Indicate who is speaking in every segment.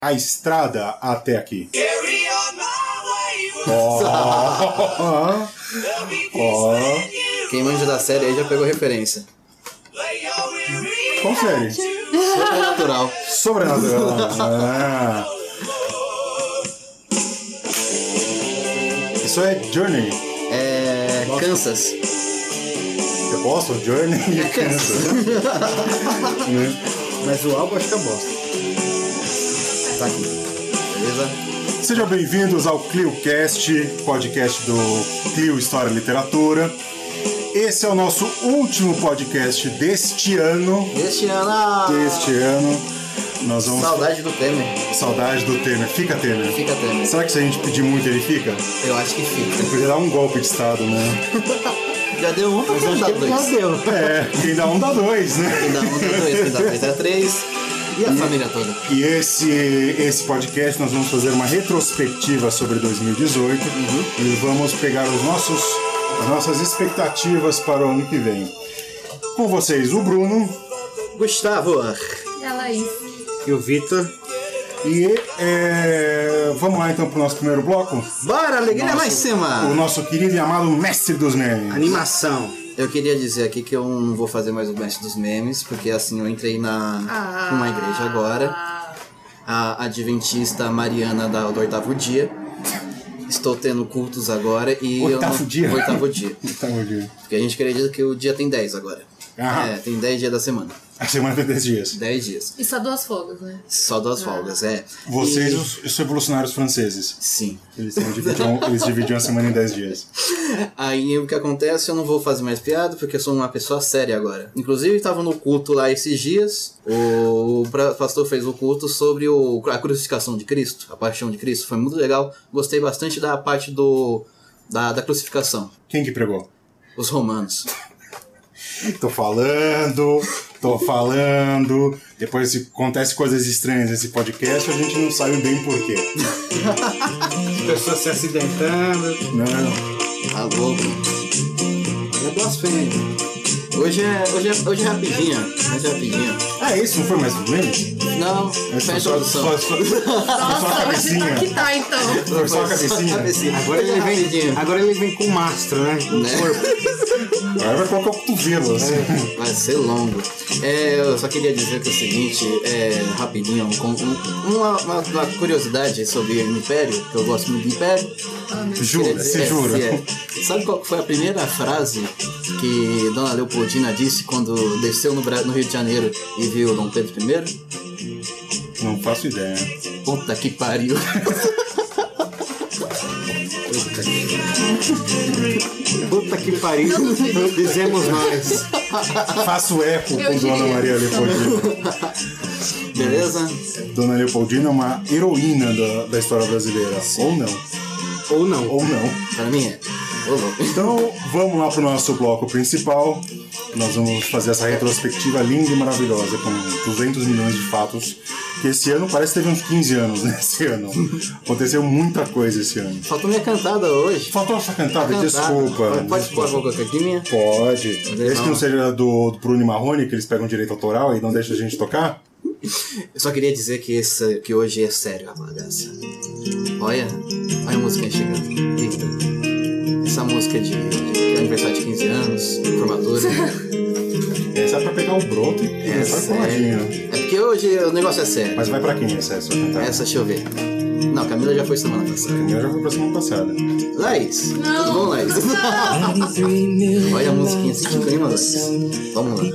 Speaker 1: a estrada até aqui.
Speaker 2: Carry on my way.
Speaker 1: Ó,
Speaker 2: There'll be peace
Speaker 1: Ó.
Speaker 2: when you
Speaker 3: Quem manja da série aí já pegou referência.
Speaker 2: lay your weary
Speaker 1: confere.
Speaker 2: to
Speaker 3: Natural.
Speaker 1: Sobrenatural. Ah. Isso é Journey.
Speaker 3: É. Kansas.
Speaker 1: Eu gosto de Journey e Kansas. né?
Speaker 4: Mas o álbum acho que é bosta.
Speaker 3: Tá aqui. Beleza?
Speaker 1: Sejam bem-vindos ao ClioCast, podcast do Clio História e Literatura. Esse é o nosso último podcast deste ano.
Speaker 3: Este ano. ah,
Speaker 1: Deste ano. Nós vamos.
Speaker 3: Saudade do Temer.
Speaker 1: Saudade do Temer. Fica Temer.
Speaker 3: Fica Temer.
Speaker 1: Será que se a gente pedir muito ele fica?
Speaker 3: Eu acho que fica.
Speaker 1: Porque dá um golpe de Estado, né?
Speaker 3: Já deu um, tá
Speaker 4: Acho
Speaker 3: dá
Speaker 4: que ele
Speaker 3: dois.
Speaker 4: já deu.
Speaker 1: É, quem dá um dá dois, né?
Speaker 3: Quem dá um, dá dois. Quem dá três, dá três. E a família toda.
Speaker 1: E esse, esse podcast nós vamos fazer uma retrospectiva sobre 2018
Speaker 3: Uhum.
Speaker 1: e vamos pegar os nossos, as nossas expectativas para o ano que vem. Com vocês, o Bruno
Speaker 3: Gustavo.
Speaker 5: E a Laís.
Speaker 4: E o Vitor.
Speaker 1: e é, vamos lá então para o nosso primeiro bloco.
Speaker 3: Bora, alegria lá em
Speaker 1: O
Speaker 3: cima.
Speaker 1: nosso querido e amado mestre dos memes.
Speaker 4: Animação.
Speaker 3: Eu queria dizer aqui que eu não vou fazer mais o mestre dos memes, porque assim, eu entrei na numa igreja agora.
Speaker 5: Ah.
Speaker 3: a adventista Mariana da, do oitavo dia. Estou tendo cultos agora e eu
Speaker 1: Oitavo
Speaker 3: não-
Speaker 1: dia?
Speaker 3: Oitavo dia.
Speaker 1: Tá, meu Deus.
Speaker 3: Porque a gente acredita que o dia tem 10 agora.
Speaker 1: Ah.
Speaker 3: É, tem 10 dias da semana.
Speaker 1: A semana tem 10 dias.
Speaker 3: 10 dias.
Speaker 5: E só duas folgas, né?
Speaker 3: Só duas folgas, é.
Speaker 1: Vocês,
Speaker 3: E-
Speaker 1: os, os revolucionários franceses,
Speaker 3: Sim.
Speaker 1: eles, tão dividiam, um, eles dividiam a semana em 10 dias.
Speaker 3: Aí o que acontece, eu não vou fazer mais piada, porque eu sou uma pessoa séria agora. Inclusive, estava no culto lá esses dias, o pra- pastor fez o culto sobre o- a crucificação de Cristo, a paixão de Cristo, foi muito legal. Gostei bastante da parte do da, da crucificação,
Speaker 1: Quem que pregou?
Speaker 3: os romanos.
Speaker 1: Tô falando, tô falando. Depois se acontece coisas estranhas nesse podcast, a gente não sabe bem porquê.
Speaker 4: As pessoas se acidentando.
Speaker 1: Não,
Speaker 3: Tá louco.
Speaker 4: É blasfêmia.
Speaker 3: Hoje é, hoje é, hoje é rapidinha, hoje é rapidinha.
Speaker 1: Ah, isso não foi mais um meme?
Speaker 3: Não, essa é a introdução.
Speaker 1: Só, só, só, só a
Speaker 5: hoje tá que
Speaker 1: cabecinha.
Speaker 5: tá, então.
Speaker 1: Foi só a cabecinha.
Speaker 4: Agora ele, vem,
Speaker 3: rapidinho.
Speaker 4: agora ele vem com mastro, né? Com
Speaker 3: é Né?
Speaker 4: corpo.
Speaker 1: Agora vai colocar o cotovelo, assim.
Speaker 3: Vai ser longo. É, eu só queria dizer que é o seguinte, é, rapidinho, um- um- uma, uma- uma curiosidade sobre o Império, que eu gosto muito do Império. Queria
Speaker 1: Jura,
Speaker 3: dizer-
Speaker 1: se
Speaker 3: é,
Speaker 1: jura.
Speaker 3: se é. Sabe qual foi a primeira frase que Dona Leopoldina disse quando desceu no, Bra- no Rio de Janeiro e viu Dom Pedro I?
Speaker 1: Não faço ideia.
Speaker 3: Puta que pariu.
Speaker 4: Puta que pariu. Dizemos nós.
Speaker 1: Faço eco
Speaker 5: Eu
Speaker 1: com Dona
Speaker 5: diria.
Speaker 1: Maria Leopoldina.
Speaker 3: Beleza?
Speaker 1: Dona Leopoldina é uma heroína da, da história brasileira. Ou não.
Speaker 4: Ou não.
Speaker 1: Ou não.
Speaker 3: Pra mim é. Ô, louco.
Speaker 1: Então vamos lá para o nosso bloco principal. Nós vamos fazer essa retrospectiva linda e maravilhosa com 200 milhões de fatos. Que esse ano parece que teve uns 15 anos, né? Esse ano. Aconteceu muita coisa esse ano.
Speaker 3: Faltou minha cantada hoje.
Speaker 1: Faltou essa cantada,
Speaker 3: Cantada.
Speaker 1: desculpa.
Speaker 3: Pode pôr a
Speaker 1: Desculpa.
Speaker 3: boca aqui minha?
Speaker 1: Pode. Esse que não seja do, do Bruno e Marrone, que eles pegam direito autoral e não deixam a gente tocar?
Speaker 3: Eu só queria dizer que, esse, que hoje é sério a bagaça. Olha, olha a música chegando. Eita. Essa música de, de aniversário de 15 anos, formatura.
Speaker 1: Essa é pra pegar o broto e
Speaker 3: É,
Speaker 1: começar
Speaker 3: sério.
Speaker 1: coladinho.
Speaker 3: é porque hoje o negócio é sério.
Speaker 1: Mas vai pra quem essa, essa cantada?
Speaker 3: Essa deixa eu ver. Não, Camila já foi semana passada.
Speaker 1: Eu já foi pra semana passada.
Speaker 3: Laís,
Speaker 5: Não.
Speaker 3: tudo bom, Laís? olha a musiquinha sentindo clima, Laís. Vamos lá.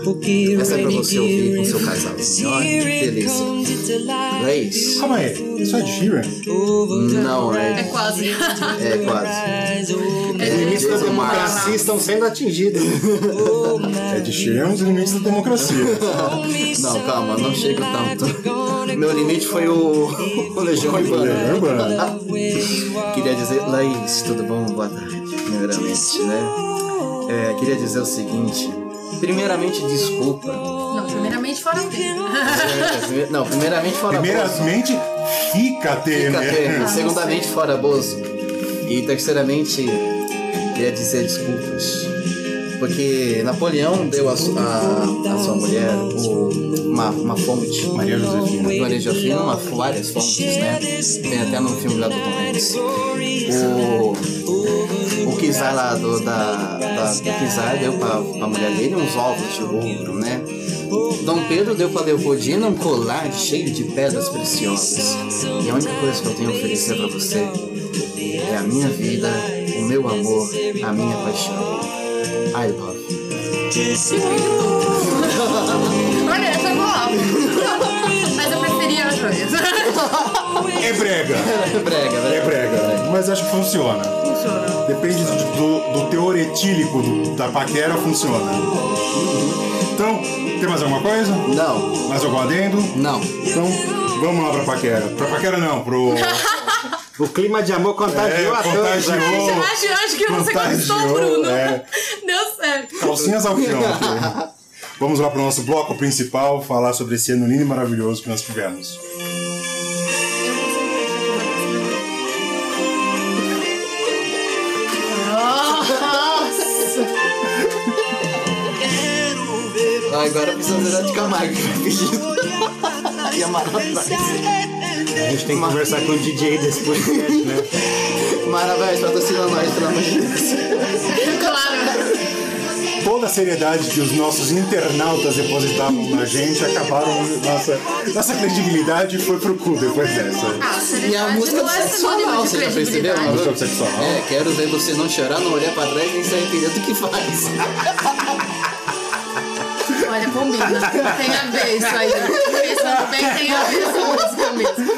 Speaker 3: Essa é pra você ouvir com seu casal. Olha que delícia. Laís,
Speaker 1: Calma aí, isso é de Sheeran?
Speaker 3: não
Speaker 5: É
Speaker 3: é.
Speaker 5: quase.
Speaker 3: É quase.
Speaker 5: É,
Speaker 4: Os limites da
Speaker 3: Jason Mars.
Speaker 4: democracia estão sendo atingidos.
Speaker 1: É de Sheeran os limites da democracia.
Speaker 3: Não, calma, não chega tanto. Meu limite foi o, o Legião
Speaker 1: é
Speaker 3: Urbana.
Speaker 1: Caramba.
Speaker 3: Queria dizer, Laís, tudo bom? Boa tarde, primeiramente, né? É, queria dizer o seguinte. Primeiramente, desculpa.
Speaker 5: Não, primeiramente fora dele.
Speaker 3: É, prime- Não, primeiramente fora Bozo.
Speaker 1: Primeiramente, fica
Speaker 3: Fica
Speaker 1: Temer.
Speaker 3: atento. Segundamente, fora Bozo. E terceiramente, queria dizer desculpas Porque Napoleão deu a, su- a- a sua mulher o- uma, uma fonte.
Speaker 1: Maria Josefina.
Speaker 3: Maria Josefina, uma, várias fontes, né? Tem até no filme lá do Tom Hanks. O, o Kizar lá do, da, da, do Kizar deu pra, pra mulher dele uns ovos de ouro, né? Dom Pedro deu pra Leopoldina um colar cheio de pedras preciosas. E a única coisa que eu tenho a oferecer pra você é a minha vida, o meu amor, a minha paixão. I love. you.
Speaker 5: Olha, essa é boa. Mas eu preferia as joias.
Speaker 1: É brega.
Speaker 3: Brega,
Speaker 1: É
Speaker 3: velho.
Speaker 1: brega. Mas acho que funciona.
Speaker 5: Funciona.
Speaker 1: Depende do, do, do teor etílico do- da paquera, funciona. Então, tem mais alguma coisa?
Speaker 3: Não,
Speaker 1: Mais algum adendo?
Speaker 3: não.
Speaker 1: Então, vamos lá pra paquera. Pra paquera não, pro...
Speaker 4: O clima de amor contagiou
Speaker 1: É,
Speaker 4: a todos. né?
Speaker 1: contagiou.
Speaker 4: aqui.
Speaker 5: Eu acho, eu acho que você gostou,
Speaker 1: Contagiou,
Speaker 5: Bruno.
Speaker 1: é.
Speaker 5: Deu certo.
Speaker 1: Calcinhas ao chão. aqui. Vamos lá pro nosso bloco principal, falar sobre esse ano lindo e maravilhoso que nós tivemos.
Speaker 3: Agora precisa zerar de Camargo. e a Maravais.
Speaker 4: A gente tem que conversar com o DJ desse podcast, né?
Speaker 3: Maravais, patrocina tá nós, pelo amor de Deus.
Speaker 5: Claro.
Speaker 1: Toda a seriedade que os nossos internautas depositavam na gente acabaram... Nossa, nossa credibilidade foi pro cu depois dessa.
Speaker 3: E
Speaker 5: Ah,
Speaker 3: a
Speaker 5: seriedade
Speaker 3: música
Speaker 5: não é
Speaker 3: sexual,
Speaker 5: sinônimo de
Speaker 3: você já percebeu?
Speaker 5: credibilidade.
Speaker 1: Música sexual.
Speaker 3: É, quero ver você não chorar, não olhar pra trás nem se arrepender do que faz.
Speaker 5: Olha, combina. Tem a ver isso aí. Pensando bem, tem a ver essa música mesmo.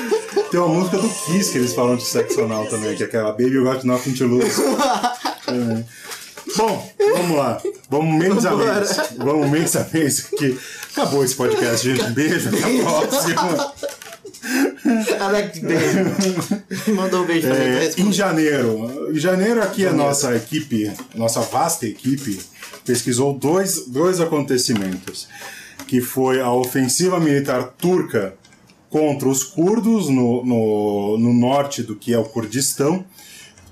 Speaker 1: Tem uma música do Kiss que eles falam de sexo anal também, que é aquela Baby You Got Nothing to Lose. É. Bom, vamos lá. Vamos mês a mês. Vamos mês a mês, que acabou esse podcast, gente. Um beijo, até a próxima.
Speaker 3: Alex Beijo. Mandou um beijo pra
Speaker 1: É,
Speaker 3: gente.
Speaker 1: em
Speaker 3: responde.
Speaker 1: janeiro. Em janeiro aqui a nossa equipe, nossa vasta equipe, pesquisou dois, dois acontecimentos. Que foi a ofensiva militar turca contra os curdos no, no, no norte do que é o Kurdistão.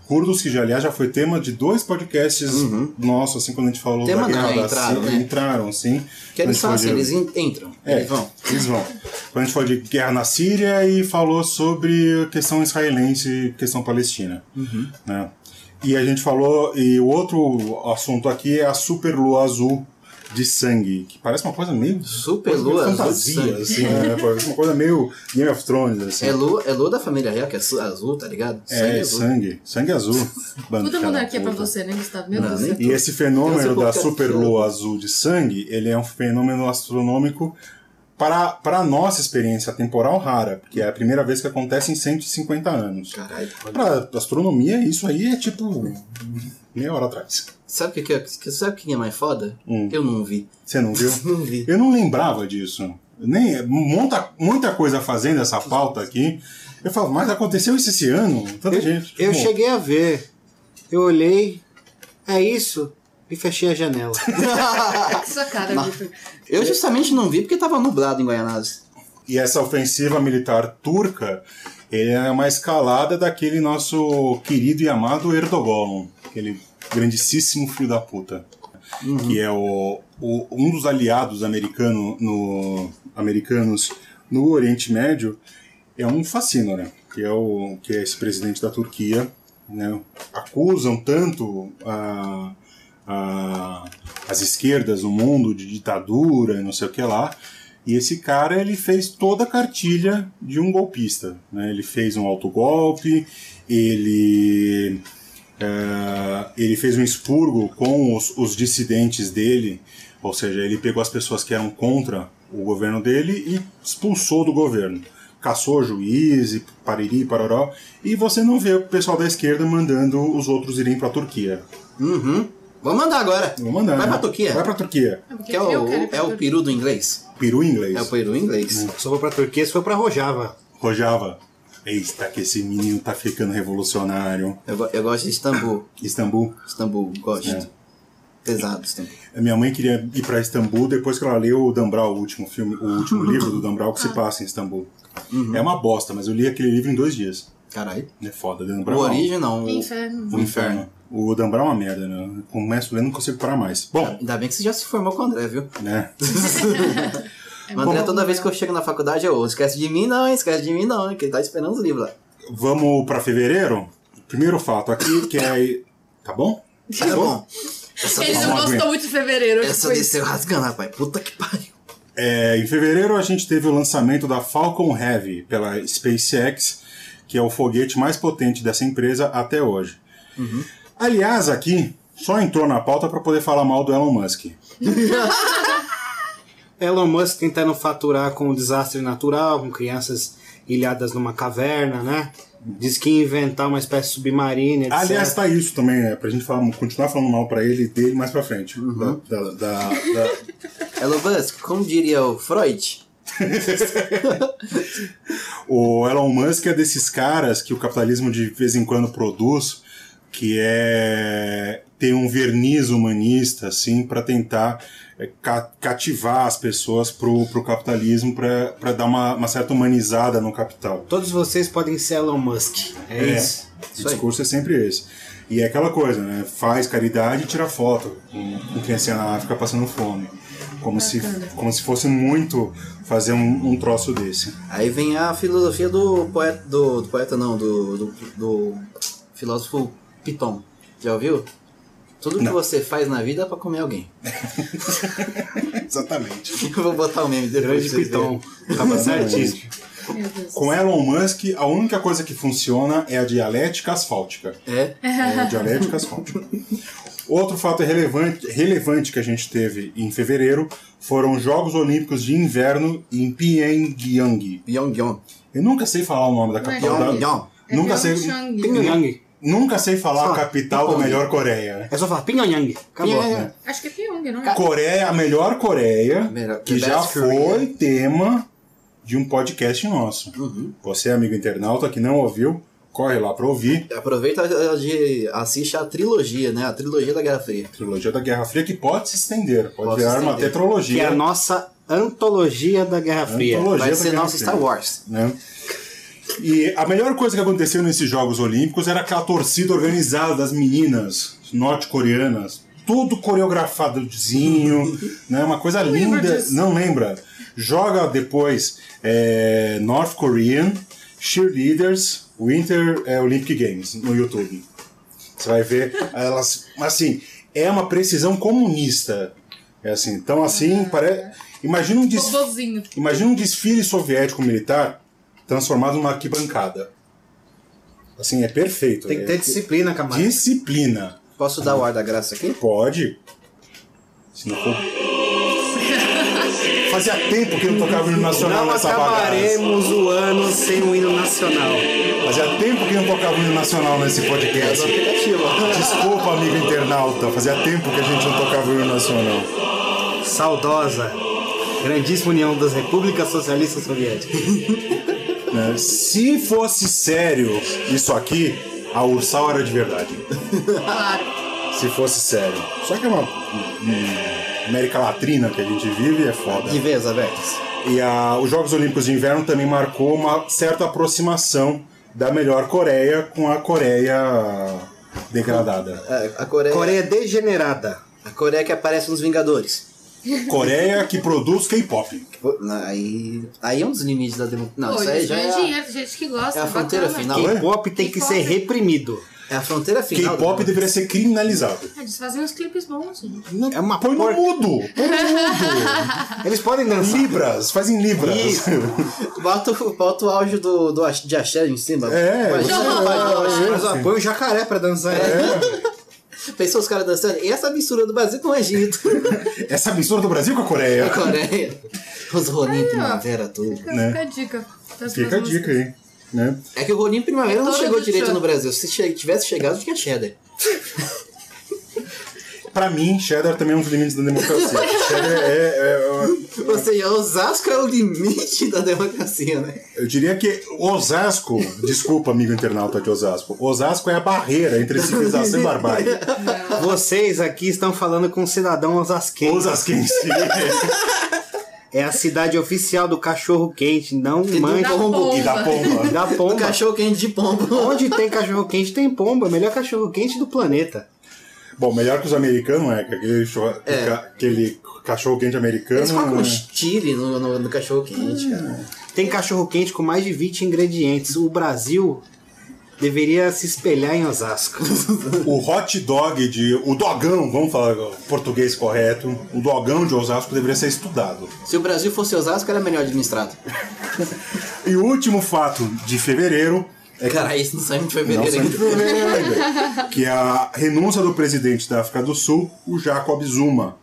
Speaker 1: Curdos, que já, aliás já foi tema de dois podcasts nossos, assim, quando a gente falou
Speaker 3: Uhum. Tema
Speaker 1: da guerra
Speaker 3: não,
Speaker 1: da
Speaker 3: entraram,
Speaker 1: Síria.
Speaker 3: né?
Speaker 1: Entraram, sim.
Speaker 3: Que eles
Speaker 1: Quando
Speaker 3: falam
Speaker 1: a
Speaker 3: assim,
Speaker 1: gente falou de-
Speaker 3: eles en- entram.
Speaker 1: é,
Speaker 3: Eles vão.
Speaker 1: Eles vão. Quando a gente falou de guerra na Síria e falou sobre a questão israelense e questão palestina.
Speaker 3: Uhum.
Speaker 1: né? E a gente falou, e o outro assunto aqui é a super lua azul de sangue, que parece uma coisa meio.
Speaker 3: Super lua azul de
Speaker 1: fantasia,
Speaker 3: sangue.
Speaker 1: assim, né? Parece uma coisa meio Game of Thrones, assim.
Speaker 3: É lua, é lua da família real, que é su- azul, tá ligado? Sangue
Speaker 1: É,
Speaker 3: azul.
Speaker 1: sangue, sangue azul. Bando
Speaker 5: Tudo
Speaker 1: de
Speaker 5: monarquia é pra
Speaker 1: carapuça.
Speaker 5: você, né, Gustavo? Meu
Speaker 3: Não,
Speaker 5: Deus
Speaker 3: nem
Speaker 5: do céu.
Speaker 1: E
Speaker 4: Então,
Speaker 1: esse fenômeno
Speaker 3: Eu sei
Speaker 1: da
Speaker 3: qual que é.
Speaker 1: superlua azul de sangue, ele é um fenômeno astronômico para, para a nossa experiência temporal rara, porque é a primeira vez que acontece em 150 anos.
Speaker 3: Caralho.
Speaker 1: Para astronomia, isso aí é tipo meia hora atrás.
Speaker 3: Sabe o que, que, é- que- sabe quem é mais foda?
Speaker 1: Hum.
Speaker 3: Eu não vi.
Speaker 1: Você não viu?
Speaker 3: Não vi.
Speaker 1: Eu não lembrava disso. Nem, monta, muita coisa fazendo essa pauta aqui. Eu falo, mas aconteceu isso esse ano? Tanta gente.
Speaker 4: Eu
Speaker 1: Bom,
Speaker 4: cheguei a ver. Eu olhei. É isso. E fechei a janela.
Speaker 5: Que sua cara, Vitor.
Speaker 3: Eu justamente não vi porque tava nublado em Guaianazes.
Speaker 1: E essa ofensiva militar turca ele é uma escalada daquele nosso querido e amado Erdogan, aquele grandíssimo filho da puta, que é o, o- um dos aliados americano no, americanos no Oriente Médio, é um fascino, né? Que é, o, que é esse presidente da Turquia. Né? Acusam tanto a, a- as esquerdas no mundo de ditadura e não sei o que lá. E esse cara, ele fez toda a cartilha de um golpista. Né? Ele fez um autogolpe, ele, eh, ele fez um expurgo com os, os dissidentes dele, ou seja, ele pegou as pessoas que eram contra o governo dele e expulsou do governo. Caçou juiz, e pariri, e paroró, e você não vê o pessoal da esquerda mandando os outros irem para a Turquia.
Speaker 3: Uhum. Vou mandar agora.
Speaker 1: Não mandando.
Speaker 3: Vai pra
Speaker 1: né?
Speaker 3: Turquia.
Speaker 1: Vai pra Turquia.
Speaker 5: É porque
Speaker 3: Que é o,
Speaker 5: eu quero ir pra
Speaker 3: é o
Speaker 5: Turquia.
Speaker 3: peru do inglês.
Speaker 1: Peru em inglês.
Speaker 3: É o peru inglês.
Speaker 4: Só vou pra Turquia se for pra Rojava.
Speaker 1: Rojava. Eita, que esse menino tá ficando revolucionário.
Speaker 3: Eu, go- eu gosto de Istambul.
Speaker 1: Istambul.
Speaker 3: Istambul, gosto.
Speaker 1: É.
Speaker 3: Pesado Istambul.
Speaker 1: A Minha mãe queria ir pra Istambul depois que ela leu o Dambrau, o último
Speaker 3: Uhum.
Speaker 1: filme, o último livro do Dambrau que se passa em Istambul. É uma bosta, mas eu li aquele livro em dois dias.
Speaker 3: Caralho.
Speaker 1: É foda, Dan
Speaker 3: O
Speaker 1: Brown.
Speaker 3: Origem é um não. o-
Speaker 5: Inferno.
Speaker 1: O inferno. O Dan Brown é uma merda, né? Eu Começo lendo não consigo parar mais. Bom,
Speaker 3: Ainda bem que você já se formou com o André, viu?
Speaker 1: né?
Speaker 3: O
Speaker 5: É
Speaker 3: André,
Speaker 5: bom. né?
Speaker 3: toda vez que eu chego na faculdade, eu esquece de mim não, esquece de mim não, que ele tá esperando os livros lá.
Speaker 1: Vamos pra fevereiro? Primeiro fato aqui, que é. Tá bom?
Speaker 3: Tá bom. Essa,
Speaker 5: Ele
Speaker 1: Eles-
Speaker 5: não
Speaker 1: Calma,
Speaker 5: gostou
Speaker 1: aguenta.
Speaker 5: muito de fevereiro.
Speaker 3: essa
Speaker 5: foi
Speaker 3: desceu rasgando, rapaz. Puta que pariu.
Speaker 1: É, em fevereiro a gente teve o lançamento da Falcon Heavy pela SpaceX, que é o foguete mais potente dessa empresa até hoje. Aliás, aqui só entrou na pauta pra poder falar mal do Elon Musk.
Speaker 4: Elon Musk tentando faturar com um desastre natural, com crianças ilhadas numa caverna, né? Diz que ia inventar uma espécie submarina, etc.
Speaker 1: Aliás, tá isso também, né? Pra gente falar- continuar falando mal pra ele e dele mais pra frente. Da- da- da- da-
Speaker 3: Elon Musk, como diria o Freud?
Speaker 1: O Elon Musk é desses caras que o capitalismo de vez em quando produz, que é tem um verniz humanista assim para tentar é, ca- cativar as pessoas pro, pro capitalismo para dar uma, uma certa humanizada no capital.
Speaker 4: Todos vocês podem ser Elon Musk. É,
Speaker 1: É.
Speaker 4: isso.
Speaker 1: o discurso é sempre esse. E é aquela coisa, né? Faz caridade e tira foto com, com criança na África passando fome. Como se, como se fosse muito fazer um, um troço desse.
Speaker 3: Aí vem a filosofia do poeta. Do, do poeta não, do, do, do filósofo Piton. Já ouviu? Tudo que
Speaker 1: Não.
Speaker 3: você faz na vida é pra comer alguém.
Speaker 1: Exatamente.
Speaker 3: Eu vou botar o meme dele. pra
Speaker 4: Grande
Speaker 3: vocês verem.
Speaker 4: pitão.
Speaker 1: Tá né?
Speaker 4: Cabeça artística.
Speaker 5: Meu Deus.
Speaker 1: Com Elon Musk, a única coisa que funciona é a dialética asfáltica.
Speaker 3: É?
Speaker 1: É a dialética asfáltica. Outro fato relevante, relevante que a gente teve em fevereiro foram os Jogos Olímpicos de Inverno em Pyongyang.
Speaker 3: Yong Yong.
Speaker 1: Eu nunca sei falar o nome da capital
Speaker 3: Yong
Speaker 1: da...
Speaker 3: Yong.
Speaker 5: É
Speaker 1: Nunca sei,
Speaker 5: Pyeongchang.
Speaker 1: um
Speaker 4: Pinhang.
Speaker 1: nunca sei falar a
Speaker 4: Só,
Speaker 1: capital da
Speaker 3: Pyongyang.
Speaker 1: melhor Coreia. né?
Speaker 4: É só falar Pinhang. Acabou.
Speaker 3: Pinhang.
Speaker 5: Acho que é Pyong, não é?
Speaker 1: Coreia, a melhor Coreia,
Speaker 3: Melhor-
Speaker 1: que
Speaker 3: The
Speaker 1: já
Speaker 3: Best
Speaker 1: foi
Speaker 3: Korea.
Speaker 1: tema de um podcast nosso.
Speaker 3: Uhum.
Speaker 1: Você, amigo internauta que não ouviu, corre lá para ouvir.
Speaker 3: Aproveita e assiste a trilogia, né? A trilogia da Guerra Fria.
Speaker 1: Trilogia da Guerra Fria que pode se estender, pode,
Speaker 3: Pode
Speaker 1: virar
Speaker 3: se
Speaker 1: uma
Speaker 3: estender.
Speaker 4: Que é
Speaker 1: tetralogia.
Speaker 4: a nossa antologia da Guerra Fria.
Speaker 1: Antologia
Speaker 3: Vai
Speaker 1: da
Speaker 3: ser
Speaker 1: Guerra
Speaker 3: nosso
Speaker 1: Fria,
Speaker 3: Star Wars.
Speaker 1: Né? E a melhor coisa que aconteceu nesses Jogos Olímpicos era aquela torcida organizada das meninas norte-coreanas, tudo coreografadozinho, né? uma coisa linda. Não lembra? Joga depois é, North Korean Cheerleaders Winter é, Olympic Games no YouTube. Você vai ver elas. Mas assim, é uma precisão comunista. É assim, então assim, parece. Imagina um desfile.
Speaker 5: Bobozinho.
Speaker 1: Imagina um desfile soviético militar transformado numa arquibancada. Assim, é perfeito.
Speaker 4: Tem que
Speaker 1: É
Speaker 4: ter disciplina, camarada.
Speaker 1: disciplina.
Speaker 3: Posso dar o ar da graça aqui?
Speaker 1: Pode. Se não for. Fazia tempo que não tocava o hino nacional
Speaker 4: Não
Speaker 1: nessa bagaça.
Speaker 4: acabaremos o ano sem o hino nacional.
Speaker 1: Fazia tempo que não tocava o hino nacional nesse
Speaker 3: É do
Speaker 1: podcast.
Speaker 3: aplicativo.
Speaker 1: Desculpa, amigo internauta. Fazia tempo que a gente não tocava o hino nacional.
Speaker 4: Saudosa. Grandíssima União das Repúblicas Socialistas Soviéticas.
Speaker 1: né? Se fosse sério isso aqui, a Ursal era de verdade.
Speaker 5: Claro.
Speaker 1: se fosse sério. Só que é uma hum, América Latina que a gente vive é foda.
Speaker 3: De vez abertas.
Speaker 1: E a- os Jogos Olímpicos de Inverno também marcou uma certa aproximação da melhor Coreia com a Coreia degradada.
Speaker 3: A- A Coreia,
Speaker 4: É, Coreia degenerada.
Speaker 3: A Coreia que aparece nos Vingadores.
Speaker 1: Coreia que produz K-pop.
Speaker 3: Pô, na- Aí, aí é um dos limites da democracia. Não,
Speaker 5: Pô,
Speaker 3: isso aí
Speaker 5: gente,
Speaker 3: já
Speaker 5: ganha
Speaker 3: é a,
Speaker 5: dinheiro, gente que gosta.
Speaker 3: é a
Speaker 5: bacana.
Speaker 3: fronteira final.
Speaker 1: Oi?
Speaker 4: K-pop tem que
Speaker 5: K-pop.
Speaker 4: ser reprimido.
Speaker 3: É a fronteira final.
Speaker 1: K-pop
Speaker 3: da-
Speaker 1: deveria ser criminalizado.
Speaker 5: Ah, Eles fazem uns clipes bons, gente.
Speaker 4: É uma
Speaker 1: Põe no
Speaker 4: porca.
Speaker 1: mudo! Põe no mudo!
Speaker 4: Eles podem dançar.
Speaker 1: Libras, fazem libras.
Speaker 4: Isso.
Speaker 3: Bota, o- bota o áudio do, do, Ax- de Axé em cima.
Speaker 1: É,
Speaker 3: Imagina
Speaker 1: você-
Speaker 3: o áudio do Axé.
Speaker 4: Mas ó, põe o jacaré pra dançar. né?
Speaker 3: Pensou os caras dançando? E essa mistura do Brasil com o Egito?
Speaker 1: Essa mistura do Brasil com a Coreia.
Speaker 3: a Coreia. Os Ronin
Speaker 5: Aí, ó.
Speaker 3: Primavera, tudo.
Speaker 5: Fica,
Speaker 1: Né?
Speaker 5: fica a dica. das
Speaker 1: Fica a
Speaker 5: duas
Speaker 1: dica aí. Né?
Speaker 3: É que o Ronin Primavera não
Speaker 5: Retorno
Speaker 3: chegou
Speaker 5: do
Speaker 3: direito
Speaker 5: Tchan.
Speaker 3: no Brasil. Se che- tivesse chegado, tinha né? cheddar.
Speaker 5: É.
Speaker 1: Pra mim, cheddar também é um dos limites da democracia. cheddar é- é- é
Speaker 3: Ou seja, Osasco é o limite da democracia, né?
Speaker 1: Eu diria que Osasco, desculpa, amigo internauta de Osasco, Osasco é a barreira entre civilização e barbárie.
Speaker 4: É. Vocês aqui estão falando com um cidadão osasquense.
Speaker 1: Osasquense.
Speaker 4: É a cidade oficial do cachorro quente, não
Speaker 3: do
Speaker 4: mande.
Speaker 5: Da pomba.
Speaker 1: E da pomba.
Speaker 4: Da pomba.
Speaker 3: O cachorro quente de pombo.
Speaker 4: Onde tem cachorro quente tem pomba. Melhor cachorro quente do planeta.
Speaker 1: Bom, melhor que os americanos é que aquele, churra-
Speaker 3: É.
Speaker 1: ca- aquele cachorro quente americano.
Speaker 3: Eles colocam um
Speaker 1: né?
Speaker 3: chile no, no, no cachorro quente, cara.
Speaker 1: É.
Speaker 4: Tem cachorro quente com mais de 20 ingredientes. O Brasil deveria se espelhar em Osasco.
Speaker 1: O hot dog de. O dogão, vamos falar o português correto. O dogão de Osasco deveria ser estudado.
Speaker 3: Se o Brasil fosse Osasco, era melhor administrado.
Speaker 1: E o último fato de fevereiro é que.
Speaker 3: Cara, isso não sai muito
Speaker 1: Não,
Speaker 3: fevereiro
Speaker 1: só de
Speaker 3: ainda.
Speaker 1: fevereiro ainda. Que é a renúncia do presidente da África do Sul, o Jacob Zuma.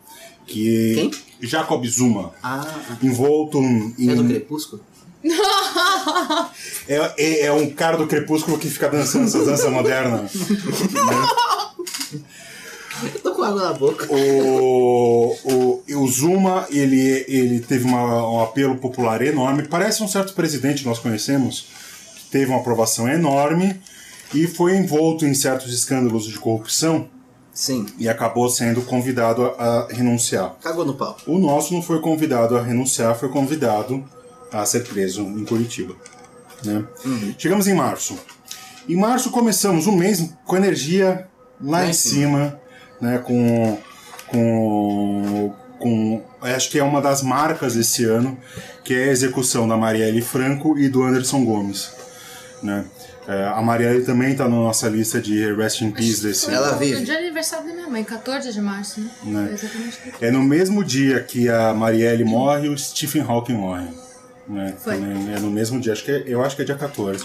Speaker 1: Que.
Speaker 3: Quem?
Speaker 1: Jacob Zuma.
Speaker 4: Ah,
Speaker 1: Envolto em.
Speaker 3: É do Crepúsculo?
Speaker 1: É, é- é um cara do crepúsculo que fica dançando essas danças modernas.
Speaker 3: Eu tô com água na boca.
Speaker 1: O, o, e o Zuma, ele, ele teve uma- um apelo popular enorme. Parece um certo presidente que nós conhecemos, que teve uma aprovação enorme e foi envolto em certos escândalos de corrupção
Speaker 3: Sim.
Speaker 1: e acabou sendo convidado a, a renunciar.
Speaker 3: Cagou no pau.
Speaker 1: O nosso não foi convidado a renunciar, foi convidado a ser preso em Curitiba. né? Chegamos em março. Em março começamos o mês com energia lá
Speaker 3: Lá
Speaker 1: em
Speaker 3: em
Speaker 1: cima, né? Com, com, com. Acho que é uma das marcas desse ano, que é a execução da Marielle Franco e do Anderson Gomes. Né? É, a Marielle também está na nossa lista de Rest in Peace desse ano.
Speaker 3: Ela
Speaker 5: No
Speaker 3: vive.
Speaker 5: dia de aniversário da minha mãe, 14 de março, né?
Speaker 1: assim. Né?
Speaker 5: Foi Exatamente.
Speaker 1: É no mesmo dia que a Marielle morre, o Stephen Hawking morre. Né?
Speaker 5: Foi.
Speaker 1: Também É no mesmo dia, acho que é- eu acho que é dia 14.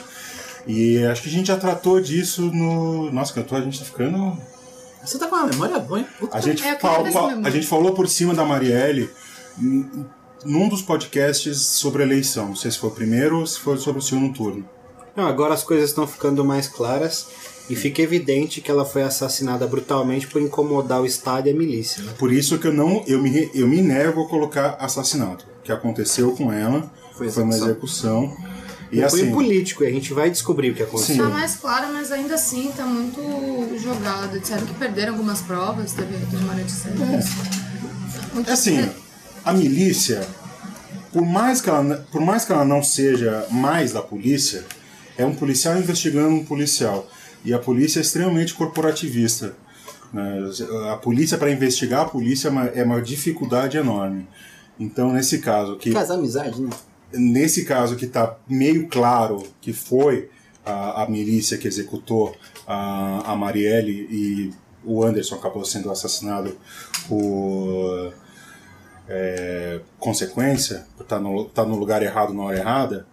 Speaker 1: E acho que a gente já tratou disso no. Nossa, que eu tô, a gente tá ficando.
Speaker 3: Você tá com uma memória boa, hein? Puta
Speaker 1: A gente,
Speaker 5: É, eu quero
Speaker 1: fal-
Speaker 5: ver
Speaker 1: fal-
Speaker 5: essa memória.
Speaker 1: a gente falou por cima da Marielle n- num dos podcasts sobre a eleição. Não sei se foi o primeiro ou se foi sobre o segundo turno.
Speaker 4: Não, agora as coisas estão ficando mais claras e fica evidente que ela foi assassinada brutalmente por incomodar o Estado e a milícia. né?
Speaker 1: Por isso que eu não. Eu me, re- eu me nego a colocar assassinato. O que aconteceu com ela foi,
Speaker 3: Foi
Speaker 1: uma execução.
Speaker 3: execução.
Speaker 1: E
Speaker 4: Foi um
Speaker 1: assim.
Speaker 4: político e a gente vai descobrir o que aconteceu.
Speaker 5: Tá mais clara, mas ainda assim tá muito jogado. Disseram que perderam algumas provas, teve teve uma notícia.
Speaker 1: É assim, a milícia, por mais, que ela, por mais que ela não seja mais da polícia, é um policial investigando um policial. E a polícia é extremamente corporativista. né? A polícia, para investigar a polícia, é uma, é uma dificuldade enorme. Então, nesse caso, que
Speaker 3: Faz amizade, né?
Speaker 1: nesse caso que está meio claro que foi a, a milícia que executou a, a Marielle e o Anderson acabou sendo assassinado por é, consequência, por tá no, tá no lugar errado na hora errada,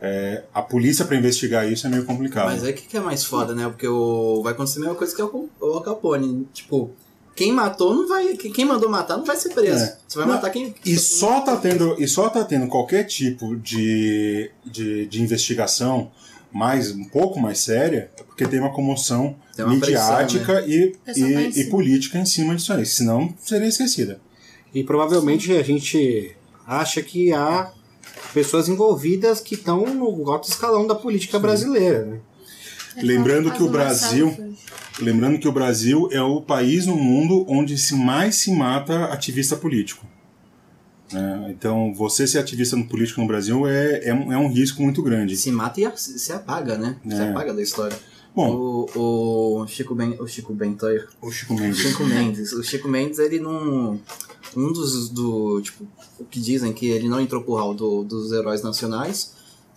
Speaker 1: é, a polícia para investigar isso é meio complicado.
Speaker 3: Mas é que que é mais foda, né? Porque o... vai acontecer a mesma coisa que o o Al Capone. Tipo, quem matou não vai. que- Quem mandou matar não vai ser preso.
Speaker 1: É.
Speaker 3: Você vai
Speaker 1: Não,
Speaker 3: matar quem.
Speaker 1: E só tá tendo, e só tá tendo qualquer tipo de, de, de investigação mais um pouco mais séria, é porque tem uma comoção
Speaker 3: Tem uma né?
Speaker 1: midiática e,
Speaker 5: Pressão lá em
Speaker 1: e, e
Speaker 5: cima.
Speaker 1: política em cima disso aí, senão seria esquecida.
Speaker 4: E provavelmente a gente acha que há pessoas envolvidas que estão no alto escalão da política brasileira. Né?
Speaker 1: Lembrando que o Brasil-
Speaker 5: É, Marcelo
Speaker 1: Lembrando que o Brasil é o país no mundo onde se mais se mata ativista político. né? então, você ser ativista no político no Brasil é, é, um, é um risco muito grande.
Speaker 3: Se mata e a- se se apaga, né? Se
Speaker 1: É.
Speaker 3: apaga da história.
Speaker 1: Bom,
Speaker 3: O, o Chico Ben. O Chico Bentoyer.
Speaker 1: o Chico
Speaker 3: O
Speaker 1: Mendes.
Speaker 3: Chico Mendes. O Chico Mendes, ele não. Um dos. Do, tipo, o que dizem que ele não entrou pro hall do- dos heróis nacionais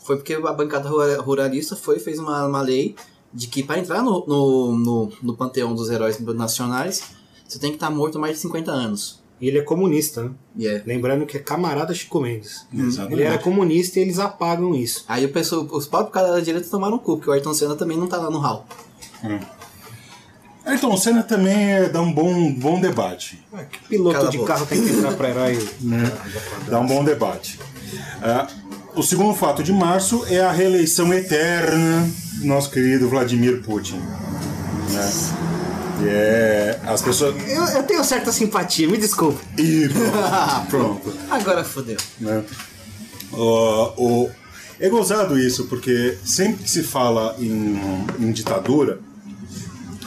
Speaker 3: foi porque a bancada rura- ruralista foi fez uma, uma lei de que para entrar no, no, no, no panteão dos heróis nacionais você tem que estar morto há mais de 50 anos.
Speaker 4: E ele é comunista, né?
Speaker 3: E é.
Speaker 4: Lembrando que é camarada Chico Mendes.
Speaker 1: Exatamente.
Speaker 4: Ele era comunista e eles apagam isso.
Speaker 3: Aí o pessoal, os próprios caras da direita tomaram o cu, porque o Ayrton Senna também não tá lá no hall.
Speaker 1: Ayrton então, Senna também é- dá um bom, bom debate.
Speaker 4: Que piloto
Speaker 3: Cala a
Speaker 4: de
Speaker 3: boca.
Speaker 4: carro tem que entrar pra herói?
Speaker 1: Dá um bom debate. Ah, o segundo fato de março é a reeleição eterna do nosso querido Vladimir Putin. né? E é. As pessoas.
Speaker 4: Eu, eu tenho certa simpatia, me desculpe.
Speaker 1: Ih, pronto. pronto.
Speaker 3: Agora fodeu.
Speaker 1: né? Ó, o- É gozado isso, porque sempre que se fala em, em ditadura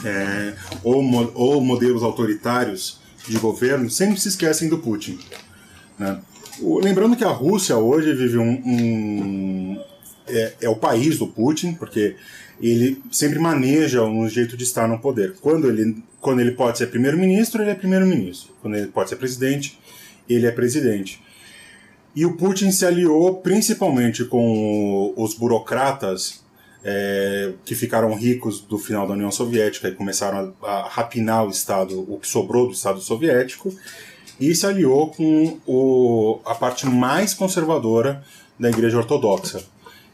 Speaker 1: é, ou, mo- ou modelos autoritários de governo, sempre se esquecem do Putin. né? O- Lembrando que a Rússia hoje vive um. um- é, é o país do Putin, porque ele sempre maneja um jeito de estar no poder. Quando ele, quando ele pode ser primeiro-ministro, ele é primeiro-ministro. Quando ele pode ser presidente, ele é presidente. E o Putin se aliou principalmente com o- os burocratas é, que ficaram ricos do final da União Soviética e começaram a, a rapinar o Estado, o que sobrou do Estado Soviético, e se aliou com o- a parte mais conservadora da Igreja Ortodoxa.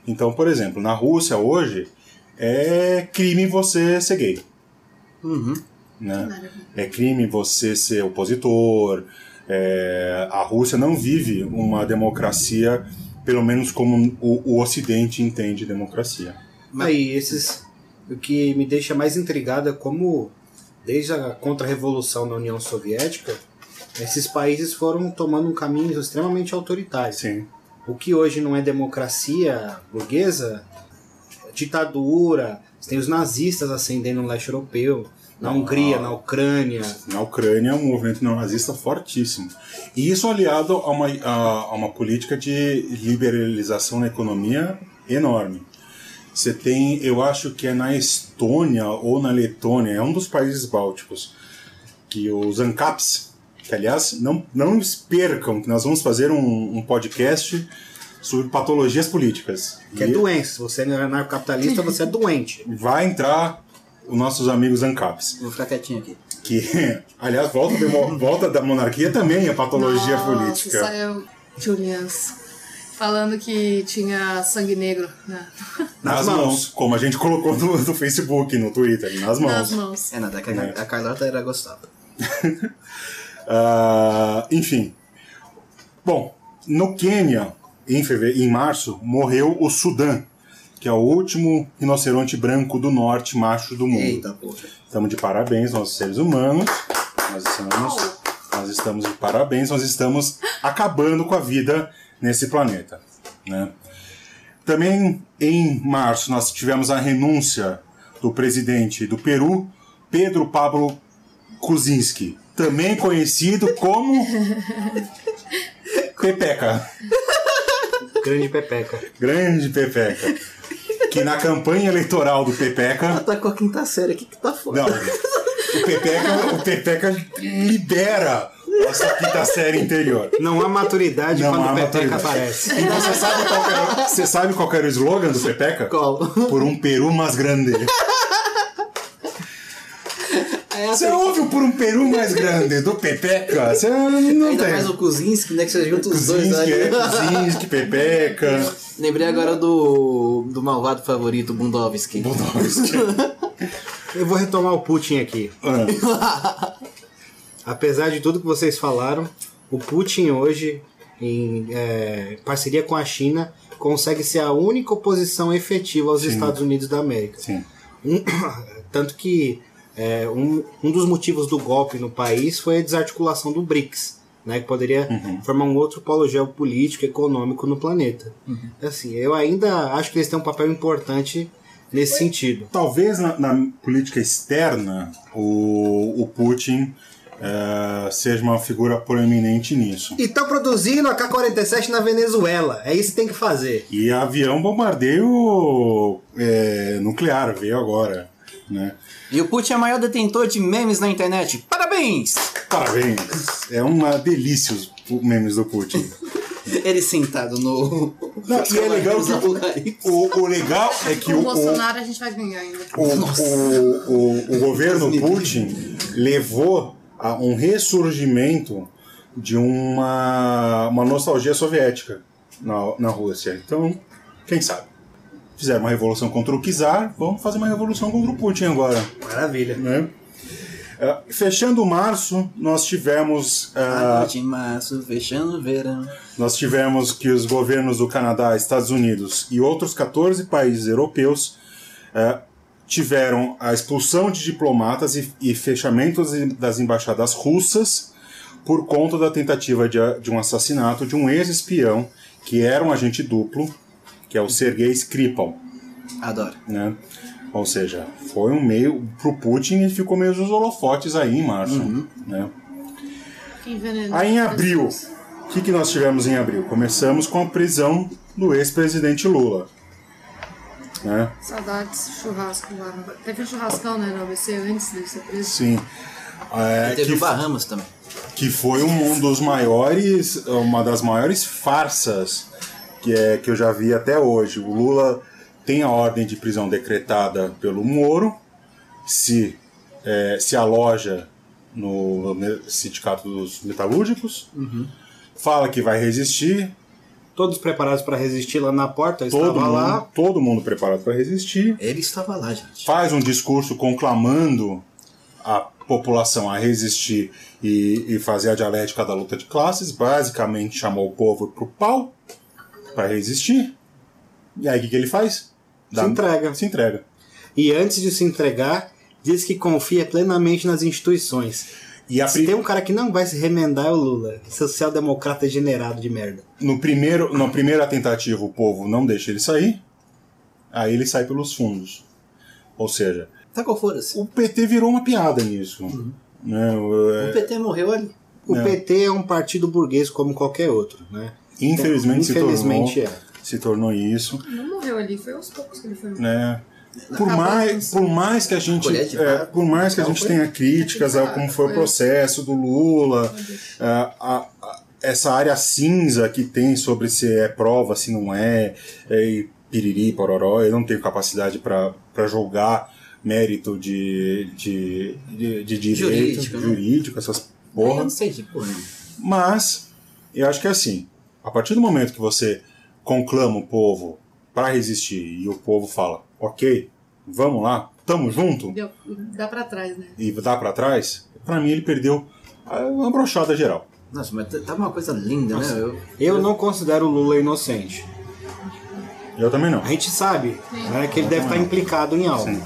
Speaker 1: Então, por exemplo, na Rússia hoje é crime você ser gay. Né? É crime você ser opositor. é, a Rússia não vive uma democracia, pelo menos como o, o Ocidente entende democracia.
Speaker 4: Aí, esses. O que me deixa mais intrigado é como, desde a contra-revolução na União Soviética, esses países foram tomando um caminho extremamente autoritário.
Speaker 1: Sim.
Speaker 4: O que hoje não é democracia burguesa, é ditadura, você tem os nazistas ascendendo no leste europeu, na Hungria, na Ucrânia.
Speaker 1: Na Ucrânia é um movimento neonazista fortíssimo. E isso aliado a uma, a, a uma política de liberalização na economia enorme. Você tem, eu acho que é na Estônia ou na Letônia, é um dos países bálticos, que os ANCAPs, que aliás, não, não percam, que nós vamos fazer um, um podcast sobre patologias políticas.
Speaker 4: Que é
Speaker 1: E-
Speaker 4: doença. Se você é anarcocapitalista, você é doente.
Speaker 1: vai entrar os nossos amigos ANCAPs.
Speaker 3: Vou ficar quietinho aqui.
Speaker 1: Que, aliás, volta, de mo- volta da monarquia também é patologia
Speaker 5: Nossa, é
Speaker 1: política.
Speaker 5: Saiu Julians falando que tinha sangue negro na-
Speaker 1: Nas
Speaker 4: Nas
Speaker 1: mãos.
Speaker 4: mãos.
Speaker 1: como a gente colocou no, no Facebook, no Twitter, nas mãos.
Speaker 5: nas mãos.
Speaker 3: É nada, a Car- a Carlota era gostada.
Speaker 1: Ah, enfim. Bom, no Quênia, em, feve- em março, morreu o Sudã, que é o último rinoceronte branco do norte macho do mundo.
Speaker 3: Eita porra.
Speaker 1: Estamos de parabéns, nós seres humanos. Nós estamos, nós estamos de parabéns, nós estamos acabando com a vida nesse planeta. né? Também em março nós tivemos a renúncia do presidente do Peru, Pedro Pablo Kuczynski, também conhecido como Pepeca,
Speaker 4: Grande pepeca.
Speaker 1: grande Pepeca, que na campanha eleitoral do Pepeca
Speaker 3: Ela tá com a quinta série aqui que tá foda.
Speaker 1: Não. O Pepeca, o Pepeca libera essa quinta série interior.
Speaker 4: Não há maturidade
Speaker 1: Não
Speaker 4: quando
Speaker 1: há
Speaker 4: o pepeca
Speaker 1: maturidade.
Speaker 4: aparece.
Speaker 1: Então você sabe qual que era, você sabe qual que era o slogan do Pepeca?
Speaker 3: Qual?
Speaker 1: Por um peru mais grande.
Speaker 3: É
Speaker 1: Você
Speaker 3: essa.
Speaker 1: ouve o por um peru mais grande do Pepeca? Você não
Speaker 3: Ainda
Speaker 1: tem.
Speaker 3: mais o Kuzinski, né? Que você junta os dois
Speaker 1: é.
Speaker 3: né?
Speaker 1: Kuzinski, é,
Speaker 3: ali.
Speaker 1: Kuzinski, Pepeca.
Speaker 3: Lembrei agora do, do malvado favorito, Bundovski.
Speaker 1: Budowski.
Speaker 4: Eu vou retomar o Putin aqui.
Speaker 1: Ah,
Speaker 4: Apesar de tudo que vocês falaram, o Putin hoje, em é, parceria com a China, consegue ser a única oposição efetiva aos Estados Unidos da América.
Speaker 1: Sim.
Speaker 4: Um- tanto que é, um, um dos motivos do golpe no país foi a desarticulação do BRICS, né, que poderia formar um outro polo geopolítico e econômico no planeta. Assim, eu ainda acho que eles têm um papel importante nesse sentido.
Speaker 1: Talvez na, na política externa o, o Putin eh, seja uma figura proeminente nisso.
Speaker 4: E estão produzindo a K-47 na Venezuela. É isso que tem que fazer.
Speaker 1: E avião bombardeio é, nuclear veio agora, né?
Speaker 3: E o Putin é o maior detentor de memes na internet. Parabéns!
Speaker 1: Parabéns! É uma delícia os pu- memes do Putin.
Speaker 3: Ele sentado no.
Speaker 1: Não, e é legal que
Speaker 3: Apocalipse.
Speaker 1: o, o legal é que
Speaker 5: Com o
Speaker 1: o, o,
Speaker 5: Bolsonaro a gente vai ganhar ainda.
Speaker 1: o, o, o- o governo Putin levou a um ressurgimento de uma, uma nostalgia soviética na, na Rússia. Então, quem sabe? Fizeram uma revolução contra o czar, vamos fazer uma revolução contra o Putin agora.
Speaker 4: Maravilha.
Speaker 1: né? Ah, Fechando março, nós tivemos, ah,
Speaker 3: Ah, de março, fechando o verão.
Speaker 1: nós tivemos que os governos do Canadá, Estados Unidos e outros 14 países europeus ah, tiveram a expulsão de diplomatas e, e fechamentos das embaixadas russas por conta da tentativa de, a- de um assassinato de um ex-espião que era um agente duplo, que é o Sergei Skripal.
Speaker 3: Adoro.
Speaker 1: né? Ou seja, foi um meio pro Putin e ficou meio os holofotes aí em março, né?
Speaker 5: Que veneno.
Speaker 1: Aí em abril, O que, que nós tivemos em abril? Começamos com a prisão do ex-presidente Lula. Né?
Speaker 5: Saudades, churrasco lá. no- Teve um churrascão, né, no ABC antes dele ser preso.
Speaker 1: Sim. É,
Speaker 3: Teve
Speaker 1: que
Speaker 3: o Bahamas também.
Speaker 1: que foi um, um dos maiores, uma das maiores farsas que, é, que eu já vi até hoje. O Lula tem a ordem de prisão decretada pelo Moro, se, é, se aloja no me- Sindicato dos Metalúrgicos,
Speaker 3: Uhum.
Speaker 1: fala que vai resistir,
Speaker 4: Todos preparados para resistir lá na porta, eu
Speaker 1: todo
Speaker 4: estava
Speaker 1: mundo,
Speaker 4: lá.
Speaker 1: todo mundo preparado para resistir,
Speaker 3: Ele estava lá, gente.
Speaker 1: faz um discurso conclamando a população a resistir e, e fazer a dialética da luta de classes, basicamente chamou o povo pro pau para resistir. E aí o que, que ele faz? um
Speaker 4: Se entrega.
Speaker 1: Se entrega.
Speaker 4: E antes de se entregar, diz que confia plenamente nas instituições.
Speaker 1: E a
Speaker 4: Se
Speaker 1: pri-
Speaker 4: tem um cara que não vai se remendar é o Lula, que social-democrata generado de merda.
Speaker 1: no primeiro, na primeira tentativa o povo não deixa ele sair, aí ele sai pelos fundos. Ou seja,
Speaker 3: Tá qual foda-se.
Speaker 1: o PT virou uma piada nisso.
Speaker 4: Uhum.
Speaker 1: Né? O- é-
Speaker 3: O PT morreu ali.
Speaker 4: O
Speaker 1: É.
Speaker 4: PT é um partido burguês como qualquer outro, né?
Speaker 3: Então,
Speaker 1: Infelizmente,
Speaker 4: Infelizmente
Speaker 1: se
Speaker 4: é.
Speaker 1: tornou, se tornou isso.
Speaker 5: Não morreu ali, foi aos poucos que ele foi.
Speaker 1: né? Por
Speaker 5: Acabou
Speaker 1: mais, por mais que a
Speaker 3: Colher de
Speaker 1: gente,
Speaker 3: barro.
Speaker 1: é, por mais que a
Speaker 3: Não,
Speaker 1: gente
Speaker 3: foi-
Speaker 1: tenha críticas ao
Speaker 5: foi-
Speaker 1: como foi o
Speaker 5: foi-
Speaker 1: processo do Lula, é, a- a- a- essa área cinza que tem sobre se é prova, se não é, é e piriri, pororó, eu não tenho capacidade para julgar mérito de, de, de, de direito,
Speaker 3: Jurídico,
Speaker 1: jurídico,
Speaker 3: né?
Speaker 1: essas
Speaker 3: Eu
Speaker 1: porras.
Speaker 3: não sei de porra. nenhuma.
Speaker 1: Mas eu acho que é assim, a partir do momento que você conclama o povo para resistir e o povo fala, ok, vamos lá, tamo junto
Speaker 5: Deu, dá pra trás, né?
Speaker 1: e dá para trás, para mim ele perdeu ah, uma brochada geral.
Speaker 3: Nossa, mas tá- tava uma coisa linda, né? Eu-
Speaker 4: Eu não considero o Lula inocente.
Speaker 1: Eu também não.
Speaker 4: A gente sabe né, que ele deve estar implicado em algo.
Speaker 1: Sim.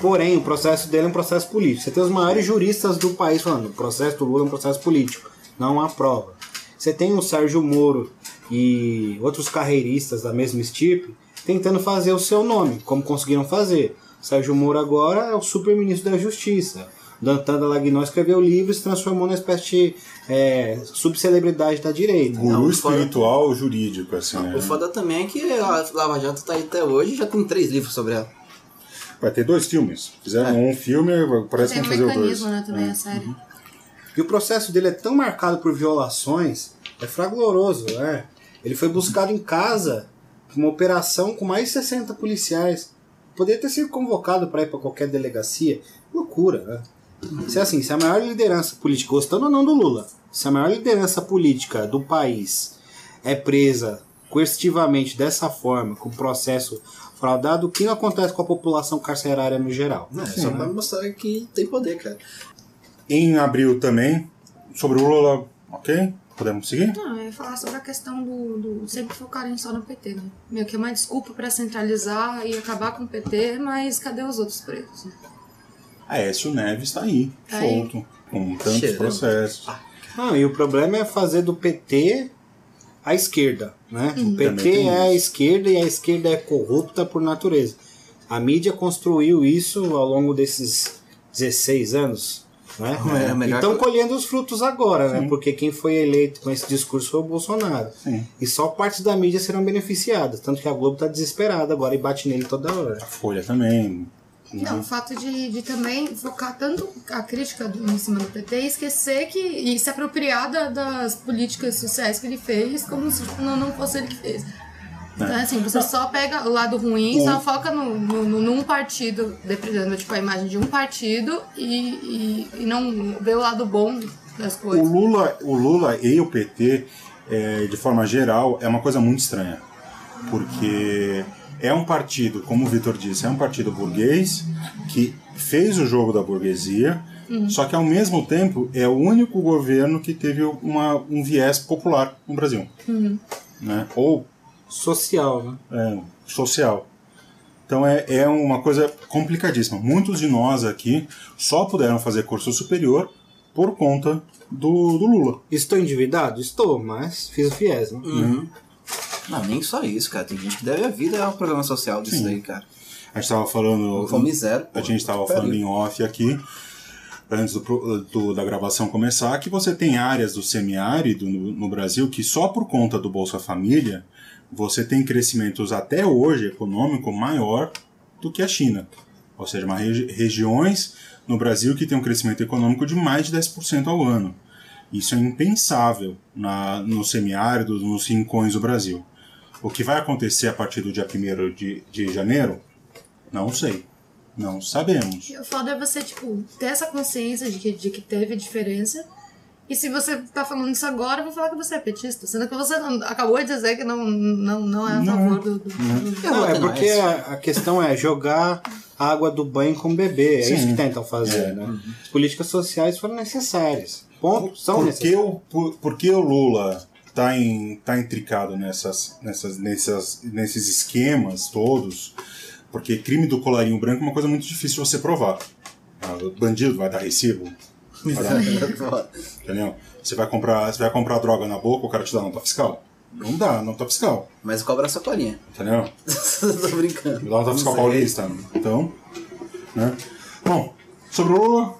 Speaker 4: Porém, o processo dele é um processo político. Você tem os maiores juristas do país falando: o processo do Lula é um processo político, não há prova. Você tem o Sérgio Moro e outros carreiristas da mesma estirpe tentando fazer o seu nome, como conseguiram fazer. Sérgio Moro agora é o super-ministro da Justiça. Dantan Dallagnol escreveu livros e se transformou numa espécie de eh, subcelebridade da direita.
Speaker 1: Guru
Speaker 3: Não, fora-
Speaker 1: espiritual jurídico, assim, né?
Speaker 3: O foda também é que a Lava Jato tá aí até hoje e já tem três livros sobre ela.
Speaker 1: Vai ter dois filmes. Fizeram
Speaker 3: É.
Speaker 1: um filme, parece que
Speaker 5: Tem
Speaker 1: vão
Speaker 5: um
Speaker 1: fazer o dois. É. Uhum.
Speaker 5: mecanismo, né, também, a série.
Speaker 4: E o processo dele é tão marcado por violações, é fragoroso, né? Ele foi buscado em casa, pra uma operação com mais de 60 policiais. Poderia ter sido convocado para ir para qualquer delegacia. Loucura, né? Se é assim, se a maior liderança política, gostando ou não do Lula, se a maior liderança política do país é presa coercitivamente dessa forma, com processo fraudado, o que não acontece com a população carcerária no geral?
Speaker 3: Não, é só pra mostrar que tem poder, cara.
Speaker 1: Em abril também, sobre o Lula, ok? Podemos seguir?
Speaker 5: Não, eu ia falar sobre a questão do, do sempre focarem só no PT, né? Meio que é uma desculpa pra centralizar e acabar com o PT, mas cadê os outros pretos? né?
Speaker 1: Aécio Neves está aí,
Speaker 5: Tá aí.
Speaker 1: solto, com tantos
Speaker 3: Cheirando. Ah.
Speaker 1: processos.
Speaker 4: Não, e o problema é fazer do PT a esquerda, né?
Speaker 3: Uhum.
Speaker 4: O
Speaker 1: Também
Speaker 4: PT
Speaker 1: tem
Speaker 4: é a esquerda e a esquerda é corrupta por natureza. A mídia construiu isso ao longo desses 16 anos, né?
Speaker 3: É, a melhor
Speaker 4: Então
Speaker 3: co-
Speaker 4: colhendo os frutos agora, né? Porque quem foi eleito com esse discurso foi o Bolsonaro.
Speaker 1: Sim.
Speaker 4: E só partes da mídia serão beneficiadas, tanto que a Globo tá desesperada agora e bate nele toda hora.
Speaker 1: A Folha também. né?
Speaker 5: Não, o fato de, de também focar tanto a crítica do- em cima do PT e esquecer que. e se apropriar da- das políticas sociais que ele fez, como se tipo, não, não fosse ele que fez. Então, assim, você só pega o lado ruim, só foca no, no, no- num partido, depredando tipo, a imagem de um partido e, e, e não vê o lado bom das
Speaker 1: O
Speaker 5: coisas.
Speaker 1: Lula, o Lula e o PT, eh, de forma geral, é uma coisa muito estranha. Porque é um partido, como o Vitor disse, é um partido burguês que fez o jogo da burguesia, só que ao mesmo tempo é o único governo que teve uma, um viés popular no Brasil. Né? Ou
Speaker 4: Social, né?
Speaker 1: é, social. Então é, é uma coisa complicadíssima. Muitos de nós aqui só puderam fazer curso superior por conta do, do Lula.
Speaker 4: Estou endividado? Estou, mas fiz o fiéis, né?
Speaker 3: Uhum. Não, nem só isso, cara. Tem gente que deve a vida ao programa social disso daí, cara.
Speaker 1: A gente estava falando.
Speaker 3: Fome zero.
Speaker 1: A gente estava
Speaker 3: Pariu.
Speaker 1: falando em off aqui. antes do, pro- do- da gravação começar, que você tem áreas do semiárido no, no Brasil que só por conta do Bolsa Família você tem crescimentos até hoje econômico maior do que a China. Ou seja, uma regi- regiões no Brasil que tem um crescimento econômico de mais de 10% ao ano. Isso é impensável na, no semiárido, nos rincões do Brasil. O que vai acontecer a partir do dia 1 de, de janeiro? Não sei. Não sabemos.
Speaker 5: O foda é você, tipo, ter essa consciência de que, de que teve diferença. E se você tá falando isso agora, eu vou falar que você é petista. Sendo que você não- acabou de dizer que não, não, não é a
Speaker 1: Não.
Speaker 5: favor do. do- do-
Speaker 4: Não, é
Speaker 3: Não, não,
Speaker 4: porque
Speaker 3: é
Speaker 4: a, a questão é jogar a água do banho com o bebê. É
Speaker 1: Sim.
Speaker 4: isso que tentam fazer,
Speaker 1: É.
Speaker 4: né? As políticas sociais foram necessárias. Ponto, são
Speaker 1: Por que
Speaker 4: necessárias.
Speaker 1: o, por, por que o Lula tá, em, tá intricado nessas, nessas, nessas, nesses esquemas todos? Porque crime do colarinho branco é uma coisa muito difícil de você provar. Ah, o bandido vai dar recibo. Vai dar- entendeu? Você vai comprar, você vai comprar droga na boca, o cara te dá nota fiscal? Não dá, nota fiscal.
Speaker 3: Mas cobra a sacolinha.
Speaker 1: Entendeu?
Speaker 3: Tô brincando.
Speaker 1: Me dá nota fiscal
Speaker 3: Não sei.
Speaker 1: paulista. Então, né? Bom, sobre o Lula,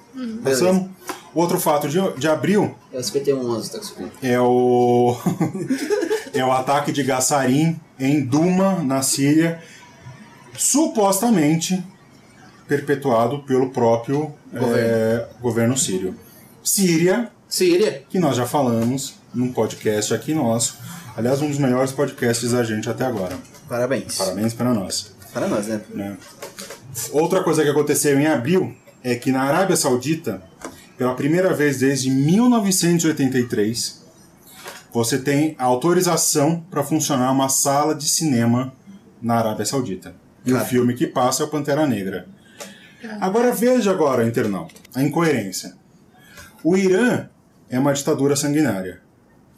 Speaker 1: passamos. Outro fato de, de abril
Speaker 3: É o 5111, tá subindo.
Speaker 1: é o é o ataque de Gassarim em Duma, na Síria, supostamente perpetuado pelo próprio eh,
Speaker 3: Governo.
Speaker 1: governo sírio. Síria,
Speaker 3: um. Síria.
Speaker 1: que nós já falamos num podcast aqui nosso. Aliás, um dos melhores podcasts da gente até agora.
Speaker 3: Parabéns.
Speaker 1: Parabéns para nós.
Speaker 3: Para nós, né?
Speaker 1: né? Outra coisa que aconteceu em abril é que na Arábia Saudita, pela primeira vez desde 1983, você tem autorização para funcionar uma sala de cinema na Arábia Saudita. E o
Speaker 3: Cara.
Speaker 1: filme que passa é o Pantera Negra. Agora veja agora, internauta, a incoerência. O Irã é uma ditadura sanguinária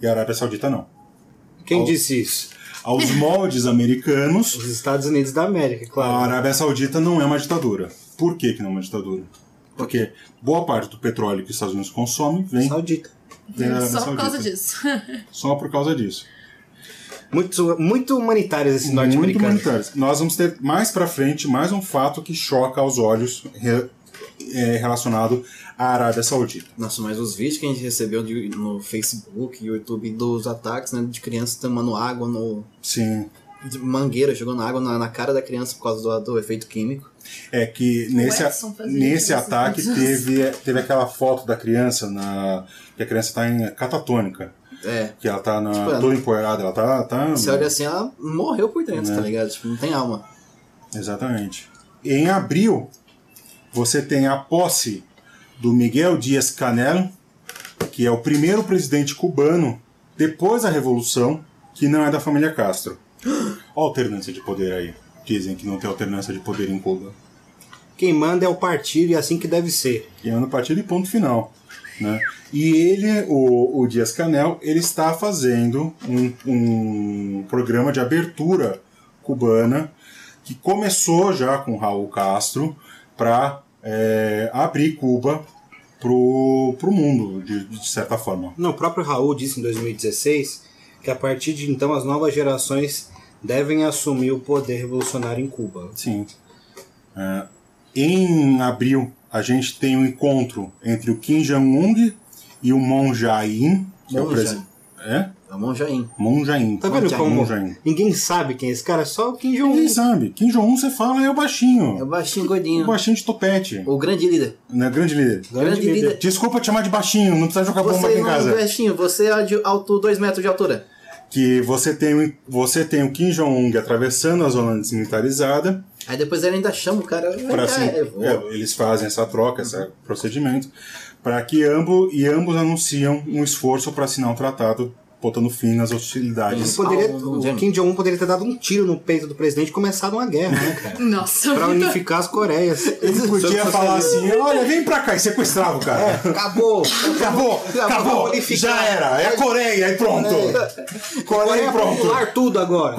Speaker 1: e a Arábia Saudita não.
Speaker 4: Quem
Speaker 1: Ao-
Speaker 4: disse isso?
Speaker 1: Aos moldes americanos,
Speaker 4: Os Estados Unidos da América,
Speaker 1: a
Speaker 4: claro.
Speaker 1: Arábia Saudita não é uma ditadura. Por que, que não é uma ditadura? Porque boa parte do petróleo que os Estados Unidos consomem vem
Speaker 4: Saudita.
Speaker 1: da Arábia
Speaker 5: Só por causa
Speaker 1: Saudita.
Speaker 5: disso.
Speaker 1: Só por causa disso.
Speaker 4: Muito, muito humanitários esse
Speaker 3: é
Speaker 1: Muito
Speaker 4: norte-americano.
Speaker 1: humanitários. Nós vamos ter mais pra frente mais um fato que choca aos olhos re- é, relacionado à Arábia Saudita.
Speaker 3: Nossa, mas os vídeos que a gente recebeu de- no Facebook e YouTube dos ataques, né? De crianças tomando água no.
Speaker 1: Sim.
Speaker 3: de mangueira, jogando água na, na cara da criança por causa do, do efeito químico.
Speaker 1: É que nesse, a-
Speaker 5: Edson fazia
Speaker 1: nesse
Speaker 5: isso.
Speaker 1: ataque teve, é, teve aquela foto da criança na, que a criança está em catatônica.
Speaker 3: É.
Speaker 1: Que ela tá na,
Speaker 3: Tipo, ela-
Speaker 1: toda empoeirada, ela tá. tá
Speaker 3: Você olha assim, ela morreu por dentro,
Speaker 1: É.
Speaker 3: tá ligado? Tipo, não tem alma.
Speaker 1: Exatamente. Em abril, você tem a posse do Miguel Dias Canel, que é o primeiro presidente cubano depois da Revolução, que não é da família Castro. Ó a alternância de poder aí. Dizem que não tem alternância de poder em Cuba.
Speaker 4: Quem manda é o partido e é assim que deve ser.
Speaker 1: E é no partido e ponto final. Né? E ele, o, o Dias Canel, ele está fazendo um, um programa de abertura cubana que começou já com Raul Castro para abrir Cuba pro, pro mundo, de, de certa forma.
Speaker 4: Não, o próprio Raul disse em 2016 que a partir de então as novas gerações devem assumir o poder revolucionário em Cuba.
Speaker 1: Sim. É, em abril, a gente tem um encontro entre o Kim Jong-un e o Moon Jae-in, que é o
Speaker 3: Moon
Speaker 1: presidente. É?
Speaker 3: É o Monjaim.
Speaker 1: Moon Jae-in.
Speaker 4: Tá vendo
Speaker 3: Moon
Speaker 4: como
Speaker 1: Jae-in.
Speaker 4: ninguém sabe quem é esse cara? É Só o Kim Jong-un.
Speaker 1: Ninguém sabe. Kim Jong-un, você fala, é o
Speaker 3: É o
Speaker 1: baixinho.
Speaker 3: baixinho
Speaker 1: O
Speaker 3: gordinho.
Speaker 1: baixinho de topete.
Speaker 3: O grande líder.
Speaker 1: Né? Grande líder.
Speaker 3: Grande,
Speaker 4: líder.
Speaker 3: líder.
Speaker 1: Desculpa te chamar de baixinho, não precisa jogar bomba aqui Tá
Speaker 3: Você
Speaker 1: em
Speaker 3: não é um
Speaker 1: casa.
Speaker 3: baixinho, você é de alto 2 metros de altura.
Speaker 1: Que você tem, o- você tem o Kim Jong-un atravessando a zona desmilitarizada.
Speaker 3: Aí depois ele ainda chama o cara. "Vem
Speaker 1: Pra,
Speaker 3: cá,
Speaker 1: assim,
Speaker 3: eu vou."
Speaker 1: é, eles fazem essa troca, esse procedimento, para que ambos, e ambos anunciam um esforço para assinar um tratado, botando fim nas
Speaker 4: Ele
Speaker 1: hostilidades.
Speaker 4: poderia-
Speaker 3: Ah, o-
Speaker 4: o Kim Jong-un poderia ter dado um tiro no peito do presidente e começado uma guerra, né,
Speaker 1: É.
Speaker 4: cara?
Speaker 5: Nossa,
Speaker 1: Então-
Speaker 4: pra unificar as Coreias.
Speaker 1: Ele podia falar assim: olha, vem pra cá e sequestrava o
Speaker 3: É.
Speaker 1: cara.
Speaker 4: Acabou!
Speaker 1: Acabou, acabou,
Speaker 4: unificar.
Speaker 1: já era, é a Coreia e pronto. Coreia e
Speaker 4: Coreia
Speaker 1: pronto.
Speaker 4: popular tudo agora!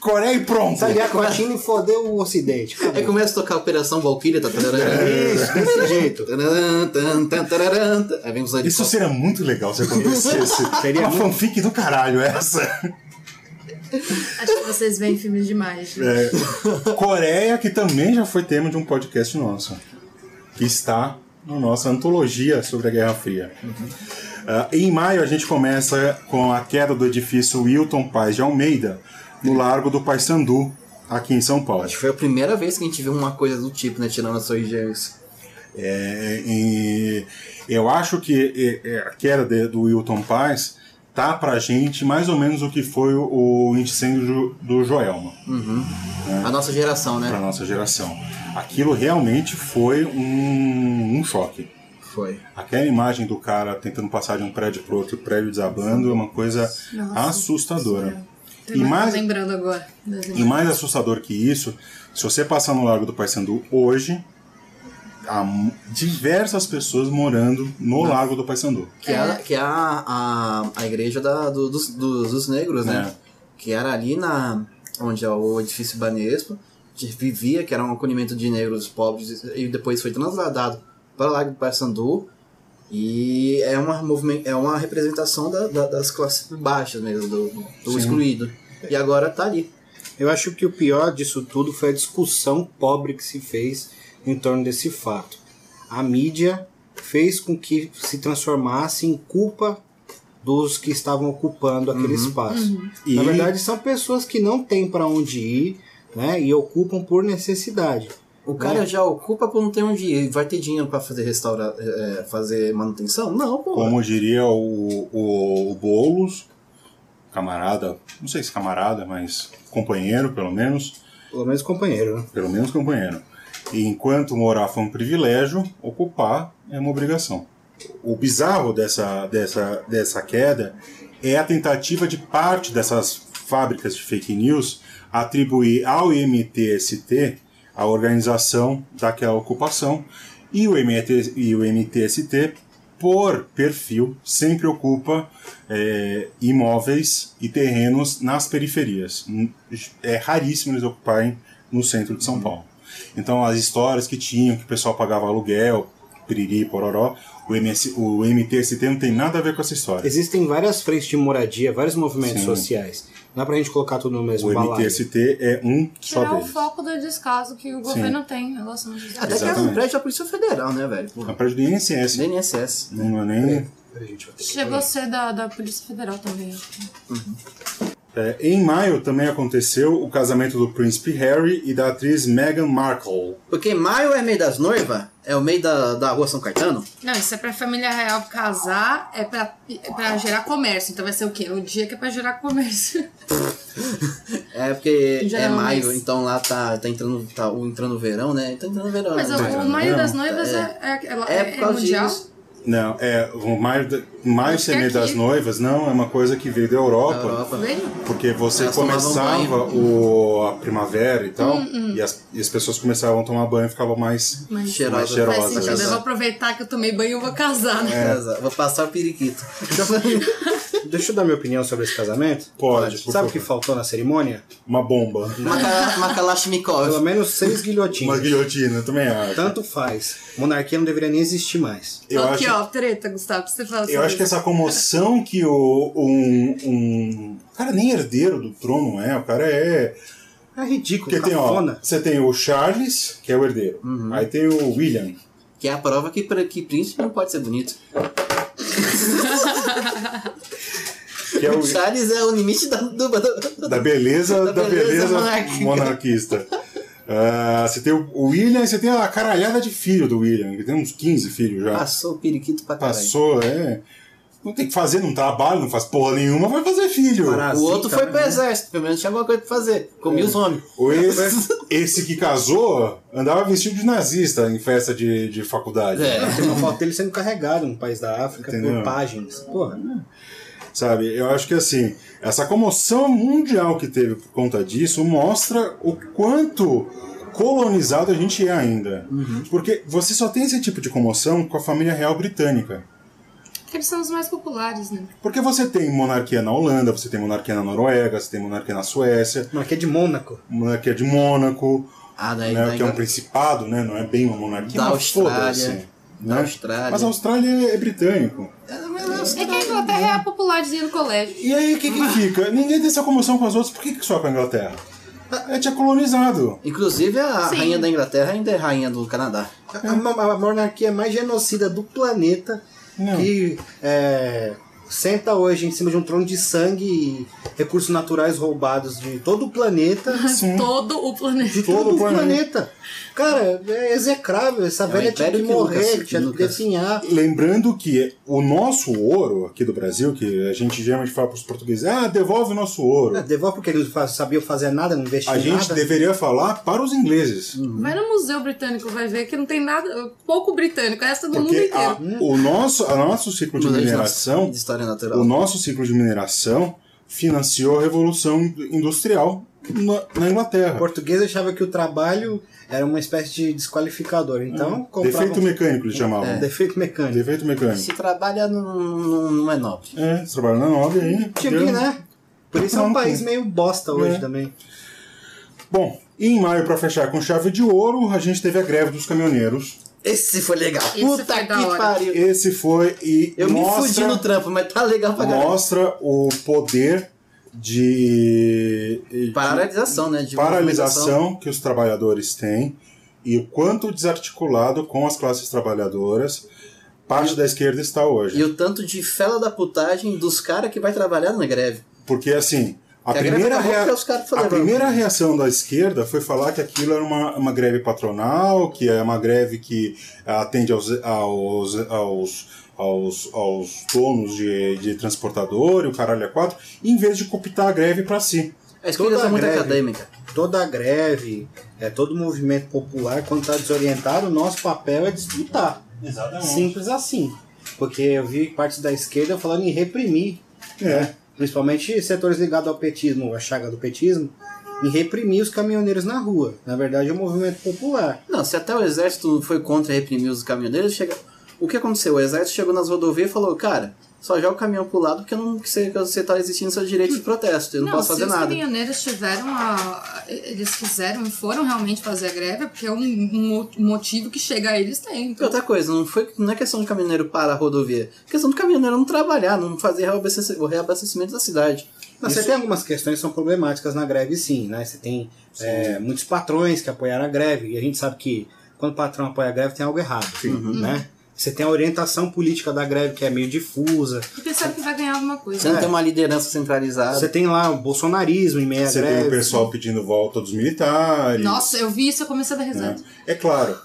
Speaker 1: Coreia e pronto.
Speaker 4: Se aliar com a China e foder o Ocidente. Acabou.
Speaker 3: Aí começa a tocar a Operação Valkyria. Tá, tararã,
Speaker 1: É
Speaker 4: Isso, desse jeito.
Speaker 3: tararã, tan, tan, tararã, tan. Aí vem os
Speaker 1: Isso
Speaker 3: helicópteros.
Speaker 1: seria muito legal se acontecesse.
Speaker 4: Seria
Speaker 1: uma
Speaker 4: muito-
Speaker 1: fanfic do caralho essa.
Speaker 5: acho que vocês veem filmes demais. gente.
Speaker 1: É, Coreia, que também já foi tema de um podcast nosso. Que está na nossa antologia sobre a Guerra Fria.
Speaker 4: Uhum.
Speaker 1: Ah, em maio, a gente começa com a queda do edifício Wilton Paz de Almeida, no Largo do Paissandu, aqui em São Paulo.
Speaker 3: Acho que foi a primeira vez que a gente viu uma coisa do tipo, né? Tirando as suas gêmeas.
Speaker 1: É, e eu acho que é, é, a queda de- do Wilton Paz tá pra gente mais ou menos o que foi o, o incêndio do Joelma
Speaker 3: A nossa geração,
Speaker 1: para
Speaker 3: né?
Speaker 1: nossa geração. Aquilo realmente foi um, um choque.
Speaker 3: Foi.
Speaker 1: Aquela imagem do cara tentando passar de um prédio para outro, o prédio desabando, é uma coisa
Speaker 5: Nossa.
Speaker 1: assustadora.
Speaker 5: Tô
Speaker 1: E mais,
Speaker 5: lembrando agora. das
Speaker 1: e mais assustador que isso, se você passar no Largo do Paissandu hoje, há m- diversas pessoas morando no Largo do Paissandu.
Speaker 3: Que é, a, que é a, a, a igreja da, do- dos, dos, dos negros,
Speaker 1: É.
Speaker 3: né? Que era ali na onde é o edifício Banespa, que vivia, que era um acolhimento de negros pobres, e depois foi transladado para lá do Paysandu. E é uma, movimen- é uma representação da- da- das classes baixas mesmo, do, do
Speaker 1: Sim.
Speaker 3: excluído. E agora tá ali.
Speaker 4: Eu acho que o pior disso tudo foi a discussão pobre que se fez em torno desse fato. A mídia fez com que se transformasse em culpa dos que estavam ocupando aquele espaço.
Speaker 1: Uhum. E-
Speaker 4: Na verdade, são pessoas que não têm para onde ir, né, e ocupam por necessidade.
Speaker 3: O cara já ocupa por um não ter onde ir. Vai ter dinheiro pra fazer restaurar, é, é, fazer manutenção? Não, pô.
Speaker 1: Como diria o, o, o Boulos, camarada, não sei se camarada, mas companheiro pelo menos,
Speaker 4: Pelo menos companheiro, né?
Speaker 1: pelo menos companheiro. E enquanto morar foi um privilégio, ocupar é uma obrigação. O bizarro dessa, dessa, dessa queda é a tentativa de parte dessas fábricas de fake news atribuir ao MTST a organização daquela ocupação e o, MT, e o MTST, por perfil, sempre ocupa é, imóveis e terrenos nas periferias. Hum, É raríssimo eles ocuparem no centro de São Paulo. Então, as histórias que tinham, que o pessoal pagava aluguel, piriri, pororó, o, MS, o MTST não tem nada a ver com essa história.
Speaker 4: Existem várias frentes de moradia, vários movimentos
Speaker 1: Sim.
Speaker 4: sociais. Não dá pra gente colocar tudo no mesmo
Speaker 1: O
Speaker 4: balaio.
Speaker 1: MTST é um só
Speaker 5: Tirar o
Speaker 1: deles.
Speaker 5: foco do descaso que o governo tem em relação aos desastres.
Speaker 3: Até que era um
Speaker 1: Exatamente.
Speaker 3: prédio da Polícia Federal, né, velho? Pô,
Speaker 1: É um prédio do INSS.
Speaker 3: do INSS.
Speaker 1: Não é nem...
Speaker 4: Peraí, gente, vou ter que-
Speaker 5: Chegou a ser da, da Polícia Federal também.
Speaker 1: É, em maio também aconteceu o casamento do príncipe Harry e da atriz Meghan Markle.
Speaker 3: Porque maio é meio das noivas, é o meio da, da rua São Caetano.
Speaker 5: Não, isso é pra família real casar, é pra, é pra gerar comércio. Então vai ser o quê? O dia que é pra gerar comércio.
Speaker 3: É porque
Speaker 5: Já
Speaker 3: é
Speaker 5: é um
Speaker 3: maio,
Speaker 5: mês.
Speaker 3: então lá tá, tá entrando tá o entrando o verão, né? Tá entrando o verão.
Speaker 5: Mas
Speaker 3: né?
Speaker 5: o, o Maio das Noivas é, é, é,
Speaker 3: É
Speaker 5: é,
Speaker 3: por causa
Speaker 5: mundial.
Speaker 3: disso.
Speaker 1: Não, é o maio, da- maio
Speaker 5: Acho que
Speaker 1: ser mês
Speaker 5: aqui.
Speaker 1: das noivas, não, é uma coisa que veio da Europa.
Speaker 3: Europa. né?
Speaker 5: Veio?
Speaker 1: Porque você
Speaker 3: Elas tomavam
Speaker 1: começava
Speaker 3: banho.
Speaker 1: o, a primavera e tal, E, as, e as pessoas começavam a tomar banho e ficavam mais.
Speaker 5: Mas
Speaker 3: Cheirosa.
Speaker 1: Mais cheirosa,
Speaker 5: faz sentido.
Speaker 1: casar.
Speaker 3: né?
Speaker 5: Eu vou aproveitar que eu tomei banho e eu vou casar,
Speaker 1: É.
Speaker 5: né?
Speaker 3: Casa. Vou passar o periquito.
Speaker 4: Deixa eu dar minha opinião sobre esse casamento?
Speaker 1: Pode, por
Speaker 4: Sabe o
Speaker 1: favor.
Speaker 4: que faltou na cerimônia?
Speaker 1: Uma bomba.
Speaker 3: Uma cala- uma
Speaker 4: Pelo
Speaker 3: Kalashnikov.
Speaker 4: menos seis
Speaker 1: Uma
Speaker 4: guilhotinhas.
Speaker 1: guilhotina, eu também acho.
Speaker 4: Tanto faz. Monarquia não deveria nem existir mais.
Speaker 1: eu
Speaker 5: Aqui,
Speaker 1: acho,
Speaker 5: ó, treta, Gustavo, você fala
Speaker 1: eu acho que essa comoção que o, um, um. O cara nem herdeiro do trono é, o cara é.
Speaker 4: É ridículo,
Speaker 1: Porque tem, ó,
Speaker 4: cafona.
Speaker 1: você tem o Charles, que é o herdeiro.
Speaker 3: Uhum.
Speaker 1: Aí tem o William.
Speaker 3: Que é a prova que, pra- que príncipe não pode ser bonito.
Speaker 1: Que é o,
Speaker 3: O Charles é o limite da, do, do-
Speaker 1: da beleza da,
Speaker 3: Da
Speaker 1: beleza,
Speaker 3: beleza monárquica.
Speaker 1: monarquista. Ah, você tem o William e você tem a caralhada de filho do William, que tem uns 15 filhos já.
Speaker 3: Passou o periquito pra caralho.
Speaker 1: Passou, é. Não tem que fazer, não trabalha, não faz porra nenhuma, vai fazer filho.
Speaker 4: Parado.
Speaker 3: O outro
Speaker 4: Zica,
Speaker 3: foi pro
Speaker 4: né?
Speaker 3: exército, pelo menos tinha alguma coisa pra fazer. Comia
Speaker 1: É.
Speaker 3: os homens.
Speaker 1: Ou esse, esse que casou andava vestido de nazista em festa de, de faculdade.
Speaker 3: É.
Speaker 4: Tem uma foto dele sendo carregado no país da África
Speaker 1: Entendeu?
Speaker 4: por páginas. Porra.
Speaker 1: Sabe, eu acho que assim, essa comoção mundial que teve por conta disso mostra o quanto colonizado a gente é ainda. Porque você só tem esse tipo de comoção com a família real britânica.
Speaker 5: Porque eles são os mais populares, né?
Speaker 1: Porque você tem monarquia na Holanda, você tem monarquia na Noruega, você tem monarquia na Suécia,
Speaker 4: Monarquia de Mônaco.
Speaker 1: monarquia de Mônaco,
Speaker 3: Ah, daí
Speaker 1: né,
Speaker 3: daí-
Speaker 1: que é um principado, né? Não é bem uma monarquia,
Speaker 3: Da
Speaker 1: mas foda-se.
Speaker 3: Austrália.
Speaker 1: Né?
Speaker 3: Da Austrália.
Speaker 1: Mas a Austrália é britânico.
Speaker 5: É que a Inglaterra é a popularzinha do colégio.
Speaker 1: E aí, o que, que fica? Ninguém tem essa comoção com as outras, por que, que só com a Inglaterra? É, tinha colonizado.
Speaker 3: Inclusive, a
Speaker 5: Sim.
Speaker 3: rainha da Inglaterra ainda é rainha do Canadá.
Speaker 4: A, a mo- a monarquia é mais genocida do planeta
Speaker 1: Não.
Speaker 4: que é, senta hoje em cima de um trono de sangue e recursos naturais roubados de todo o planeta.
Speaker 1: Sim.
Speaker 5: Todo o planeta.
Speaker 4: De todo,
Speaker 1: Todo
Speaker 4: o
Speaker 1: o
Speaker 4: planeta. Cara, é execrável. Essa velha tinha
Speaker 3: um império
Speaker 4: que
Speaker 3: que nunca
Speaker 4: morrer,
Speaker 3: se-
Speaker 4: tinha que
Speaker 3: nunca se-
Speaker 4: definhar.
Speaker 1: Lembrando que o nosso ouro aqui do Brasil, que a gente geralmente fala para os portugueses, ah, devolve o nosso ouro.
Speaker 4: Ah, Devolve porque eles fa- sabiam fazer nada, não investir
Speaker 1: A gente
Speaker 4: nada.
Speaker 1: deveria falar para os ingleses.
Speaker 5: Vai no Museu Britânico, vai ver que não tem nada. Pouco britânico, é essa do mundo
Speaker 1: Porque
Speaker 5: inteiro.
Speaker 1: a, o nosso, a nosso ciclo de
Speaker 3: Mas eles não-
Speaker 1: mineração,
Speaker 3: De história natural.
Speaker 1: o nosso ciclo de mineração financiou a revolução industrial na, na
Speaker 4: O
Speaker 1: Inglaterra.
Speaker 4: português achava que o trabalho era uma espécie de desqualificador. Então, comprava...
Speaker 1: É,
Speaker 4: É,
Speaker 1: Defeito mecânico,
Speaker 3: É.
Speaker 1: eles chamavam.
Speaker 4: Defeito mecânico.
Speaker 1: Defeito mecânico.
Speaker 3: Se trabalha, não, não, não é nobre.
Speaker 1: É, eles trabalham na nove aí.
Speaker 4: Tinha
Speaker 1: deu-
Speaker 4: que, né? Por isso é um
Speaker 1: Pronto.
Speaker 4: país meio bosta hoje
Speaker 1: É.
Speaker 4: também.
Speaker 1: Bom, e em maio, para fechar com chave de ouro, a gente teve a greve dos caminhoneiros.
Speaker 3: Esse foi legal.
Speaker 5: Esse
Speaker 3: Puta
Speaker 5: foi
Speaker 3: que
Speaker 5: da hora.
Speaker 3: pariu.
Speaker 1: Esse foi e
Speaker 3: Eu me fudi
Speaker 1: mostra,
Speaker 3: no trampo, mas tá legal pra caralho.
Speaker 1: mostra o poder de,
Speaker 3: Paralisação, né? De movimentação.
Speaker 1: paralisação que os trabalhadores têm e o quanto desarticulado com as classes trabalhadoras parte da esquerda está hoje.
Speaker 3: E o tanto de fela da putagem dos caras que vai trabalhar na greve.
Speaker 1: Porque assim, a,
Speaker 3: Que a greve tá
Speaker 1: primeira,
Speaker 3: acabou
Speaker 1: rea-
Speaker 3: porque os caras
Speaker 1: a
Speaker 3: falaram,
Speaker 1: primeira
Speaker 3: "Vamos".
Speaker 1: reação da esquerda foi falar que aquilo era uma, uma greve patronal, que é uma greve que atende aos, aos, aos, aos, aos donos de, de transportador e o caralho a quatro, em vez de cooptar a greve para si.
Speaker 3: A esquerda
Speaker 4: Toda
Speaker 3: é muito
Speaker 4: greve.
Speaker 3: acadêmica.
Speaker 4: Toda a greve, é, todo movimento popular, quando está desorientado, o nosso papel é disputar.
Speaker 1: Exatamente.
Speaker 4: Simples assim. Porque eu vi partes da esquerda falando em reprimir, né?
Speaker 1: É.
Speaker 4: principalmente setores ligados ao petismo, à chaga do petismo, em reprimir os caminhoneiros na rua. Na verdade, é um movimento popular.
Speaker 3: Não, se até o exército foi contra reprimir os caminhoneiros, chega... o que aconteceu? O exército chegou nas rodovias e falou, cara, só joga o caminhão pro lado porque eu não sei que você tá existindo seu direito de protesto, eu não, posso
Speaker 5: se
Speaker 3: fazer
Speaker 5: os
Speaker 3: nada.
Speaker 5: caminhoneiros tiveram a. Eles fizeram e foram realmente fazer a greve, é porque é um, um mo- motivo que chega a eles tem.
Speaker 3: E
Speaker 5: Então,
Speaker 3: outra coisa, não, foi, não é questão de caminhoneiro parar a rodovia, é questão do caminhoneiro não trabalhar, não fazer reabastece- o reabastecimento da cidade.
Speaker 4: Mas você tem algumas questões que são problemáticas na greve, sim. Né? Você tem é, muitos patrões que apoiaram a greve, e a gente sabe que quando o patrão apoia a greve tem algo errado.
Speaker 1: Uhum.
Speaker 4: Né? Você tem a orientação política da greve que é meio difusa.
Speaker 5: porque sabe que vai ganhar alguma
Speaker 3: Você
Speaker 5: coisa.
Speaker 3: não
Speaker 5: né?
Speaker 3: tem uma liderança centralizada.
Speaker 4: Você tem lá o bolsonarismo em
Speaker 3: É
Speaker 4: meia
Speaker 1: Você
Speaker 4: greve.
Speaker 1: tem o pessoal pedindo volta dos militares.
Speaker 5: Nossa, eu vi isso eu comecei a dar risada.
Speaker 1: É, é claro.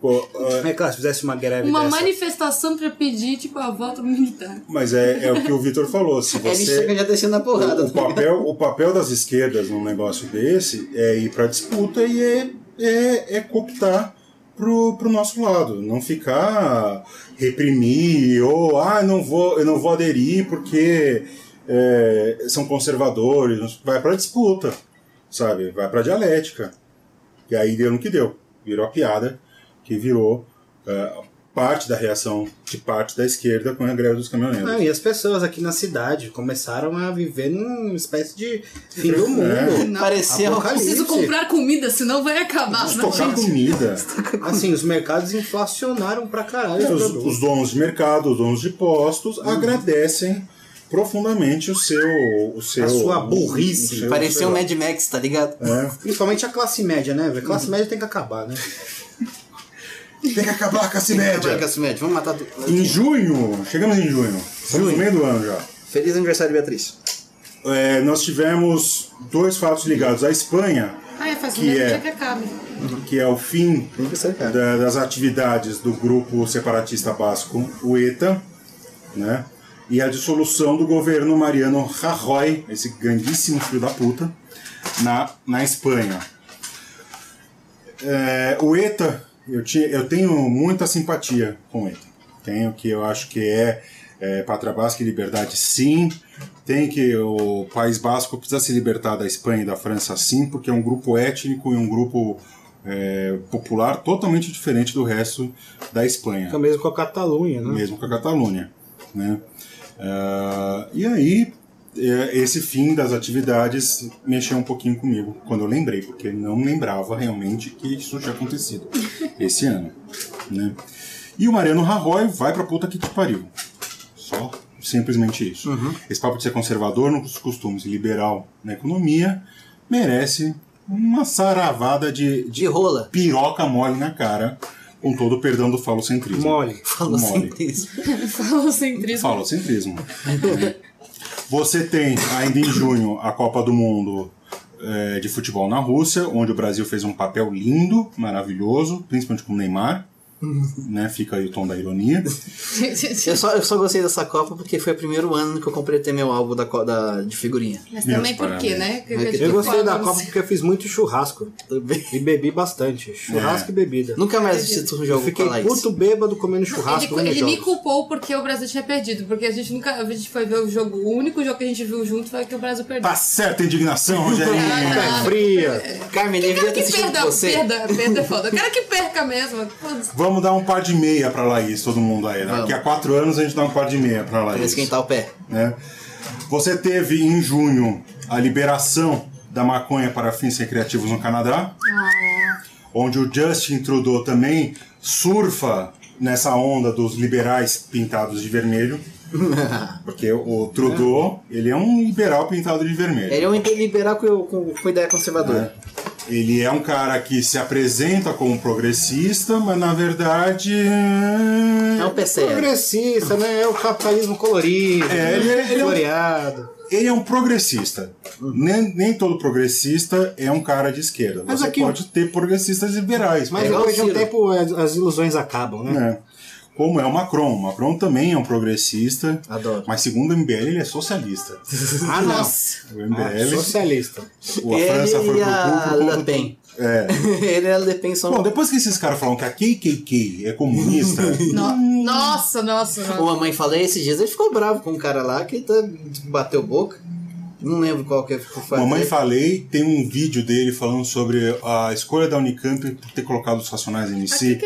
Speaker 1: Pô, é,
Speaker 4: É claro, se fizesse uma greve
Speaker 5: Uma
Speaker 4: dessa-
Speaker 5: manifestação pra pedir, tipo, a volta militar.
Speaker 1: mas é, é o que o Vitor falou. Se
Speaker 3: Ele
Speaker 1: você.
Speaker 3: chega já descendo na porrada. tá
Speaker 1: O, o papel, o papel das esquerdas num negócio desse é ir pra disputa e é, é, é cooptar pro, pro nosso lado. Não ficar reprimir ou ah, não vou, eu não vou aderir porque é, são conservadores. Vai pra disputa, sabe? Vai pra dialética. E aí deu no que deu. Virou a piada que virou. ah, parte da reação de parte da esquerda com a greve dos caminhoneiros.
Speaker 4: Não, e as pessoas aqui na cidade começaram a viver numa espécie de fim do mundo.
Speaker 1: É.
Speaker 5: Não.
Speaker 3: Parecia um-
Speaker 4: Apocalipse.
Speaker 5: Preciso comprar comida, senão vai acabar. né?
Speaker 1: Estocar comida.
Speaker 4: Assim, os mercados inflacionaram pra caralho.
Speaker 1: É, Os,
Speaker 4: os produtos.
Speaker 1: os donos de mercado, os donos de postos agradecem profundamente o seu. O seu
Speaker 4: A sua burrice.
Speaker 1: o seu-
Speaker 3: Parecia um
Speaker 1: sei
Speaker 3: Mad Max, tá ligado?
Speaker 1: lá.
Speaker 4: Principalmente a classe média, né? velho? A
Speaker 1: Uhum.
Speaker 4: classe média tem que acabar, né?
Speaker 1: É. Tem que acabar com a
Speaker 3: Vai,
Speaker 1: média.
Speaker 3: Cássio Médio, vamos matar tudo.
Speaker 1: Em junho, chegamos em junho, estamos no meio do ano já.
Speaker 3: Feliz aniversário, Beatriz.
Speaker 1: É, nós tivemos dois fatos ligados à Espanha,
Speaker 5: Ah, é, faz o
Speaker 1: Que
Speaker 5: mesmo
Speaker 1: é?
Speaker 5: dia que acaba.
Speaker 1: que é o fim
Speaker 3: Aniversário,
Speaker 1: da- das atividades do grupo separatista basco, o ETA, né? E a dissolução do governo Mariano Rajoy, esse grandíssimo filho da puta, na, na Espanha. É, o ETA, eu, tinha, eu tenho muita simpatia com o ETA. Tenho que eu acho que é, é Pátria Basca e Liberdade, sim. Tem que o País Basco precisa se libertar da Espanha e da França, sim, porque é um grupo étnico e um grupo é, popular totalmente diferente do resto da Espanha
Speaker 4: Fica mesmo com a Catalunha, né?
Speaker 1: mesmo com a Catalunha. Né? Ah, e aí, eh, esse fim das atividades mexeu um pouquinho comigo, quando eu lembrei, porque eu não lembrava realmente que isso tinha acontecido esse ano. Né? E o Mariano Rajoy vai pra puta que te pariu. Só simplesmente isso. Esse papo de ser conservador nos costumes e liberal na economia merece uma saravada de, de
Speaker 3: De rola.
Speaker 1: piroca mole na cara, com todo o perdão do falocentrismo.
Speaker 4: Mole.
Speaker 3: Falou
Speaker 1: Mole.
Speaker 3: sem assim, isso.
Speaker 5: Falocentrismo.
Speaker 1: Falocentrismo. Você tem ainda em junho a Copa do Mundo eh, de futebol na Rússia, onde o Brasil fez um papel lindo, maravilhoso, principalmente com o Neymar. né? Fica aí o tom da ironia.
Speaker 3: Eu só, eu só gostei dessa Copa porque foi o primeiro ano que eu completei meu álbum da, co- da, de figurinha.
Speaker 5: Mas
Speaker 1: Meus
Speaker 5: também por quê,
Speaker 1: parabéns.
Speaker 5: né? Que-
Speaker 3: Eu
Speaker 5: que-
Speaker 4: Eu gostei da
Speaker 5: que-
Speaker 4: Copa porque eu fiz muito churrasco. E bebi
Speaker 1: É.
Speaker 4: bastante. Churrasco e bebida.
Speaker 3: Nunca mais assisti um
Speaker 4: Eu
Speaker 3: jogo
Speaker 4: fiquei
Speaker 3: com a Laís.
Speaker 4: puto bêbado comendo churrasco. né,
Speaker 5: Ele,
Speaker 4: vendo
Speaker 5: ele me
Speaker 4: jogos.
Speaker 5: culpou porque o Brasil tinha perdido. Porque a gente nunca. A gente foi ver o jogo. O único jogo que a gente viu junto foi que o Brasil perdeu.
Speaker 1: Tá certa a indignação, Rogerinho.
Speaker 4: Tá fria.
Speaker 3: Carmen, eu devia ter
Speaker 5: Cara que
Speaker 3: assistido
Speaker 5: perda,
Speaker 3: com você.
Speaker 5: perda, perda é foda. Cara que perca mesmo. Putz,
Speaker 1: Vamos dar um par de meia pra Laís, todo mundo aí. Né?
Speaker 3: Vamos.
Speaker 1: Daqui a quatro anos a gente dá um par de meia pra Laís.
Speaker 3: Pra esquentar o tá pé.
Speaker 1: né? Você teve em junho a liberação da maconha para fins recreativos no Canadá, onde o Justin Trudeau também surfa nessa onda dos liberais pintados de vermelho, porque o Trudeau ele é um liberal pintado de vermelho.
Speaker 3: Ele é um entre- liberal com, com, com ideia conservadora.
Speaker 1: Ele é um cara que se apresenta como progressista, mas na verdade é
Speaker 3: É, um PCL.
Speaker 4: Progressista, né? É o capitalismo colorido. né?
Speaker 1: É, ele é- ele é um-
Speaker 4: floreado.
Speaker 1: ele é um progressista. Nem, nem todo progressista é um cara de esquerda.
Speaker 4: Mas
Speaker 1: Você
Speaker 4: aqui-
Speaker 1: pode ter progressistas liberais.
Speaker 4: Mas
Speaker 1: é,
Speaker 3: igual
Speaker 4: depois de um
Speaker 3: Ciro.
Speaker 4: tempo as, as ilusões acabam, né?
Speaker 1: né? Como é o Macron. O Macron também é um progressista.
Speaker 3: Adoro.
Speaker 1: Mas segundo o MBL, ele é socialista.
Speaker 4: Ah, não.
Speaker 1: O
Speaker 4: Ah,
Speaker 1: MBL,
Speaker 4: socialista.
Speaker 1: a
Speaker 3: Ele
Speaker 1: França foi
Speaker 3: e
Speaker 1: pro
Speaker 3: a
Speaker 1: cu por conta
Speaker 3: Le
Speaker 1: do-
Speaker 3: Pen.
Speaker 1: É.
Speaker 3: Ele e a Le Pen são
Speaker 1: Bom, depois que esses caras falam que a KKK é comunista,
Speaker 5: no- nossa, nossa, nossa.
Speaker 3: Uma mãe falei esses dias, ele ficou bravo com um cara lá que tá, bateu boca. Não lembro qual que foi.
Speaker 1: Mamãe Falei tem um vídeo dele falando sobre a escolha da Unicamp por ter colocado os racionais MC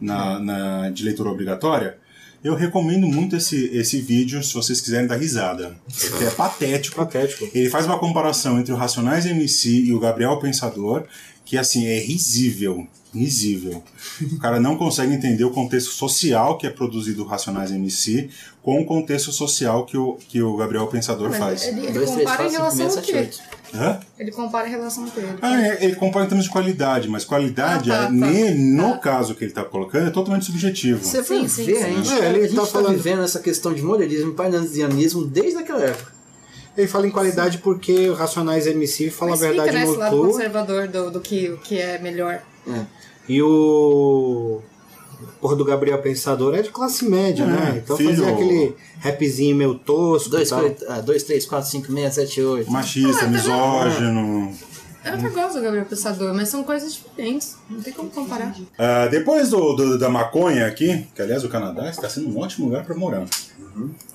Speaker 1: na, na, de leitura obrigatória. Eu recomendo muito esse, esse vídeo se vocês quiserem dar risada. porque
Speaker 5: Tá.
Speaker 1: É patético.
Speaker 4: Patético.
Speaker 1: Ele faz uma comparação entre o Racionais MC e o Gabriel Pensador, que assim é risível. Risível. O cara não consegue entender o contexto social que é produzido o Racionais MC com o contexto social que o, que o Gabriel Pensador
Speaker 5: Mas
Speaker 1: faz.
Speaker 5: ele, ele
Speaker 3: Dois, três,
Speaker 5: compara
Speaker 3: quatro,
Speaker 5: em
Speaker 3: cinco,
Speaker 5: relação
Speaker 3: seis,
Speaker 5: ao
Speaker 3: sete,
Speaker 5: quê?
Speaker 3: oito.
Speaker 1: Hã?
Speaker 5: Ele compara em relação ao quê? Ele
Speaker 1: Ah, é, ele compara em termos de qualidade, mas qualidade,
Speaker 5: Ah, tá,
Speaker 1: é,
Speaker 5: tá.
Speaker 1: ne- no
Speaker 5: Tá.
Speaker 1: caso que ele está colocando, é totalmente subjetivo.
Speaker 3: Você vai
Speaker 5: Sim, sim,
Speaker 3: ver,
Speaker 5: sim.
Speaker 3: a gente,
Speaker 4: É, ele
Speaker 3: a gente
Speaker 4: tá
Speaker 3: tá,
Speaker 4: falando-
Speaker 3: vivendo essa questão de moralismo e parnasianismo desde aquela época.
Speaker 4: Ele fala em qualidade porque o Racionais MC fala
Speaker 5: Mas
Speaker 4: a
Speaker 5: fica
Speaker 4: verdade
Speaker 5: nesse
Speaker 4: no
Speaker 5: lado
Speaker 4: cu.
Speaker 5: conservador do, do que, o que é melhor.
Speaker 4: E o. Porra do Gabriel Pensador é de classe média,
Speaker 1: É,
Speaker 4: né? Então
Speaker 1: filho-
Speaker 4: fazia aquele rapzinho meio tosco. e
Speaker 3: 2,
Speaker 4: tal.
Speaker 3: 3, 4, 5, 6, 7, 8.
Speaker 1: Machista, misógino.
Speaker 5: Eu até gosto do Gabriel Pensador, mas são coisas diferentes. Não tem como comparar.
Speaker 1: Ah, depois do, do- da maconha aqui, que aliás o Canadá está sendo um ótimo lugar para morar.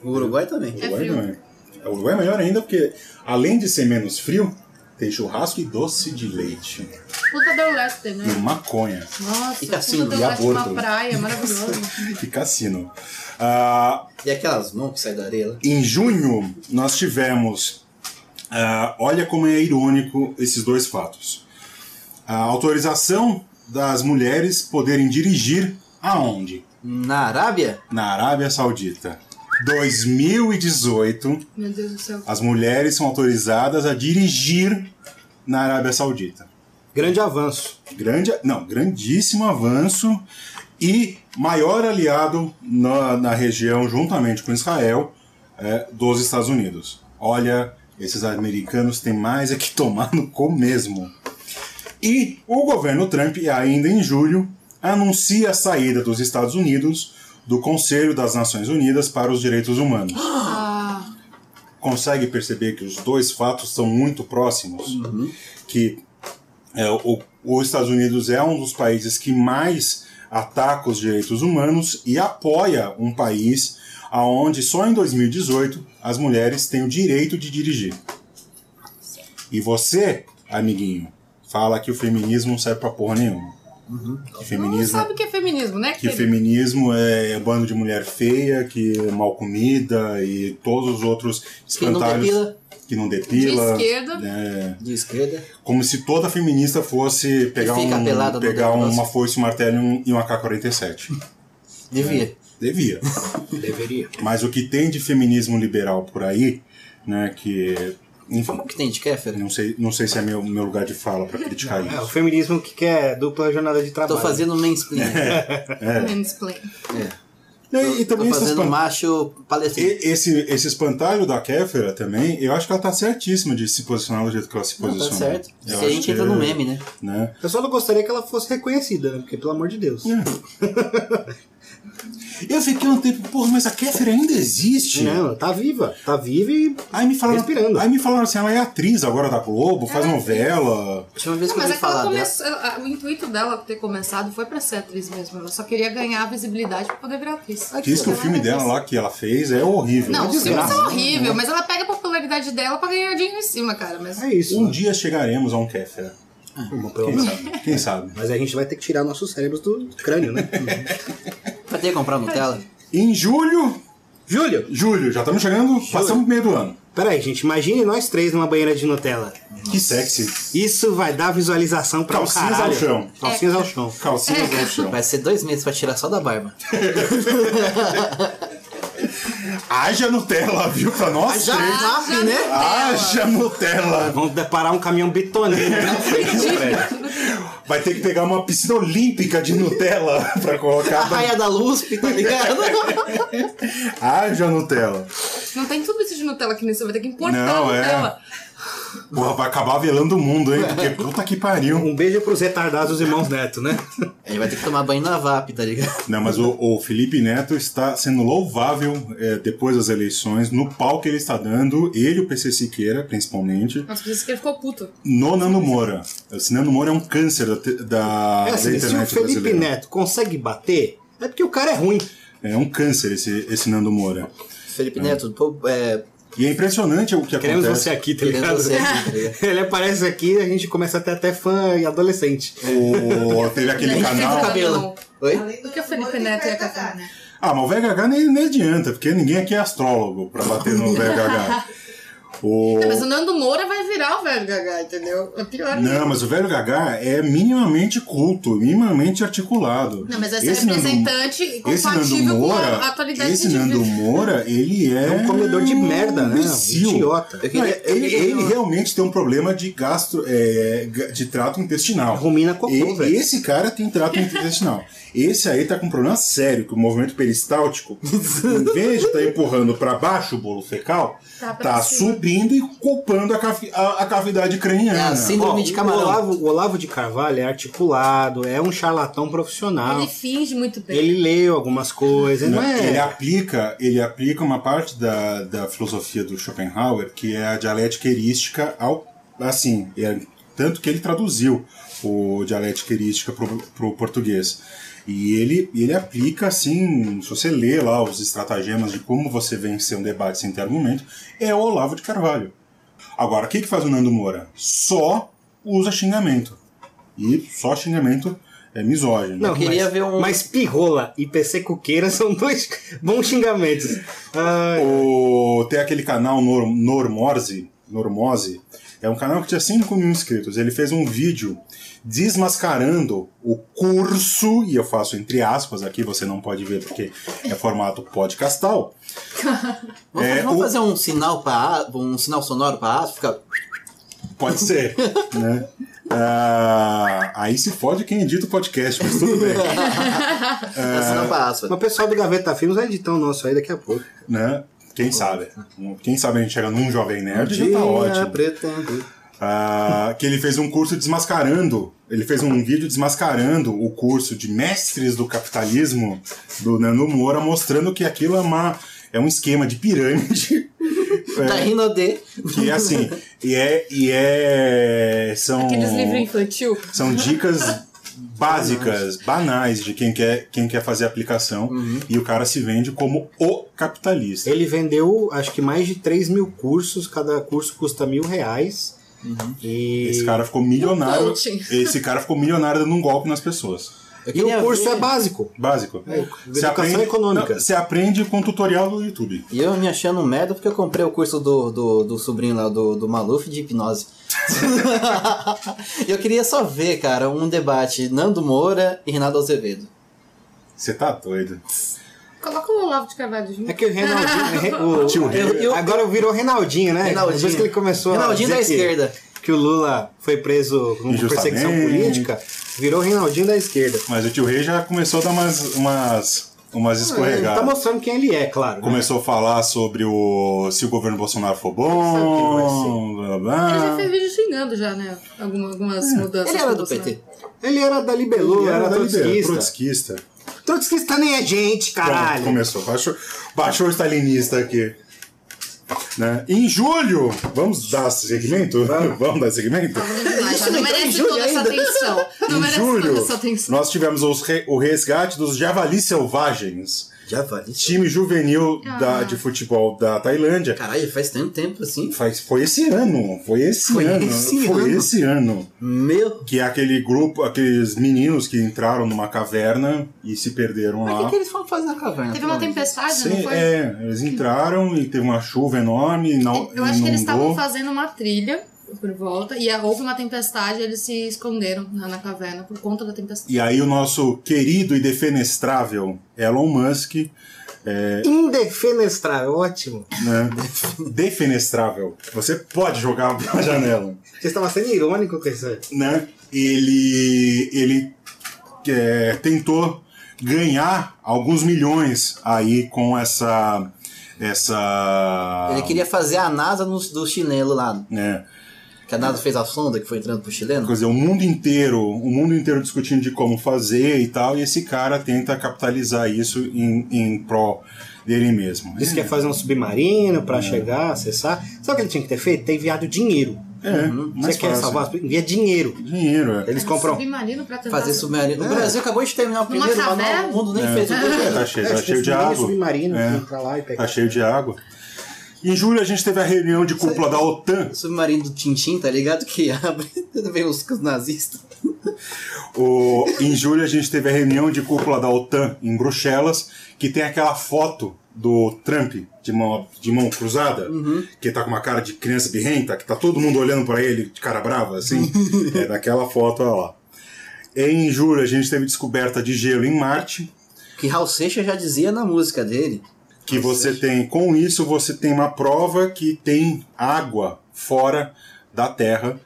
Speaker 3: O Uruguai também.
Speaker 1: O Uruguai
Speaker 5: frio.
Speaker 1: não é. O Uruguai é melhor ainda porque, além de ser menos frio, tem churrasco e doce de leite.
Speaker 5: Puta Del Leste, né?
Speaker 1: E maconha.
Speaker 5: Nossa,
Speaker 3: E cassino,
Speaker 5: Puta
Speaker 1: e
Speaker 5: Del Leste, uma
Speaker 1: aborto.
Speaker 5: praia maravilhosa.
Speaker 1: E cassino. Ah,
Speaker 3: E aquelas mãos que saem da areia lá.
Speaker 1: em junho, nós tivemos. ah, olha como é irônico esses dois fatos. A autorização das mulheres poderem dirigir aonde?
Speaker 3: Na Arábia?
Speaker 1: Na Arábia Saudita. 2018,
Speaker 5: Meu Deus do céu.
Speaker 1: as mulheres são autorizadas a dirigir na Arábia Saudita.
Speaker 4: Grande avanço.
Speaker 1: Grande, não, grandíssimo avanço e maior aliado na, na região, juntamente com Israel, é, dos Estados Unidos. Olha, esses americanos têm mais é que tomar no cu mesmo. E o governo Trump, ainda em julho, anuncia a saída dos Estados Unidos do Conselho das Nações Unidas para os Direitos Humanos.
Speaker 5: Ah,
Speaker 1: Consegue perceber que os dois fatos são muito próximos? que é, o, os Estados Unidos é um dos países que mais ataca os direitos humanos e apoia um país aonde só em 2018 as mulheres têm o direito de dirigir. E você, amiguinho, fala que o feminismo não serve pra porra nenhuma. Que
Speaker 5: não
Speaker 1: feminismo,
Speaker 5: sabe o que é feminismo, né?
Speaker 1: que
Speaker 5: querido?
Speaker 1: feminismo é bando de mulher feia, que é mal comida e todos os outros
Speaker 3: Que não
Speaker 1: espantalhos
Speaker 3: depila.
Speaker 1: que não
Speaker 5: De
Speaker 1: depila
Speaker 5: esquerda.
Speaker 3: De esquerda.
Speaker 1: como se toda feminista fosse pegar,
Speaker 3: fica
Speaker 1: um-
Speaker 3: pelada no
Speaker 1: pegar
Speaker 3: dedo,
Speaker 1: uma
Speaker 3: nossa.
Speaker 1: foice, um martelo e um- e um AK-47. É.
Speaker 3: Devia.
Speaker 1: Devia.
Speaker 4: Deveria.
Speaker 1: Mas o que tem de feminismo liberal por aí, né, que Enfim,
Speaker 3: O que tem de Kéfera?
Speaker 1: não sei, não sei se é meu, meu lugar de fala pra criticar
Speaker 4: É, o
Speaker 1: isso.
Speaker 4: feminismo que quer dupla jornada de
Speaker 3: Tô
Speaker 4: trabalho.
Speaker 3: fazendo mansplaining. É.
Speaker 5: Mansplain.
Speaker 1: E, e
Speaker 3: Tô
Speaker 1: também esse,
Speaker 3: fazendo
Speaker 1: espan...
Speaker 3: macho palestrino.
Speaker 1: e- esse, esse espantalho da Kéfera também, eu acho que ela tá certíssima de se posicionar do jeito que ela se
Speaker 3: Não,
Speaker 1: posiciona.
Speaker 3: tá certo.
Speaker 1: Eu
Speaker 3: Se
Speaker 1: acho
Speaker 3: a gente
Speaker 1: que
Speaker 3: entra
Speaker 1: é-
Speaker 3: no meme, né?
Speaker 1: né?
Speaker 4: Eu só não gostaria que ela fosse reconhecida, né? Porque, pelo amor de Deus.
Speaker 1: Eu fiquei um tempo, porra, mas a Kéfera ainda existe?
Speaker 4: Não, ela tá viva. Tá viva e.
Speaker 1: Aí me falaram,
Speaker 4: Respirando.
Speaker 1: aí me falaram assim, ela é atriz agora da Globo, faz novela.
Speaker 3: A última vez que eu
Speaker 5: Não, mas
Speaker 3: ouvi
Speaker 5: é que ela
Speaker 3: falar né? dela.
Speaker 5: começou, ela- o intuito dela ter começado foi pra ser atriz mesmo. Ela só queria ganhar visibilidade pra poder virar atriz.
Speaker 1: Diz que o
Speaker 5: Ela é
Speaker 1: filme
Speaker 5: era
Speaker 1: dela
Speaker 5: atriz.
Speaker 1: lá que ela fez é horrível.
Speaker 5: Não,
Speaker 1: Uma
Speaker 5: os filmes
Speaker 1: desgraça.
Speaker 5: são horríveis, mas ela pega a popularidade dela pra ganhar dinheiro em cima, cara. Mas...
Speaker 4: É isso.
Speaker 1: Um
Speaker 4: né?
Speaker 1: dia chegaremos a um Kéfera.
Speaker 4: Bom, pelo
Speaker 1: Quem
Speaker 4: menos.
Speaker 1: sabe? Quem sabe?
Speaker 4: Mas a gente vai ter que tirar nossos cérebros do crânio, né?
Speaker 3: Vai ter que comprar Nutella?
Speaker 1: Em julho.
Speaker 4: Júlio!
Speaker 1: Julho, já estamos chegando, passamos o meio do ano.
Speaker 4: Peraí, gente, imagine nós três numa banheira de Nutella.
Speaker 1: Que sexy.
Speaker 4: Isso vai dar visualização pra
Speaker 1: Calcinhas
Speaker 4: um caralho.
Speaker 1: ao chão.
Speaker 4: Calcinhas ao chão.
Speaker 1: Calcinhas no chão.
Speaker 3: Vai ser dois meses pra tirar só da barba.
Speaker 1: Haja Nutella, viu? Pra nós
Speaker 4: Já
Speaker 1: três.
Speaker 4: sabe, né?
Speaker 1: Haja Nutella.
Speaker 4: Vamos deparar um caminhão betoneiro na frente do prédio.
Speaker 1: Vai ter que pegar uma piscina olímpica de Nutella pra
Speaker 3: A
Speaker 1: colocar.
Speaker 3: raia da LUSP, tá ligado?
Speaker 1: Haja Nutella.
Speaker 5: Não tem tudo isso de Nutella aqui nisso, você vai ter que importar
Speaker 1: Não,
Speaker 5: a
Speaker 1: é.
Speaker 5: Nutella.
Speaker 1: Porra, vai acabar velando o mundo, hein? Porque puta que pariu.
Speaker 4: Um beijo pros retardados irmãos Neto, né?
Speaker 3: Ele vai ter que tomar banho na VAP, tá ligado?
Speaker 1: Não, mas o, o Felipe Neto está sendo louvável é, depois das eleições, no pau que ele está dando, ele, o PC Siqueira, principalmente,
Speaker 5: Mas precisa que ele ficou puto.
Speaker 1: no Nando Moura. Esse Nando Moura é um câncer da, te- da,
Speaker 3: Ah,
Speaker 4: É
Speaker 1: da
Speaker 4: assim, se o
Speaker 1: internet
Speaker 4: Felipe
Speaker 1: brasileira.
Speaker 4: Neto consegue bater, é porque o cara é ruim.
Speaker 1: É um câncer esse, esse Nando Moura.
Speaker 3: Felipe Neto, pô, é,
Speaker 1: E é impressionante o que
Speaker 4: Queremos
Speaker 1: acontece.
Speaker 4: você aqui, tá
Speaker 3: Queremos
Speaker 4: ligado?
Speaker 3: você aqui, tá ligado?
Speaker 4: Ele aparece aqui e a gente começa a ter até fã e adolescente.
Speaker 1: O, teve aquele
Speaker 3: o
Speaker 1: canal.
Speaker 3: cabelo. Oi?
Speaker 5: O que o Felipe Neto ia catar, né?
Speaker 1: Ah, mas o VHH nem, nem adianta, porque ninguém aqui é astrólogo pra bater no VHH. O...
Speaker 5: Não, mas o Nando Moura vai virar o velho Gagá, entendeu? É pior ainda.
Speaker 1: Não, mas o velho Gagá é minimamente culto, minimamente articulado.
Speaker 5: Não, mas esse,
Speaker 1: Nando-
Speaker 5: representante
Speaker 1: esse
Speaker 5: compatível
Speaker 1: Nando Moura,
Speaker 5: com a atualidade
Speaker 1: esse
Speaker 5: científica.
Speaker 1: Nando Moura, ele é,
Speaker 4: É um comedor de merda, né? Um
Speaker 1: imbecil.
Speaker 4: idiota. é
Speaker 3: Eu queria-
Speaker 1: Não, ele,
Speaker 3: eu-
Speaker 1: ele realmente tem um problema de gastro, é, ga- de trato intestinal.
Speaker 4: Rumina cocô,
Speaker 1: E-
Speaker 4: velho.
Speaker 1: Esse cara tem trato intestinal. Esse aí tá com um problema sério, que o movimento peristáltico, em vez de tá empurrando pra baixo o bolo fecal,
Speaker 5: Tá
Speaker 1: tá,
Speaker 5: pra cima.
Speaker 1: subindo e culpando a, cavi- a- a cavidade craniana.
Speaker 3: É a síndrome
Speaker 4: Ó,
Speaker 3: de
Speaker 4: O
Speaker 3: camarão.
Speaker 4: Olavo, o Olavo de Carvalho é articulado, é um charlatão profissional.
Speaker 5: Ele é
Speaker 4: Ele,
Speaker 5: finge muito bem.
Speaker 4: leu algumas coisas, não,
Speaker 1: Não,
Speaker 4: é?
Speaker 1: Né? Ele aplica, ele aplica uma parte da, da filosofia do Schopenhauer, que é a dialética heurística ao assim, é, tanto que ele traduziu o dialética heurística para o português. E ele, ele aplica assim, se você lê lá os estratagemas de como você vencer um debate sem ter argumento, é o Olavo de Carvalho. Agora, o que, que faz o Nando Moura? Só usa xingamento. E só xingamento é misógino.
Speaker 4: Não,
Speaker 3: Eu queria
Speaker 4: mas,
Speaker 3: ver um-
Speaker 4: mas pirrola e PC Cuqueira são dois bons xingamentos. Ah,
Speaker 1: O, tem aquele canal Nor, Normose, Normose, é um canal que tinha 5 mil inscritos. Ele fez um vídeo desmascarando o curso, e eu faço entre aspas aqui, você não pode ver porque é formato podcastal.
Speaker 3: Vamos,
Speaker 1: É,
Speaker 3: vamos
Speaker 1: o-
Speaker 3: fazer um sinal para um sinal sonoro pra África?
Speaker 1: Pode ser, né? Ah, aí se fode quem edita o podcast, mas tudo bem.
Speaker 3: É... Sinal pra África.
Speaker 4: mas o pessoal do Gaveta Filmes vai editar o nosso aí daqui a pouco.
Speaker 1: né? Quem sabe? Quem sabe a gente chega num jovem nerd já
Speaker 4: Dia
Speaker 1: tá ótimo.
Speaker 4: pretendo.
Speaker 1: Ah, que ele fez um curso desmascarando. Ele fez um vídeo desmascarando o curso de mestres do capitalismo do Nando Moura, mostrando que aquilo é, uma, é um esquema de pirâmide. É,
Speaker 3: Tá rindo de.
Speaker 1: Que é assim. E é. E é são,
Speaker 5: Aqueles livros infantil.
Speaker 1: são dicas básicas, banais, de quem quer, quem quer fazer a aplicação. E o cara se vende como o capitalista.
Speaker 4: Ele vendeu, acho que mais de 3 mil cursos, cada curso custa mil reais. E...
Speaker 1: Esse cara ficou milionário.
Speaker 5: Coaching.
Speaker 1: Esse cara ficou milionário dando um golpe nas pessoas.
Speaker 3: Eu
Speaker 4: E
Speaker 3: queria
Speaker 4: o curso
Speaker 3: ver-
Speaker 4: é básico.
Speaker 1: Básico.
Speaker 4: É, educação econômica.
Speaker 1: não, Você aprende com tutorial do YouTube.
Speaker 3: E eu me achando um merda porque eu comprei o curso do, do, do sobrinho lá, do, do Maluf, de hipnose. E eu queria só ver, cara, um debate Nando Moura e Renato Azevedo.
Speaker 1: Você tá doido.
Speaker 5: Coloca o Olavo de Carvalho junto.
Speaker 4: É que o Reinaldinho. Re- o-
Speaker 1: Tio
Speaker 4: eu- eu- agora virou Reinaldinho, né?
Speaker 3: Reinaldinho.
Speaker 4: Depois que ele começou
Speaker 3: Reinaldinho
Speaker 4: a
Speaker 3: da
Speaker 4: dizer que-
Speaker 3: esquerda.
Speaker 4: Que o Lula foi preso numa
Speaker 1: Injustamente.
Speaker 4: perseguição política, virou Reinaldinho da esquerda.
Speaker 1: Mas o tio Rei já começou a dar umas, umas, umas
Speaker 4: Ele tá
Speaker 1: escorregadas.
Speaker 4: mostrando quem ele é, claro. né?
Speaker 1: Começou a falar sobre o se o governo Bolsonaro for
Speaker 4: Sabe quem vai
Speaker 1: bom,
Speaker 4: ser.
Speaker 1: blá blá
Speaker 5: Ele já
Speaker 1: blá.
Speaker 5: fez vídeo xingando já, né? Alguma-
Speaker 1: É.
Speaker 5: algumas mudanças.
Speaker 3: Ele era
Speaker 5: que
Speaker 3: do
Speaker 5: Bolsonaro.
Speaker 3: PT.
Speaker 4: Ele era da Libelô, era,
Speaker 1: da Liberdade,
Speaker 4: trotskista.
Speaker 1: trotskista.
Speaker 4: Trotskista nem é gente,
Speaker 1: Pronto,
Speaker 4: caralho.
Speaker 1: começou. Baixou, baixou o stalinista aqui. Né? Em julho, vamos dar segmento? Vamos, dar segmento?
Speaker 5: Tá Mas Não tá merece
Speaker 4: julho
Speaker 5: toda essa
Speaker 4: ainda.
Speaker 5: atenção. Não
Speaker 1: Em
Speaker 5: merece
Speaker 1: julho,
Speaker 5: toda essa atenção.
Speaker 1: nós tivemos os re- o resgate dos javalis selvagens.
Speaker 3: Já vale.
Speaker 1: Time juvenil
Speaker 5: Ah.
Speaker 1: da- de futebol da Tailândia.
Speaker 3: Caralho, faz tanto tempo assim.
Speaker 1: Faz- foi esse ano. Foi esse
Speaker 3: Foi
Speaker 1: ano.
Speaker 3: esse
Speaker 1: foi
Speaker 3: ano?
Speaker 1: esse ano.
Speaker 3: Meu.
Speaker 1: Que é aquele grupo, aqueles meninos que entraram numa caverna e se perderam
Speaker 3: Mas o
Speaker 1: lá.
Speaker 3: que, que eles foram fazer na caverna?
Speaker 5: Teve uma
Speaker 3: pelo menos?
Speaker 5: tempestade, não
Speaker 1: Sim,
Speaker 5: foi?
Speaker 1: é, eles entraram e teve uma chuva enorme, não,
Speaker 5: Eu acho que eles estavam
Speaker 1: inundou.
Speaker 5: fazendo uma trilha por volta e é, houve uma tempestade e eles se esconderam na, na caverna por conta da tempestade.
Speaker 1: E aí o nosso querido e defenestrável Elon Musk,
Speaker 4: Indefenestrável, ótimo.
Speaker 1: né? defenestrável, você pode jogar pela janela,
Speaker 4: Vocês estavam sendo irônico com isso.
Speaker 1: né? Ele, ele é, tentou ganhar alguns milhões aí com essa, essa,
Speaker 3: Ele queria fazer a NASA nos, do chinelo lá.
Speaker 1: né?
Speaker 3: Que a NASA fez a sonda que foi entrando pro chileno.
Speaker 1: Quer dizer, o mundo inteiro, o mundo inteiro discutindo de como fazer e tal, e esse cara tenta capitalizar isso em, em pró dele mesmo. É,
Speaker 4: Disse que ia fazer um submarino pra chegar, acessar. Sabe o que ele tinha que ter feito? Ter enviado dinheiro.
Speaker 1: É,
Speaker 4: Uhum. Você
Speaker 1: mas
Speaker 4: quer salvar as pessoas? Envia dinheiro.
Speaker 1: dinheiro, é.
Speaker 4: Eles compram.
Speaker 5: Submarino pra tentar.
Speaker 3: Fazer submarino. O
Speaker 4: É.
Speaker 3: Brasil acabou de terminar o
Speaker 5: Numa
Speaker 3: primeiro, mas não,
Speaker 5: caverna?
Speaker 3: o mundo nem fez o
Speaker 1: É, tá
Speaker 3: primeiro.
Speaker 1: cheio,
Speaker 4: É,
Speaker 1: tá
Speaker 4: tipo,
Speaker 1: cheio de
Speaker 4: submarino,
Speaker 1: água.
Speaker 4: submarino, né?
Speaker 1: É.
Speaker 4: ir pra lá e pegar.
Speaker 1: Tá cheio de água. Em julho a gente teve a reunião de cúpula da OTAN.
Speaker 3: O submarino do Tintin, tá ligado? Que abre, vem os nazistas.
Speaker 1: O, em julho a gente teve a reunião de cúpula da OTAN em Bruxelas, que tem aquela foto do Trump de mão, de mão cruzada, que tá com uma cara de criança birrenta, que tá todo mundo olhando pra ele de cara brava, assim. é daquela foto olha lá. Em julho a gente teve descoberta de gelo em Marte,
Speaker 3: Que Raul Seixas já dizia na música dele.
Speaker 1: que você tem, com isso você tem uma prova que tem água fora da Terra,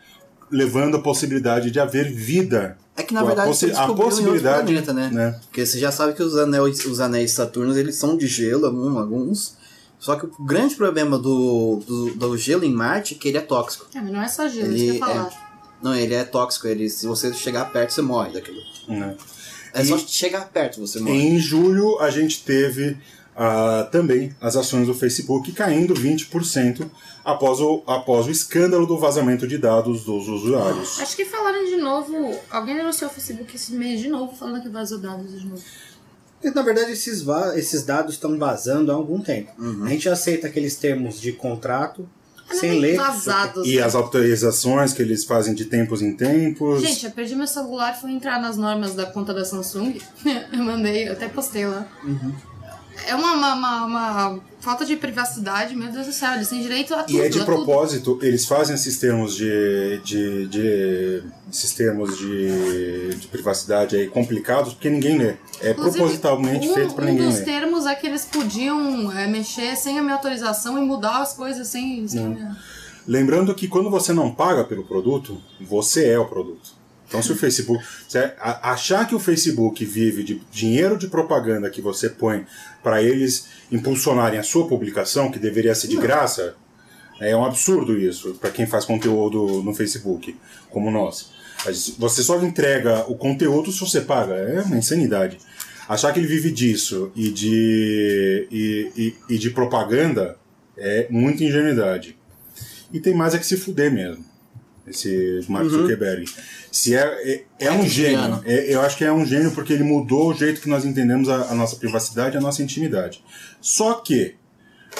Speaker 1: levando a possibilidade de haver vida.
Speaker 3: É que na
Speaker 1: Ou a
Speaker 3: verdade
Speaker 1: possi-
Speaker 3: você descobriu em outro planeta, né?
Speaker 1: né?
Speaker 3: Porque você já sabe que os anéis, os anéis Saturnos eles são de gelo, algum- alguns. Só que o grande problema do, do, do gelo em Marte é que ele é tóxico.
Speaker 5: É, mas não é só gelo,
Speaker 3: Ele
Speaker 5: isso que eu ia
Speaker 3: é-
Speaker 5: falar.
Speaker 3: Não, ele é tóxico. Ele, se você chegar perto, você morre daquilo.
Speaker 1: né?
Speaker 3: É
Speaker 1: E-
Speaker 3: só chegar perto você morre.
Speaker 1: Em julho, a gente teve ah, também as ações do Facebook caindo 20% após o, após o escândalo do vazamento de dados dos usuários.
Speaker 5: Acho que falaram de novo. Alguém anunciou o Facebook esse mês de novo falando que vazou dados de novo.
Speaker 4: Na verdade, esses, va- esses dados estão vazando há algum tempo.
Speaker 1: Uhum.
Speaker 4: A gente aceita aqueles termos de contrato,
Speaker 5: Ah, não,
Speaker 4: sem
Speaker 5: tem
Speaker 4: ler.
Speaker 5: Vazados.
Speaker 1: E as autorizações que eles fazem de tempos em tempos.
Speaker 5: Gente, eu perdi meu celular e fui entrar nas normas da conta da Samsung. eu mandei, eu até postei lá.
Speaker 1: Uhum.
Speaker 5: É uma, uma, uma- uma falta de privacidade, meu Deus do céu, eles têm direito a tudo.
Speaker 1: E é de
Speaker 5: a
Speaker 1: propósito, eles fazem esses termos de, de, de- esses termos de, de privacidade aí complicados porque ninguém lê. É
Speaker 5: Inclusive,
Speaker 1: propositalmente
Speaker 5: tudo. Um,
Speaker 1: feito pra
Speaker 5: um
Speaker 1: ninguém
Speaker 5: dos
Speaker 1: ler.
Speaker 5: termos é que eles podiam é, mexer sem a minha autorização e mudar as coisas sem. sem a minha-
Speaker 1: Lembrando que quando você não paga pelo produto, você é o produto. Então, se o Facebook. se a- achar que o Facebook vive de dinheiro de propaganda que você põe para eles impulsionarem a sua publicação, que deveria ser de graça, é um absurdo isso para quem faz conteúdo no Facebook, como nós. Mas Você só entrega o conteúdo se você paga. É uma insanidade. Achar que ele vive disso e de, e, e- e de propaganda é muita ingenuidade. E tem mais é que se fuder mesmo. Esse Mark Zuckerberg. Se é, é, é um gênio.
Speaker 3: cristiano.
Speaker 1: É- eu acho que é um gênio porque ele mudou o jeito que nós entendemos a, a nossa privacidade e a nossa intimidade. Só que,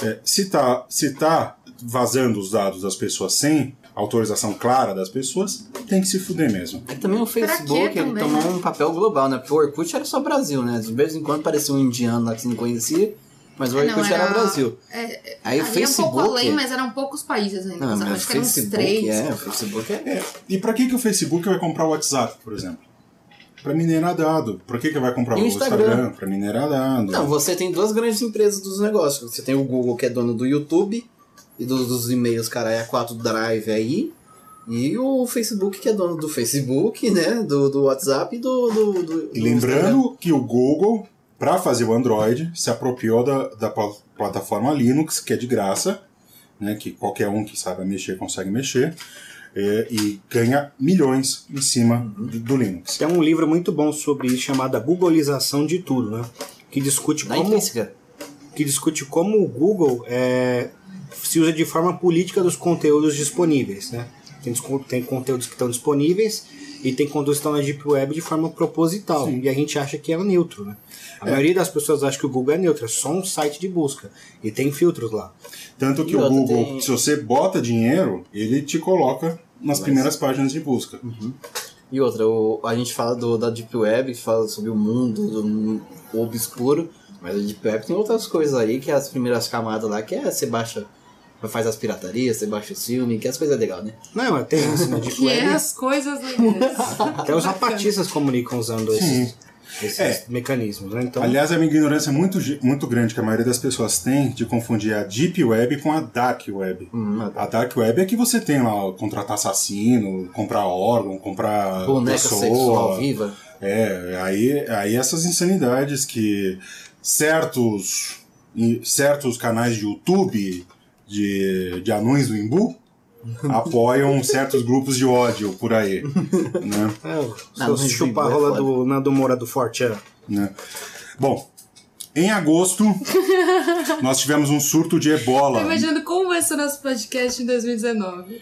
Speaker 1: é, se, tá, se tá vazando os dados das pessoas sem autorização clara das pessoas, tem que se fuder mesmo.
Speaker 3: É que também o
Speaker 5: quê
Speaker 3: Facebook ele
Speaker 5: também,
Speaker 3: tomou
Speaker 5: né?
Speaker 3: um papel global, né? Porque o Orkut era só Brasil, né? De vez em quando parecia um indiano lá que você não conhecia, mas o
Speaker 5: É, não,
Speaker 3: Orkut era...
Speaker 5: era-
Speaker 3: Brasil.
Speaker 5: É, é,
Speaker 3: Aí o
Speaker 5: havia
Speaker 3: Facebook.
Speaker 5: um pouco além, mas eram poucos países ainda.
Speaker 3: Não,
Speaker 5: sabe?
Speaker 3: mas
Speaker 5: Acho
Speaker 3: o
Speaker 5: que eram uns
Speaker 3: Facebook
Speaker 5: três.
Speaker 3: é, o Facebook é.
Speaker 1: E pra que, que o Facebook vai comprar o WhatsApp, por exemplo? Pra minerar dado. Por que, que vai comprar
Speaker 3: E o Instagram?
Speaker 1: Pra minerar dado.
Speaker 3: Não, você tem duas grandes empresas dos negócios. Você tem o Google, que é dono do YouTube e dos, dos e-mails, cara, é a 4 Drive aí. E o Facebook, que é dono do Facebook, né? Do, do WhatsApp e do, do, do-
Speaker 1: E
Speaker 3: do Instagram.
Speaker 1: lembrando que o Google, para fazer o Android, se apropriou da, da pla- plataforma Linux, que é de graça, né, que qualquer um que saiba mexer consegue mexer, é, e ganha milhões em cima
Speaker 3: Uhum.
Speaker 1: do, do Linux.
Speaker 4: Tem um livro muito bom sobre isso chamado A Googleização de Tudo, né? Que discute
Speaker 3: Na
Speaker 4: como,
Speaker 3: intrínseca.
Speaker 4: que discute como o Google é, se usa de forma política dos conteúdos disponíveis, né? Tem, descon- tem conteúdos que estão disponíveis e tem conteúdos que estão na Deep Web de forma proposital. E a gente acha que é neutro, né? A maioria das pessoas acha que o Google é neutro, é só um site de busca. E tem filtros lá.
Speaker 1: Tanto que
Speaker 3: E
Speaker 1: o
Speaker 3: outra,
Speaker 1: Google,
Speaker 3: tem-
Speaker 1: se você bota dinheiro, ele te coloca nas primeiras páginas de busca.
Speaker 3: E outra, o- a gente fala do, da Deep Web, fala sobre o mundo do mu- obscuro, mas a Deep Web tem outras coisas aí, que é as primeiras camadas lá, que é você baixa, faz as piratarias, você baixa o filme, que as coisas legais, né?
Speaker 4: Não, mas tem isso na Deep
Speaker 5: Que é
Speaker 4: Web.
Speaker 5: as coisas legais.
Speaker 4: Até os zapatistas comunicam usando
Speaker 1: Sim.
Speaker 4: esses, esses
Speaker 1: É.
Speaker 4: mecanismos, né? Então,
Speaker 1: Aliás, é uma ignorância muito, gi- muito grande que a maioria das pessoas tem de confundir a Deep Web com a Dark Web.
Speaker 3: Hum, a-
Speaker 1: A Dark Web é que você tem lá contratar assassino, comprar órgão, comprar
Speaker 3: Boneca
Speaker 1: pessoa.
Speaker 3: sexual viva.
Speaker 1: É, aí, aí essas insanidades que certos, e- certos canais de YouTube de, de anões do Imbu apoiam certos grupos de ódio por aí. né?
Speaker 4: É, o
Speaker 3: Não,
Speaker 4: seu
Speaker 3: mas Bibo
Speaker 4: chupa
Speaker 3: é
Speaker 4: rola
Speaker 3: foda.
Speaker 4: do Nando Moura do Forte. é.
Speaker 1: né? Bom, em agosto nós tivemos um surto de
Speaker 5: Tô
Speaker 1: ebola.
Speaker 5: imaginando como vai ser o nosso podcast em 2019.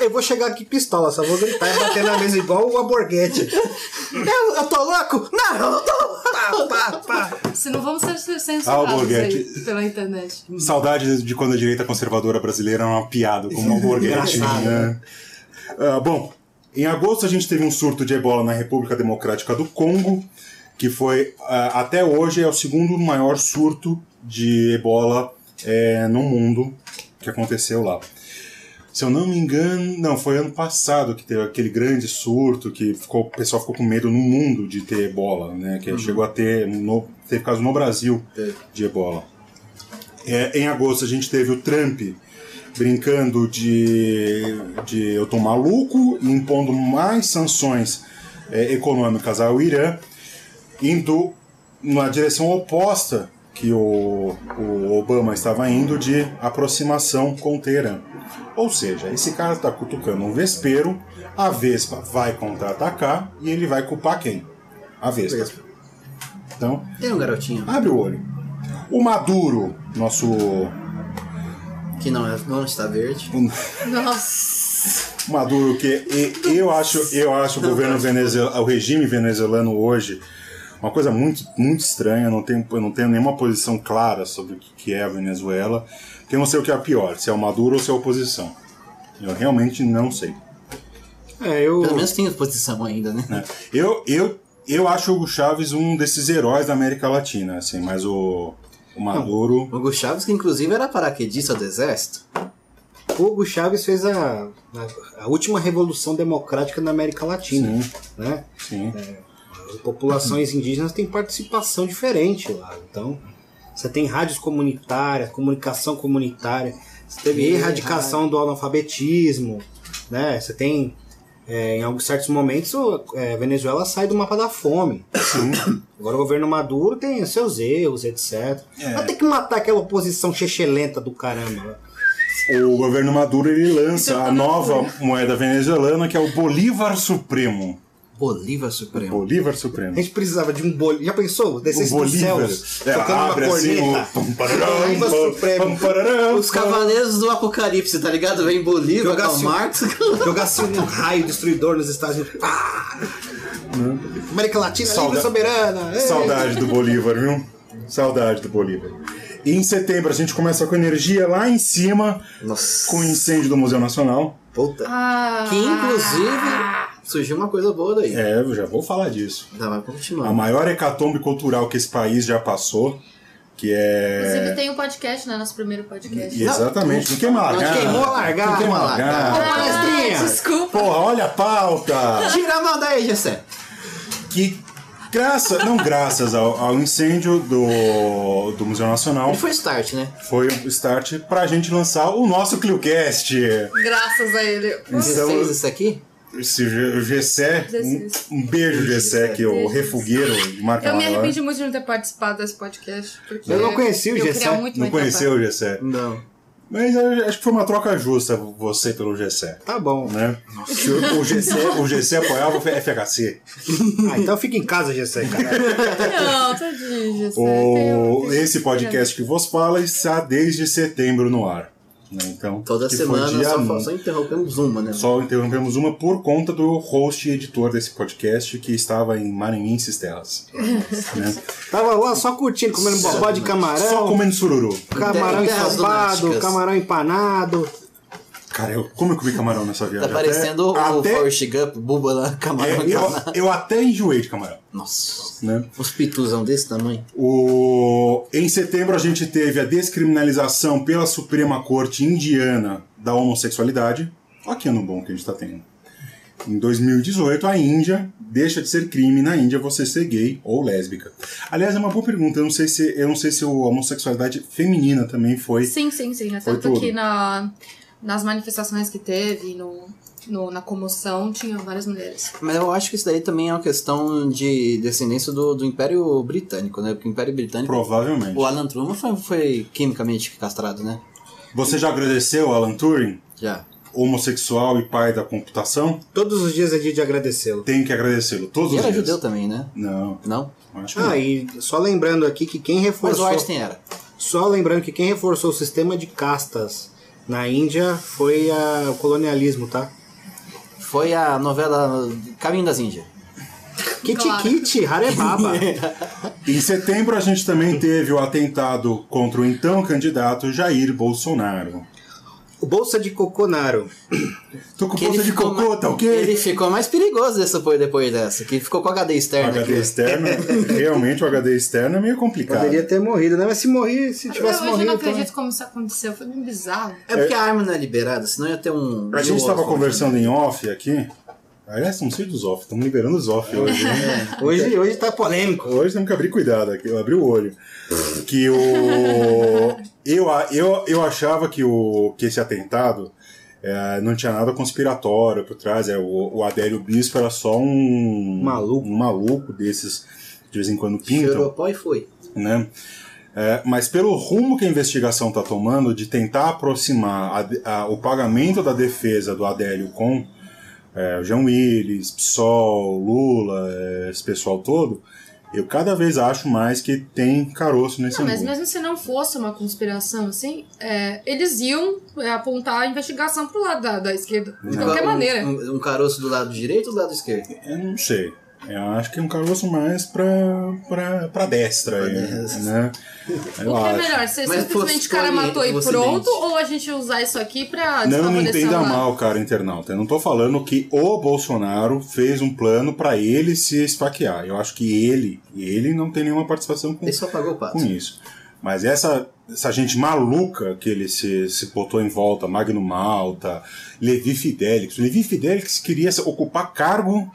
Speaker 4: Eu vou chegar aqui pistola, só vou gritar e bater na mesa igual o Aborguete.
Speaker 3: Eu, eu tô louco? Não, eu não tô louco!
Speaker 4: Pá, pá, pá.
Speaker 5: Se não vamos ser
Speaker 1: Ah, o
Speaker 5: censurados
Speaker 1: Borghetti.
Speaker 5: aí pela internet.
Speaker 1: Saudades de quando a direita conservadora brasileira era uma piada, como uma borguete.
Speaker 4: Engraçado,
Speaker 1: né? Ah, bom, em agosto a gente teve um surto de ebola na República Democrática do Congo, que foi, ah, até hoje, é o segundo maior surto de ebola eh, no mundo que aconteceu lá. Se eu não me engano, não, foi ano passado que teve aquele grande surto que ficou, o pessoal ficou com medo no mundo de ter ebola, né? Que chegou a ter, no, teve caso no Brasil
Speaker 3: Teve.
Speaker 1: de ebola. É, em agosto a gente teve o Trump brincando de, de eu tô maluco e impondo mais sanções é, econômicas ao Irã, indo na direção oposta que o, o Obama estava indo de aproximação com o Teherã. Ou seja, esse cara está cutucando um vespeiro, a Vespa vai contra-atacar e ele vai culpar quem? A Vespa. Então,
Speaker 3: Tem um garotinho
Speaker 1: abre o olho. O Maduro, nosso
Speaker 3: que não, é, não está verde.
Speaker 5: Nossa.
Speaker 1: Maduro que e- eu acho eu acho o governo venezuelano o regime venezuelano hoje uma coisa muito muito estranha eu não tenho eu não tenho nenhuma posição clara sobre o que que é a Venezuela porque eu não sei o que é pior se é o Maduro ou se é a oposição eu realmente não sei
Speaker 4: É, eu.
Speaker 3: Pelo menos tem exposição ainda, né?
Speaker 1: né? eu eu eu acho o Hugo Chávez um desses heróis da América Latina assim mas o, o Maduro
Speaker 3: O Hugo Chaves, que inclusive era paraquedista do exército.
Speaker 4: Hugo Chaves fez a, a, a última revolução democrática na América Latina.
Speaker 1: sim
Speaker 4: Né?
Speaker 1: sim
Speaker 4: As populações indígenas têm participação diferente lá. Então, você tem rádios comunitárias, comunicação comunitária, você teve
Speaker 3: Ih,
Speaker 4: erradicação do analfabetismo, né? Você tem. é, em alguns certos momentos, o- é, a Venezuela sai do mapa da fome. Agora o governo Maduro tem os seus erros, etc.
Speaker 1: É.
Speaker 4: Vai ter que matar aquela oposição chechelenta do caramba.
Speaker 1: O governo Maduro ele lança a nova moeda venezuelana que é o Bolívar Supremo.
Speaker 3: Bolívar Supremo.
Speaker 1: Bolívar
Speaker 4: A
Speaker 1: Supremo.
Speaker 4: gente precisava de um bolívar. Já pensou? Descesse
Speaker 1: O
Speaker 4: dos
Speaker 1: Um Bolívar
Speaker 4: céus,
Speaker 1: é,
Speaker 4: tocando uma
Speaker 1: abre assim o.
Speaker 4: corneta.
Speaker 1: pam, pararam,
Speaker 4: Bolívar
Speaker 1: pam,
Speaker 4: Supremo.
Speaker 1: pam, pararam,
Speaker 3: Os
Speaker 1: pam.
Speaker 3: Cavaleiros do Apocalipse, tá ligado? Vem Bolívar,
Speaker 4: Jogar
Speaker 3: Karl
Speaker 4: assim-
Speaker 3: Marx.
Speaker 4: Jogasse um raio destruidor nos Estados Unidos. Pá! América Latina,
Speaker 1: Sauda-
Speaker 4: livre e soberana. Ei!
Speaker 1: Saudade do Bolívar, viu? Saudade do Bolívar. E em setembro a gente começa com energia lá em cima,
Speaker 3: Nossa.
Speaker 1: com o incêndio do Museu Nacional.
Speaker 3: Puta.
Speaker 5: Ah.
Speaker 3: Que inclusive surgiu uma coisa boa daí.
Speaker 1: É, eu já vou falar disso.
Speaker 4: Tá,
Speaker 3: Dá
Speaker 1: A
Speaker 3: pra continuar.
Speaker 1: maior hecatombe cultural que esse país já passou, que
Speaker 5: Inclusive
Speaker 1: é.
Speaker 5: tem um podcast, né? Nosso primeiro podcast.
Speaker 1: Exatamente, não queima a
Speaker 3: Não,
Speaker 1: largada.
Speaker 4: queimou a largada.
Speaker 1: Não queima a largada.
Speaker 5: Ah,
Speaker 4: palestrinha.
Speaker 5: desculpa.
Speaker 1: Porra, olha a pauta!
Speaker 3: Tira a mão daí, Gessé.
Speaker 1: Que que graças, não graças ao, ao incêndio do, do Museu Nacional,
Speaker 3: Ele foi start, né?
Speaker 1: foi um start pra gente lançar o nosso ClioCast.
Speaker 6: Graças a ele.
Speaker 3: Você
Speaker 1: Então-
Speaker 3: fez isso aqui?
Speaker 1: Esse G- Gessé, um, um beijo Gessé, que é o refugueiro de marca
Speaker 6: Eu me
Speaker 1: maior.
Speaker 6: arrependi muito de não ter participado desse podcast. Porque
Speaker 4: Eu não conheci o
Speaker 6: eu
Speaker 4: Gessé.
Speaker 6: queria muito
Speaker 1: Não
Speaker 6: mais
Speaker 1: conheceu o Gessé.
Speaker 3: Não.
Speaker 1: Mas eu acho que foi uma troca justa você pelo Gessé.
Speaker 4: Tá bom.
Speaker 1: Né? Que O, o, Gessé, o Gessé apoiava o FHC.
Speaker 4: Ah, então fica em casa, Gessé, cara.
Speaker 6: trabalhar. Não, tadinho, Gessé.
Speaker 1: O, esse podcast que vos fala está desde setembro no ar. né? Então,
Speaker 3: Toda
Speaker 1: que foi
Speaker 3: semana
Speaker 1: dia
Speaker 3: só,
Speaker 1: um.
Speaker 3: só interrompemos uma, né?
Speaker 1: Só interrompemos uma por conta do host e editor desse podcast que estava em Maranhão e Terras. né?
Speaker 4: Tava lá só curtindo, comendo bobó de camarão.
Speaker 1: Só comendo sururu.
Speaker 4: Camarão
Speaker 3: Terras
Speaker 4: ensopado,
Speaker 3: domésticas.
Speaker 4: camarão empanado.
Speaker 1: Cara, eu, como eu comi camarão nessa viagem?
Speaker 3: Tá parecendo
Speaker 1: até,
Speaker 3: o
Speaker 1: até,
Speaker 3: Forrest Gump, Buba lá, camarão.
Speaker 1: é, eu,
Speaker 3: enganado.
Speaker 1: eu até enjoei de camarão.
Speaker 3: Nossa.
Speaker 1: Né?
Speaker 3: Os pituzão desse tamanho.
Speaker 1: O, em setembro a gente teve a descriminalização pela Suprema Corte Indiana da homossexualidade. Olha que ano bom que a gente tá tendo. Em 2018, a Índia deixa de ser crime na Índia você ser gay ou lésbica. Aliás, é uma boa pergunta. Eu não sei se, eu não sei se a homossexualidade feminina também foi.
Speaker 6: Sim, sim, sim. né?
Speaker 1: Foi
Speaker 6: Tanto
Speaker 1: tudo.
Speaker 6: que na, nas manifestações que teve, no, no- na comoção, tinha várias mulheres.
Speaker 3: Mas eu acho que isso daí também é uma questão de descendência do, do Império Britânico, né? Porque o Império Britânico.
Speaker 1: Provavelmente.
Speaker 3: O Alan Truman foi, foi quimicamente castrado, né?
Speaker 1: Você já agradeceu Alan Turing,
Speaker 3: Já.
Speaker 1: homossexual e pai da computação?
Speaker 4: Todos os dias é dia de agradecê-lo.
Speaker 1: Tenho que agradecê-lo. Todos
Speaker 3: E
Speaker 1: os
Speaker 3: era
Speaker 1: dias.
Speaker 3: judeu também, né?
Speaker 1: Não,
Speaker 3: Não?
Speaker 1: acho que não.
Speaker 4: Ah, e só lembrando aqui que quem
Speaker 3: Hum. Mas o
Speaker 4: reforçou.
Speaker 3: Einstein era.
Speaker 4: Só lembrando que quem reforçou o sistema de castas na Índia foi a- o colonialismo, tá?
Speaker 3: Foi a novela Caminho das Índias.
Speaker 4: Kit
Speaker 6: Claro.
Speaker 4: Kit, Harebaba.
Speaker 1: Em setembro a gente também teve o atentado contra o então candidato Jair Bolsonaro.
Speaker 4: o Bolsa de Coconaro.
Speaker 1: Tô com
Speaker 3: Que
Speaker 1: bolsa de
Speaker 3: ficou
Speaker 1: cocô,
Speaker 3: mais-
Speaker 1: tá ok?
Speaker 3: Ele ficou mais perigoso dessa, depois- depois dessa, que ficou com HD
Speaker 1: O
Speaker 3: externo.
Speaker 1: HD
Speaker 3: aqui.
Speaker 1: externo, realmente o HD externo é meio complicado.
Speaker 4: Poderia ter morrido, né? Mas se morrer, se
Speaker 6: Até
Speaker 4: tivesse
Speaker 6: hoje eu não
Speaker 4: morrido. então-
Speaker 6: acredito como isso aconteceu. Foi bem bizarro.
Speaker 3: É porque a arma não é liberada, senão ia ter um.
Speaker 1: A gente estava
Speaker 3: Oswald.
Speaker 1: conversando em off aqui. Aliás, não sei dos off, estamos liberando os off hoje. Né?
Speaker 4: Hoje, hoje tá polêmico.
Speaker 1: Hoje temos que abrir cuidado aqui, eu abri o olho. Que o. Eu, a- eu, eu achava que, o, que esse atentado eh, não tinha nada conspiratório por trás. É, o, o Adélio Bispo era só um.
Speaker 4: Maluco.
Speaker 1: Um maluco desses, de vez em quando
Speaker 4: então.
Speaker 1: pintam,
Speaker 3: Cheirou pó e foi.
Speaker 1: né? Eh, mas pelo rumo que a investigação está tomando de tentar aproximar a de- a- o pagamento da defesa do Adélio com é, o João Willis, PSOL, Lula, é, esse pessoal todo, eu cada vez acho mais que tem caroço nesse
Speaker 6: Não, mas
Speaker 1: mundo.
Speaker 6: mesmo se não fosse uma conspiração, assim, é, eles iam é, apontar a investigação pro lado da, da esquerda. De qualquer
Speaker 3: Um-
Speaker 6: maneira.
Speaker 3: Um, um caroço do lado direito ou do lado esquerdo?
Speaker 1: Eu não sei. Eu acho que é um caroço mais pra, pra, pra destra, aí,
Speaker 3: destra.
Speaker 1: né?
Speaker 6: O
Speaker 1: Eu
Speaker 6: que é
Speaker 1: acho.
Speaker 6: melhor? Você
Speaker 3: Mas
Speaker 6: simplesmente
Speaker 3: fosse
Speaker 6: o cara
Speaker 3: pro
Speaker 6: matou e
Speaker 3: Oriente, pro
Speaker 6: pronto,
Speaker 3: Ocidente.
Speaker 6: ou a gente usar isso aqui pra
Speaker 1: Não me
Speaker 6: desfavorecer
Speaker 1: entenda
Speaker 6: o lado?
Speaker 1: mal, cara, internauta. Eu não tô falando que o Bolsonaro fez um plano pra ele se esfaquear. Eu acho que ele, ele não tem nenhuma participação com
Speaker 3: Ele só pagou o pato.
Speaker 1: com isso. Mas essa, essa gente maluca que ele se, se botou em volta, Magno Malta, Levi Fidelix. O Levi Fidelix queria se- ocupar cargo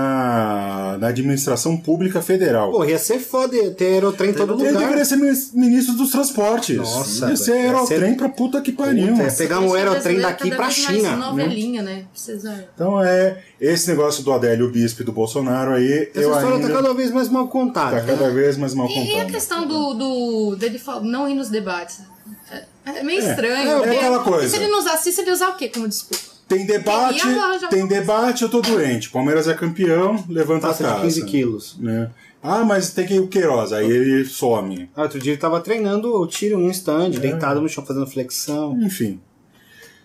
Speaker 1: na, na administração pública federal.
Speaker 4: Pô, ia ser foda ia ter aerotrem em todo
Speaker 1: ele
Speaker 4: lugar.
Speaker 1: deveria ser minis- ministro dos transportes.
Speaker 4: Nossa,
Speaker 1: ia ser
Speaker 4: velho, ia
Speaker 1: aerotrem
Speaker 4: ser-
Speaker 1: pra puta que pariu.
Speaker 4: Puta, ia pegar um
Speaker 6: Deixa a
Speaker 4: aerotrem
Speaker 6: brasileira
Speaker 3: tá
Speaker 4: daqui
Speaker 6: cada
Speaker 4: pra
Speaker 6: vez
Speaker 4: China.
Speaker 6: Mais novelinha, né? Precisa...
Speaker 1: Então é esse negócio do Adélio Bispo e do Bolsonaro aí,
Speaker 4: Essa
Speaker 1: eu
Speaker 4: história
Speaker 1: ainda
Speaker 4: tá cada vez mais mal
Speaker 1: tá
Speaker 4: contada. né?
Speaker 1: cada vez mais mal
Speaker 6: E, e a
Speaker 1: contada.
Speaker 6: questão do, do dele fal- não ir nos debates? É, é meio
Speaker 1: É,
Speaker 6: estranho.
Speaker 1: é
Speaker 6: porque
Speaker 1: aquela coisa.
Speaker 6: Se ele não usasse isso, ele ia usar o quê como desculpa?
Speaker 1: Tem debate,
Speaker 6: Queria arranjar
Speaker 1: tem
Speaker 6: uma coisa.
Speaker 1: debate, eu tô doente. Palmeiras é campeão, levanta a
Speaker 4: Passa
Speaker 1: taça.
Speaker 4: de 15 quilos.
Speaker 1: né? Ah, mas tem que ir o Queiroz, aí ele some.
Speaker 4: Ah, Outro dia ele tava treinando o tiro num stand, deitado no chão fazendo flexão.
Speaker 1: Enfim.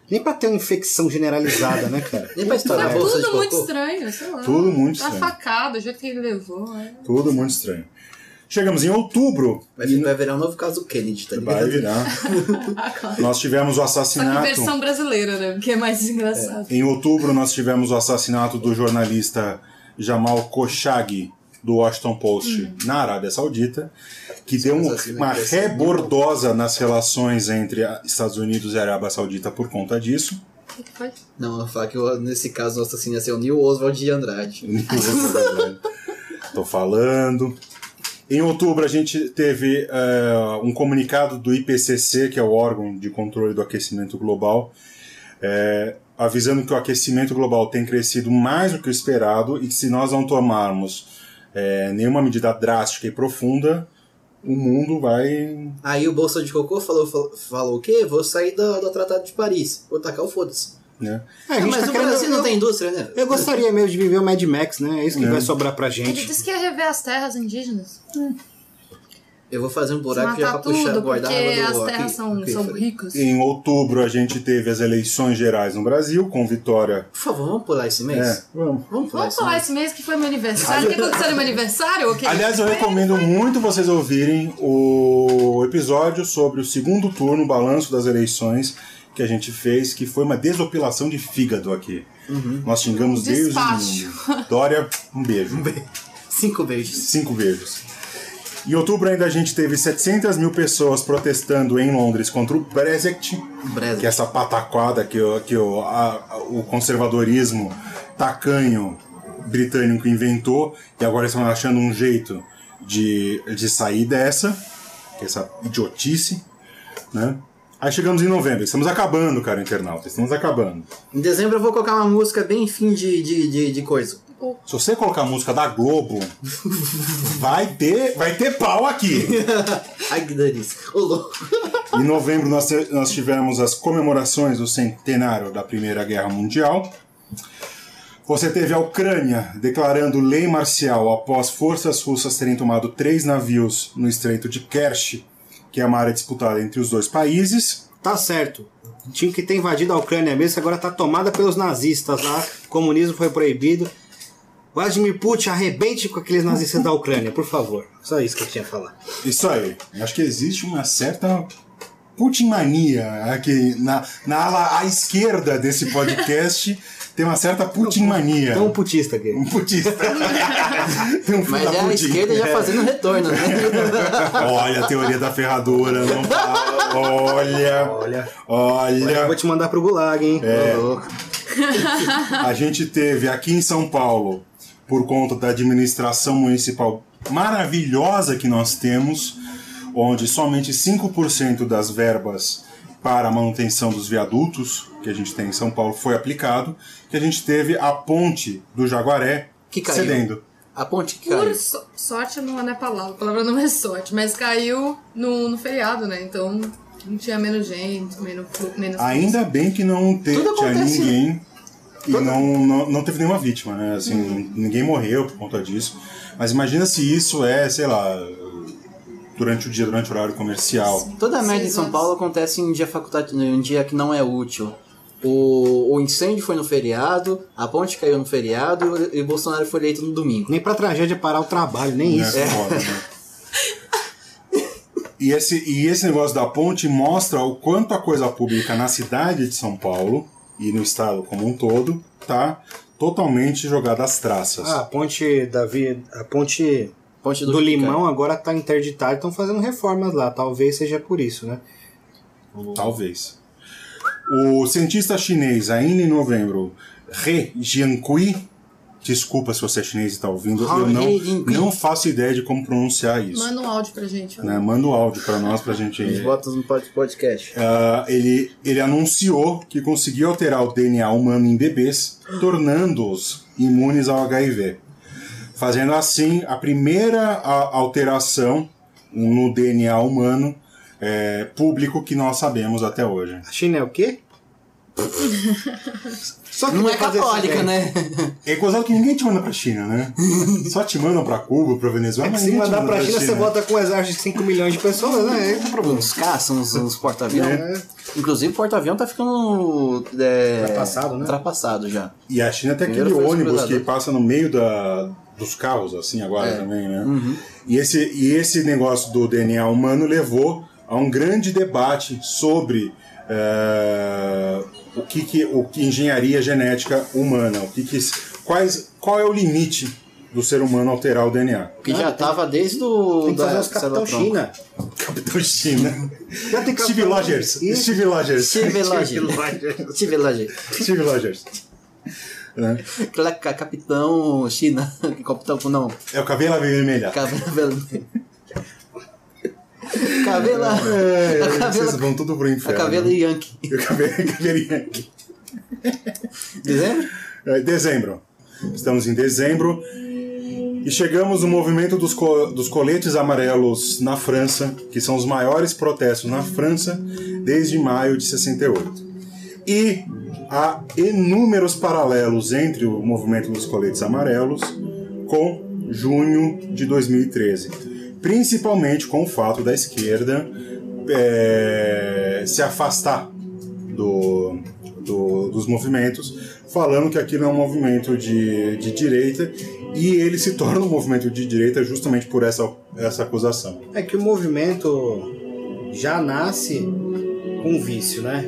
Speaker 4: Nem pra ter uma infecção generalizada, né, cara?
Speaker 3: Nem pra estourar a
Speaker 6: Foi
Speaker 3: bolsa de
Speaker 6: tudo muito
Speaker 3: cocô.
Speaker 6: estranho, sei lá.
Speaker 1: Tudo muito
Speaker 6: a
Speaker 1: estranho.
Speaker 6: facada, o jeito que ele levou. né?
Speaker 1: Tudo muito estranho. Chegamos em outubro.
Speaker 3: Vai, vir- vai virar um novo caso do Kennedy, tá ligado?
Speaker 1: Vai virar. nós tivemos o
Speaker 6: Só que
Speaker 1: assassinato.
Speaker 6: versão brasileira, né? Porque é mais engraçado.
Speaker 1: Em outubro, nós tivemos o assassinato do jornalista Jamal Khashoggi, do Washington Post, na Arábia Saudita, que deu um-
Speaker 3: assassino
Speaker 1: uma
Speaker 3: aqui deve ser
Speaker 1: rebordosa nas relações entre a- Estados Unidos e a Arábia Saudita por conta disso.
Speaker 6: É.
Speaker 3: Não, eu vou falar que eu- nesse caso nosso assim ia ser o Neil Oswald de Andrade.
Speaker 1: é Tô falando. Em outubro a gente teve eh, um comunicado do IPCC, que é o órgão de controle do aquecimento global, eh, avisando que o aquecimento global tem crescido mais do que o esperado e que se nós não tomarmos eh, nenhuma medida drástica e profunda, o mundo vai.
Speaker 3: Aí o Bolsa de Cocô falou, falou, falou o quê? Vou sair do, do Tratado de Paris. Vou tacar o foda-se.
Speaker 1: Né?
Speaker 4: É, a
Speaker 3: Ah,
Speaker 4: gente
Speaker 3: mas
Speaker 4: tá
Speaker 3: o
Speaker 4: querendo-
Speaker 3: Brasil não
Speaker 4: eu-
Speaker 3: tem indústria, né?
Speaker 4: Eu gostaria mesmo de viver o Mad Max, né? É isso que
Speaker 1: É.
Speaker 4: vai sobrar pra
Speaker 6: Ele
Speaker 4: gente.
Speaker 6: disse que ia rever as terras indígenas.
Speaker 3: Eu vou fazer um buraco já pra
Speaker 6: Matar
Speaker 3: puxar,
Speaker 6: tudo,
Speaker 3: guardar
Speaker 6: porque
Speaker 3: a água
Speaker 6: as
Speaker 3: do
Speaker 6: terras
Speaker 3: aqui-
Speaker 6: são,
Speaker 3: aqui,
Speaker 6: são
Speaker 3: falei.
Speaker 6: ricas.
Speaker 1: Em outubro a gente teve as eleições gerais no Brasil, com vitória.
Speaker 3: Por favor, vamos pular esse mês?
Speaker 1: É, vamos.
Speaker 3: Vamos pular
Speaker 6: Vamos
Speaker 3: esse
Speaker 6: falar
Speaker 3: mês.
Speaker 6: esse mês que foi meu aniversário. O que aconteceu no meu aniversário? ok?
Speaker 1: Aliás, eu recomendo muito vocês ouvirem o episódio sobre o segundo turno, o balanço das eleições que a gente fez, que foi uma desopilação de fígado aqui. Nós xingamos Deus e
Speaker 6: Despacho.
Speaker 1: o mundo. Dória, um beijo.
Speaker 3: Cinco beijos.
Speaker 1: Cinco beijos. Em outubro ainda a gente teve 700 mil pessoas protestando em Londres contra o Brexit que é
Speaker 3: Breza.
Speaker 1: essa pataquada que, o- que o, a- a- o conservadorismo tacanho britânico inventou e agora estão achando um jeito de, de sair dessa, que é essa idiotice, né? Aí chegamos em novembro, estamos acabando, cara, internauta, estamos acabando.
Speaker 3: Em dezembro eu vou colocar uma música bem fim de, de, de, de coisa.
Speaker 1: Se você colocar a música da Globo, vai ter, vai ter pau aqui.
Speaker 3: Ai, que delícia. Ô, louco.
Speaker 1: Em novembro nós, te- nós tivemos as comemorações do centenário da Primeira Guerra Mundial. Você teve a Ucrânia declarando lei marcial após forças russas terem tomado três navios no Estreito de Kerch, que é uma área disputada entre os dois países.
Speaker 4: Tá certo. Tinha que ter invadido a Ucrânia mesmo, que agora tá tomada pelos nazistas lá. O comunismo foi proibido. Vladimir Putin, arrebente com aqueles nazistas da Ucrânia, por favor. Só isso que eu tinha a falar.
Speaker 1: Isso aí. Eu Acho que existe uma certa putinmania aqui na, na ala à esquerda desse podcast. Tem uma certa putinmania.
Speaker 4: Então, um putista aqui.
Speaker 1: Um putista. Tem um
Speaker 3: Mas
Speaker 1: fila
Speaker 3: é a
Speaker 1: pudim.
Speaker 3: esquerda já
Speaker 1: É.
Speaker 3: fazendo retorno, né?
Speaker 1: Olha a teoria da ferradura, não fala. Olha,
Speaker 4: Olha. Eu vou
Speaker 1: olha.
Speaker 4: te mandar pro Gulag, hein?
Speaker 3: Ô, louco.
Speaker 1: A gente teve aqui em São Paulo, por conta da administração municipal maravilhosa que nós temos, onde somente 5% das verbas para a manutenção dos viadutos que a gente tem em São Paulo foi aplicado, que a gente teve a ponte do Jaguaré
Speaker 3: Que caiu.
Speaker 1: cedendo.
Speaker 3: A ponte que
Speaker 6: Por
Speaker 3: caiu.
Speaker 6: so- sorte não é palavra, a palavra não é sorte, mas caiu no, no feriado, né? Então não tinha menos gente, menos. menos
Speaker 1: Ainda bem que não te-
Speaker 3: Tudo
Speaker 1: tinha
Speaker 3: acontece. né?
Speaker 1: ninguém e não, não, não teve nenhuma vítima, né? Assim,
Speaker 3: Uhum.
Speaker 1: ninguém morreu por conta disso. Mas imagina se isso é, sei lá, durante o dia, durante o horário comercial.
Speaker 3: Toda a merda em
Speaker 6: Seis
Speaker 3: São
Speaker 6: horas.
Speaker 3: Paulo acontece em dia facultati- em dia que não é útil. O, o incêndio foi no feriado, a ponte caiu no feriado e o- e o Bolsonaro foi eleito no domingo.
Speaker 4: Nem pra tragédia parar o trabalho, nem
Speaker 1: né?
Speaker 4: isso.
Speaker 3: É.
Speaker 1: Foda, né? E esse, e esse negócio da ponte mostra o quanto a coisa pública na cidade de São Paulo e no estado como um todo tá totalmente jogada às traças.
Speaker 4: Ah, a ponte da vi... a ponte
Speaker 3: Ponte do,
Speaker 4: do Limão agora tá interditada, estão fazendo reformas lá, talvez seja por isso, né?
Speaker 1: Talvez. O cientista chinês, ainda em novembro, He Jiankui, desculpa se você é chinês e está ouvindo, eu
Speaker 3: He
Speaker 1: não,
Speaker 3: Jiankui.
Speaker 1: não faço ideia de como pronunciar isso.
Speaker 6: Manda um áudio pra gente. ó.
Speaker 1: né? Manda o áudio para nós, para a gente...
Speaker 3: Eles botam no pod- podcast.
Speaker 4: É.
Speaker 1: Ah, ele, ele anunciou que conseguiu alterar o DNA humano em bebês, tornando-os imunes ao HIV. Fazendo assim a primeira a- alteração no DNA humano eh, público que nós sabemos até hoje.
Speaker 4: A China é o quê? Só
Speaker 3: Não
Speaker 4: quem
Speaker 3: é
Speaker 4: fazer isso
Speaker 3: católica,
Speaker 4: bem.
Speaker 3: né?
Speaker 1: É gozado que ninguém te manda pra China, né? Só te mandam pra Cuba, pra Venezuela.
Speaker 4: É que
Speaker 1: mas
Speaker 4: se
Speaker 1: ninguém te
Speaker 4: mandar
Speaker 1: manda
Speaker 4: pra China, você bota com um exército de 5 milhões de pessoas, né? Esse é o problema.
Speaker 3: Uns caçam, uns, uns porta-avião.
Speaker 4: É.
Speaker 3: Inclusive, o porta-avião tá ficando. é,
Speaker 4: Ultrapassado, né?
Speaker 3: Ultrapassado já.
Speaker 1: E a China tem aquele
Speaker 3: Primeiro foi
Speaker 1: ônibus que
Speaker 3: explorador.
Speaker 1: passa no meio da, dos carros, assim, agora
Speaker 3: É.
Speaker 1: também, né?
Speaker 4: Uhum.
Speaker 1: E, esse, e esse negócio do DNA humano levou a um grande debate sobre eh, o, que, que, o que engenharia genética humana, o que que, quais, qual é o limite do ser humano alterar o DNA.
Speaker 3: Que já tava desde o.
Speaker 4: Tem que
Speaker 3: da-
Speaker 4: fazer os
Speaker 3: sei lá,
Speaker 4: Capitão
Speaker 3: pronto.
Speaker 4: China.
Speaker 1: Capitão China.
Speaker 4: Já tem
Speaker 1: Steve
Speaker 4: Capitão-
Speaker 1: Rogers.
Speaker 4: Isso.
Speaker 1: Steve Rogers.
Speaker 3: Steve Lager. Steve Lager.
Speaker 1: Steve Rogers. né?
Speaker 3: Aquela ca- Capitão China. Capitão, não.
Speaker 1: É o Caveira Vermelha.
Speaker 3: Cavela. Cavela.
Speaker 1: É,
Speaker 3: a
Speaker 1: vocês
Speaker 3: Cavela.
Speaker 1: vão né? tudo pro
Speaker 3: A
Speaker 1: inferno.
Speaker 3: Cavela Yankee.
Speaker 1: E o Caveira Caveirinha.
Speaker 3: Dezembro?
Speaker 1: É, Dezembro. Estamos em dezembro. E chegamos no movimento dos, co- dos coletes amarelos na França, que são os maiores protestos na França desde maio de 68. E há inúmeros paralelos entre o movimento dos coletes amarelos com junho de 2013. Principalmente com o fato da esquerda eh, se afastar do, do- dos movimentos, falando que aquilo é um movimento de, de direita e ele se torna um movimento de direita justamente por essa, essa acusação.
Speaker 4: É que o movimento já nasce com um vício, né?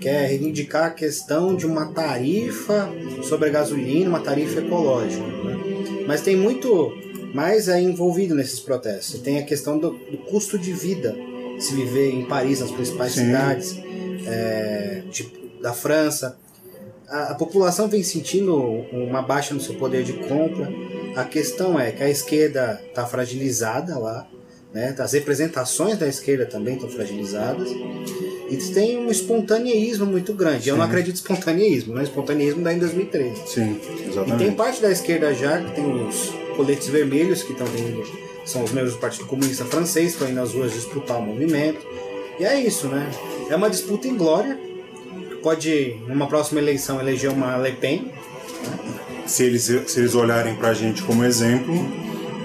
Speaker 4: Quer reivindicar a questão de uma tarifa sobre a gasolina, uma tarifa ecológica. né? Mas tem muito mais aí envolvido nesses protestos. Tem a questão do, do custo de vida, se viver em Paris, nas principais
Speaker 1: Sim.
Speaker 4: cidades é, tipo, da França. A, a população vem sentindo uma baixa no seu poder de compra. A questão é que a esquerda está fragilizada lá, né? As representações da esquerda também estão fragilizadas. E tem um espontaneísmo muito grande. Eu não
Speaker 1: Sim.
Speaker 4: acredito em espontaneísmo, né? Espontaneísmo dá em 2013.
Speaker 1: Sim,
Speaker 4: E tem
Speaker 1: exatamente.
Speaker 4: parte da esquerda já que tem os coletes vermelhos que estão vindo, são os membros do Partido Comunista Francês, que estão indo nas ruas disputar o movimento. E é isso, né? É uma disputa em glória. Pode, numa próxima eleição, eleger uma Le Pen.
Speaker 1: Se eles, se eles olharem pra gente como exemplo,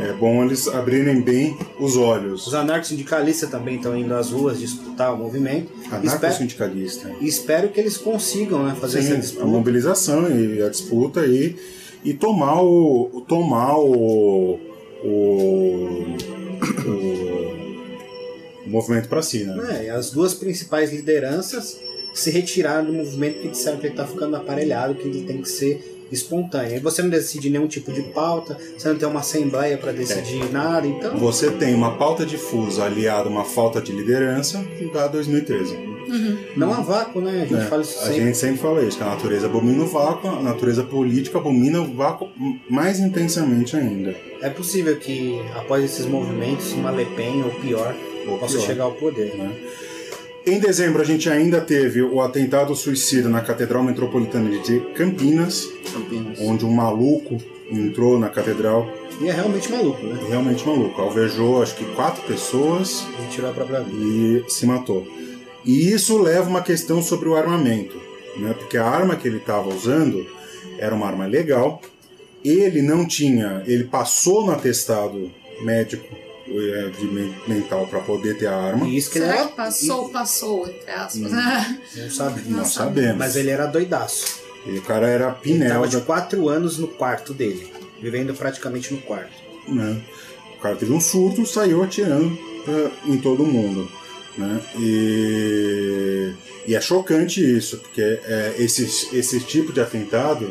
Speaker 1: é bom eles abrirem bem os olhos.
Speaker 4: Os anarcosindicalistas também estão indo às ruas disputar o movimento. Espero,
Speaker 1: Anarco-sindicalista.
Speaker 4: espero que eles consigam né, fazer essa
Speaker 1: Sim, a
Speaker 4: disputa.
Speaker 1: mobilização e a disputa e, e tomar o. tomar o. o, o- o movimento pra si, né?
Speaker 4: É, e as duas principais lideranças se retiraram do movimento que disseram que ele está ficando aparelhado, que ele tem que ser espontâneo. E você não decide nenhum tipo de pauta, você não tem uma assembleia para decidir
Speaker 1: É.
Speaker 4: nada, então
Speaker 1: Você tem uma pauta difusa aliada a uma falta de liderança dá 2013.
Speaker 6: Uhum.
Speaker 4: não há vácuo, né? A gente
Speaker 1: É,
Speaker 4: fala isso
Speaker 1: A
Speaker 4: sempre.
Speaker 1: gente sempre fala isso, que a natureza abomina o vácuo, a natureza política abomina o vácuo mais intensamente ainda.
Speaker 4: É possível que após esses movimentos, uma Le Pen ou pior,
Speaker 1: Ou
Speaker 4: possa
Speaker 1: pior.
Speaker 4: chegar ao poder.
Speaker 1: Em dezembro, a gente ainda teve o atentado suicida na Catedral Metropolitana de Campinas,
Speaker 3: Campinas.
Speaker 1: onde um maluco entrou na catedral,
Speaker 4: E é realmente maluco, né?
Speaker 1: realmente maluco. Alvejou, acho que quatro pessoas
Speaker 4: Ele tirou a própria vida.
Speaker 1: e se matou. E isso leva uma questão sobre o armamento, né? Porque a arma que ele estava usando era uma arma legal. Ele não tinha, ele passou no atestado médico eh, de men- mental para poder ter a arma.
Speaker 4: E isso que é? ele
Speaker 6: Será
Speaker 4: era.
Speaker 6: que passou, passou, entre aspas?
Speaker 4: Não sabe.
Speaker 1: Não sabemos.
Speaker 4: Mas ele era doidaço.
Speaker 1: E o cara era
Speaker 4: Ele
Speaker 1: pinel,
Speaker 4: tava de 4 anos no quarto dele, vivendo praticamente no quarto.
Speaker 1: né? O cara teve um surto, saiu atirando eh, em todo mundo, né? E, e é chocante isso, porque eh, esse, esse tipo de atentado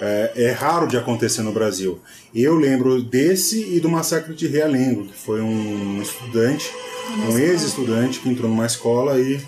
Speaker 1: eh, é, raro de acontecer no Brasil. Eu lembro desse e do massacre de Realengo, que foi um estudante, um ex-estudante que entrou numa escola e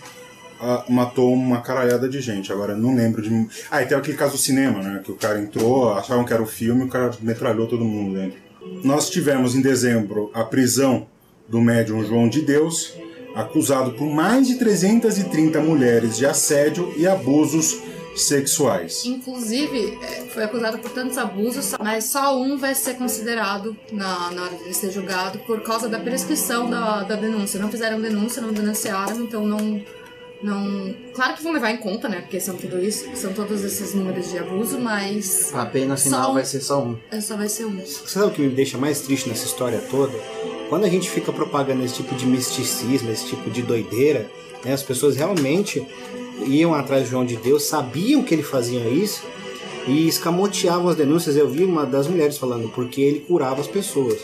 Speaker 1: ah, matou uma caralhada de gente. Agora eu não lembro de. Ah, e tem aquele caso do cinema, né? Que o cara entrou, achavam que era o filme, o cara metralhou todo mundo dentro. Nós tivemos em dezembro a prisão do médium João de Deus, acusado por mais de 330 mulheres de assédio e abusos sexuais.
Speaker 6: Inclusive, é, foi acusado por tantos abusos, mas só um vai ser considerado na, na hora de ser julgado por causa da prescrição da, da denúncia. Não fizeram denúncia, não denunciaram, então não. não... Claro que vão levar em conta, né? Porque são tudo isso, são todos esses números de abuso, mas
Speaker 3: A pena final
Speaker 6: Só um.
Speaker 3: vai ser só um.
Speaker 6: é, só vai ser um.
Speaker 4: Você sabe o que me deixa mais triste nessa história toda? Quando a gente fica propagando esse tipo de misticismo, esse tipo de doideira, né, as pessoas realmente iam atrás de João de Deus, sabiam que ele fazia isso e escamoteavam as denúncias. Eu vi uma das mulheres falando, porque ele curava as pessoas.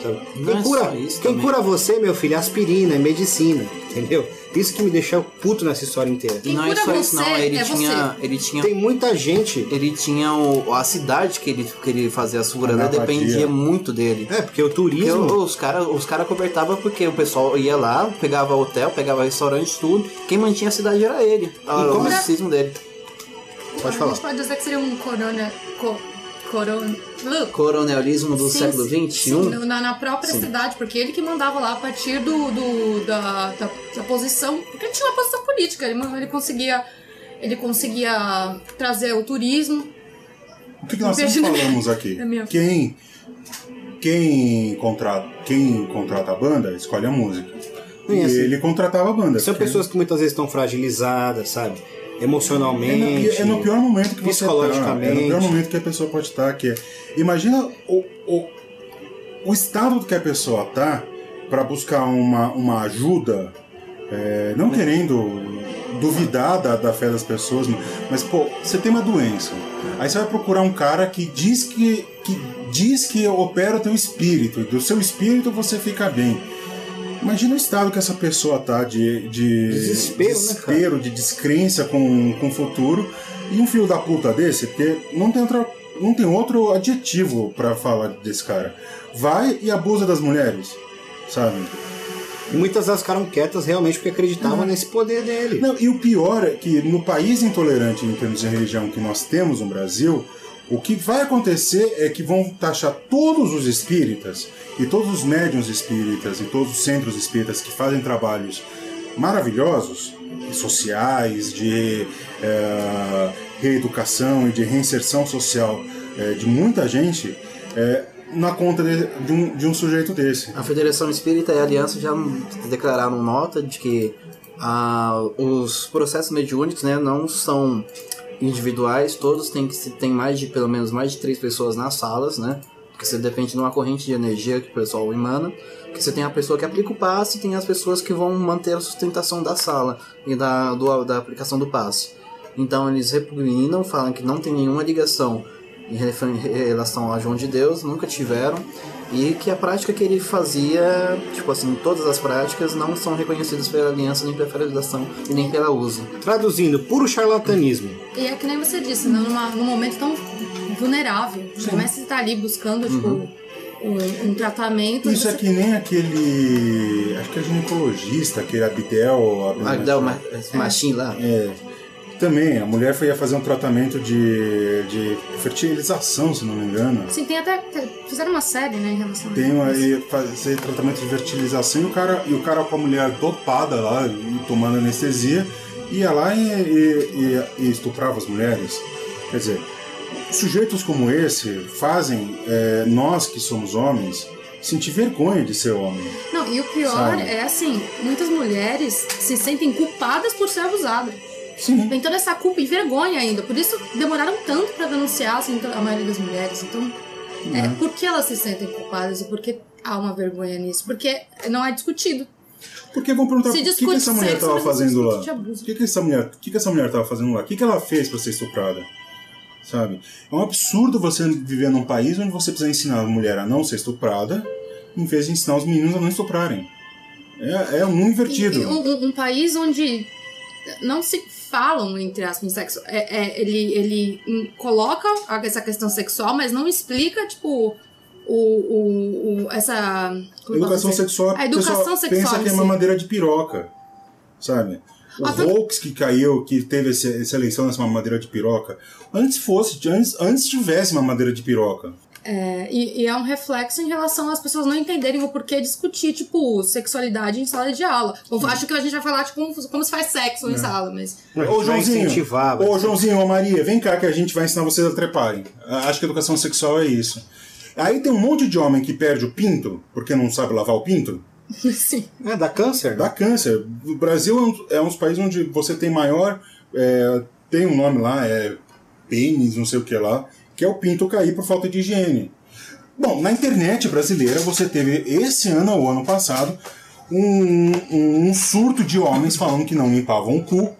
Speaker 4: sabe?
Speaker 3: Não
Speaker 4: Quem,
Speaker 3: é
Speaker 4: cura,
Speaker 3: só isso
Speaker 4: quem
Speaker 3: também.
Speaker 4: cura você, meu filho, é aspirina, é medicina, entendeu? Isso que me deixou puto nessa história inteira.
Speaker 3: E
Speaker 6: Quem
Speaker 3: não é
Speaker 6: cura
Speaker 3: só isso, não.
Speaker 6: você
Speaker 3: Ele
Speaker 6: é
Speaker 3: tinha. Ele tinha.
Speaker 4: Tem muita gente
Speaker 3: Ele tinha o, a cidade que ele, que ele fazia as seguras
Speaker 1: A
Speaker 3: dela
Speaker 1: Lapa
Speaker 3: dependia
Speaker 1: Dia.
Speaker 3: muito dele.
Speaker 4: É, porque o
Speaker 3: Porque
Speaker 4: turismo.
Speaker 3: o- os caras os cara cobertavam porque o pessoal ia lá, pegava hotel, pegava restaurante, tudo. Quem mantinha a cidade era ele. Era
Speaker 4: como
Speaker 3: o
Speaker 4: é-
Speaker 3: misticismo dele.
Speaker 4: E Pode
Speaker 5: A
Speaker 4: falar.
Speaker 5: gente pode dizer que seria um corona. Co, corona. Look,
Speaker 3: Coronelismo do
Speaker 5: Sim,
Speaker 3: século um?
Speaker 5: sim,
Speaker 3: XXI.
Speaker 5: sim, no- na, na própria cidade, porque ele que mandava lá a partir do, do- da, da, da posição. Porque ele tinha uma posição política, ele, man- ele conseguia. Ele conseguia trazer o turismo.
Speaker 1: O que, que nós
Speaker 5: Perdi na minha-
Speaker 1: falamos aqui?
Speaker 5: na minha-
Speaker 1: Quem, quem, contrata, quem contrata a banda escolhe a música.
Speaker 4: Não,
Speaker 1: e
Speaker 4: e assim,
Speaker 1: ele contratava a banda.
Speaker 4: São
Speaker 1: porque-
Speaker 4: pessoas que muitas vezes estão fragilizadas, sabe?
Speaker 1: É no, pi-
Speaker 4: Emocionalmente.
Speaker 1: é no pior momento que você tá. É
Speaker 4: psicologicamente.
Speaker 1: no pior momento que a pessoa pode estar. Que é, imagina o, o, o estado que a pessoa tá para buscar uma, uma ajuda, é, não querendo duvidar da, da fé das pessoas, né? mas pô, você tem uma doença. Aí você vai procurar um cara que diz que, que diz que opera o teu espírito, e do seu espírito você fica bem. Imagina o estado que essa pessoa tá de, de
Speaker 4: Desespero, né,
Speaker 1: desespero, de descrença com, com o futuro. E um filho da puta desse, porque não tem, outra, não tem outro adjetivo pra falar desse cara. Vai e abusa das mulheres, sabe?
Speaker 4: E muitas delas ficaram quietas realmente porque acreditavam nesse poder dele.
Speaker 1: Não, e o pior é que no país intolerante em termos de religião que nós temos no Brasil, o que vai acontecer é que vão taxar todos os espíritas e todos os médiuns espíritas e todos os centros espíritas que fazem trabalhos maravilhosos, sociais, de eh, reeducação e de reinserção social eh, de muita gente, eh, na conta de, de um, de um sujeito desse.
Speaker 3: A Federação Espírita e a Aliança já declararam nota de que ah, os processos mediúnicos né, não são individuais, todos têm que se- tem mais de pelo menos mais de três pessoas nas salas, né? Porque você depende de uma corrente de energia que o pessoal emana, que você tem a pessoa que aplica o passe e tem as pessoas que vão manter a sustentação da sala e da, do- da aplicação do passe. Então eles repugnam, falam que não tem nenhuma ligação em refer- em relação a João de Deus, nunca tiveram, e que a prática que ele fazia, tipo assim, todas as práticas não são reconhecidas pela aliança, nem pela federação e nem pela USA.
Speaker 4: Traduzindo, puro charlatanismo.
Speaker 5: E é que nem você disse, né, numa, num momento tão vulnerável. né, Começa a estar ali buscando, tipo, um, um tratamento.
Speaker 1: Isso
Speaker 5: você-
Speaker 1: é que nem aquele. Acho que é ginecologista, aquele Abdel. Abdel-
Speaker 3: Magdal Ma- Machin lá.
Speaker 1: É. Também, a mulher foi ia fazer um tratamento de, de fertilização, se não me engano.
Speaker 5: Assim, tem até. Fizeram uma série, né, em relação
Speaker 1: Tem um
Speaker 5: a isso.
Speaker 1: aí fazer tratamento de fertilização e o cara, e o cara com a mulher dopada lá, tomando anestesia, ia lá e, e- e- e estuprava as mulheres. Quer dizer, sujeitos como esse fazem é, nós que somos homens sentir vergonha de ser homem.
Speaker 5: Não, e o pior
Speaker 1: Sabe?
Speaker 5: é assim, muitas mulheres se sentem culpadas por ser abusada.
Speaker 1: Sim.
Speaker 5: Tem toda essa culpa e vergonha ainda. Por isso demoraram tanto pra denunciar assim, a maioria das mulheres. Então, é,
Speaker 1: né?
Speaker 5: por que elas se sentem culpadas e por que há uma vergonha nisso? Porque não é discutido.
Speaker 1: Porque vão perguntar o
Speaker 5: Se
Speaker 1: que, que
Speaker 5: discute
Speaker 1: essa mulher
Speaker 5: sexo,
Speaker 1: estava
Speaker 5: mas não se
Speaker 1: fazendo lá.
Speaker 5: discute abuso.
Speaker 1: O que, que essa mulher, o que, que essa mulher tava fazendo lá? O que, que ela fez para ser estuprada? Sabe? É um absurdo você viver num país onde você precisa ensinar a mulher a não ser estuprada, em vez de ensinar os meninos a não estuprarem. É, é um mundo invertido.
Speaker 5: E- e um, um- um país onde não se falam entre aspas em sexo. É, é, ele, ele hum, coloca a- essa questão sexual, mas não explica, tipo, o, o, o- essa.
Speaker 1: A
Speaker 5: como eu posso
Speaker 1: educação
Speaker 5: dizer?
Speaker 1: sexual,
Speaker 5: A educação
Speaker 1: pessoal
Speaker 5: sexual
Speaker 1: pensa
Speaker 5: em
Speaker 1: que é
Speaker 5: si.
Speaker 1: uma madeira de piroca, sabe? O
Speaker 5: Ah, tanto-
Speaker 1: hoax que caiu, que teve esse- essa eleição nessa madeira de piroca, antes fosse, antes, antes tivesse uma madeira de piroca.
Speaker 5: É, e, e é um reflexo em relação às pessoas não entenderem o porquê discutir, tipo, sexualidade em sala de aula. Ou acho que a gente vai falar de como, como se faz sexo em
Speaker 1: É.
Speaker 5: sala, mas.
Speaker 1: Ô, Joãozinho.
Speaker 4: incentivava.
Speaker 1: Ô, Joãozinho, ô Maria, vem cá que a gente vai ensinar vocês a treparem. Ah, Acho que educação sexual é isso. Aí tem um monte de homem que perde o pinto porque não sabe lavar o pinto.
Speaker 5: Sim.
Speaker 4: É, dá câncer?
Speaker 1: Dá câncer. O Brasil é um, é um dos países onde você tem maior. é, tem um nome lá, é pênis, não sei o que lá, que é o pinto cair por falta de higiene. Bom, na internet brasileira você teve esse ano ou ano passado um, um- um surto de homens falando que não limpavam o cu,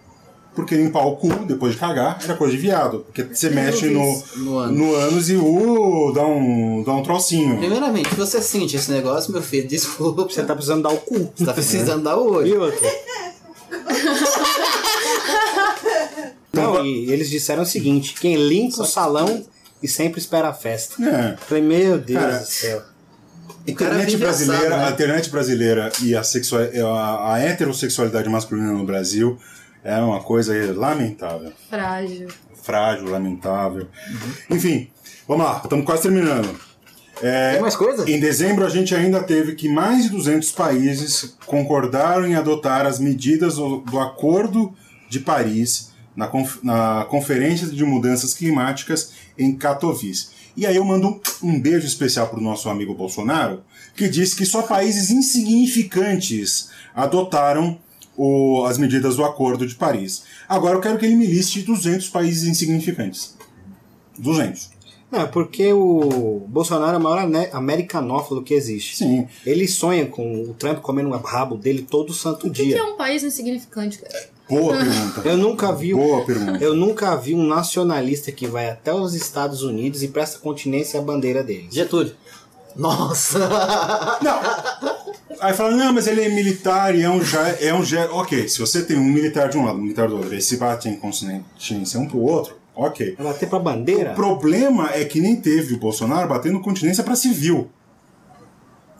Speaker 1: porque limpar o cu depois de cagar era coisa de viado, porque você mexe
Speaker 5: vi
Speaker 1: no,
Speaker 5: isso.
Speaker 3: No ânus.
Speaker 1: no ânus e o dá um, dá um trocinho.
Speaker 3: Primeiramente, você sente esse negócio, meu filho, desculpa.
Speaker 4: Você tá precisando dar o cu.
Speaker 3: Você tá precisando dar o
Speaker 4: E
Speaker 3: olho.
Speaker 4: outro. Não, e eles disseram o seguinte: quem limpa o salão e sempre espera a festa.
Speaker 1: É.
Speaker 4: Eu Falei, meu Deus
Speaker 1: Cara,
Speaker 4: do céu.
Speaker 3: O cara
Speaker 1: internet
Speaker 3: vive assado,
Speaker 1: brasileira,
Speaker 3: né?
Speaker 1: a internet brasileira e a, sexua- a- é a heterossexualidade masculina no Brasil é uma coisa lamentável.
Speaker 5: Frágil.
Speaker 1: frágil, lamentável.
Speaker 3: Uhum.
Speaker 1: Enfim, vamos lá, estamos quase terminando. É,
Speaker 3: Tem mais coisa?
Speaker 1: Em dezembro, a gente ainda teve que mais de 200 países concordaram em adotar as medidas do, do Acordo de Paris na, conf- na Conferência de Mudanças Climáticas em Katowice. E aí eu mando um, um beijo especial para o nosso amigo Bolsonaro, que diz que só países insignificantes adotaram o- as medidas do Acordo de Paris. Agora eu quero que ele me liste 200 países insignificantes. 200.
Speaker 4: Não, é porque o Bolsonaro é o maior ane- americanófilo que existe.
Speaker 1: Sim.
Speaker 4: Ele sonha com o Trump comendo o rabo dele todo santo
Speaker 6: O que é
Speaker 4: dia.
Speaker 6: um país insignificante, cara?
Speaker 1: Boa pergunta.
Speaker 4: Eu nunca vi um-
Speaker 1: Boa pergunta.
Speaker 4: eu nunca vi um nacionalista que vai até os Estados Unidos e presta continência à bandeira deles.
Speaker 3: Getúlio. Nossa!
Speaker 1: Não. Aí fala, não, mas ele é militar e é um já é um já. Ok, se você tem um militar de um lado, um militar do outro, eles se batem em continência um pro outro, ok.
Speaker 4: Vai bater pra
Speaker 1: O
Speaker 4: bandeira?
Speaker 1: problema é que nem teve o Bolsonaro batendo continência pra civil,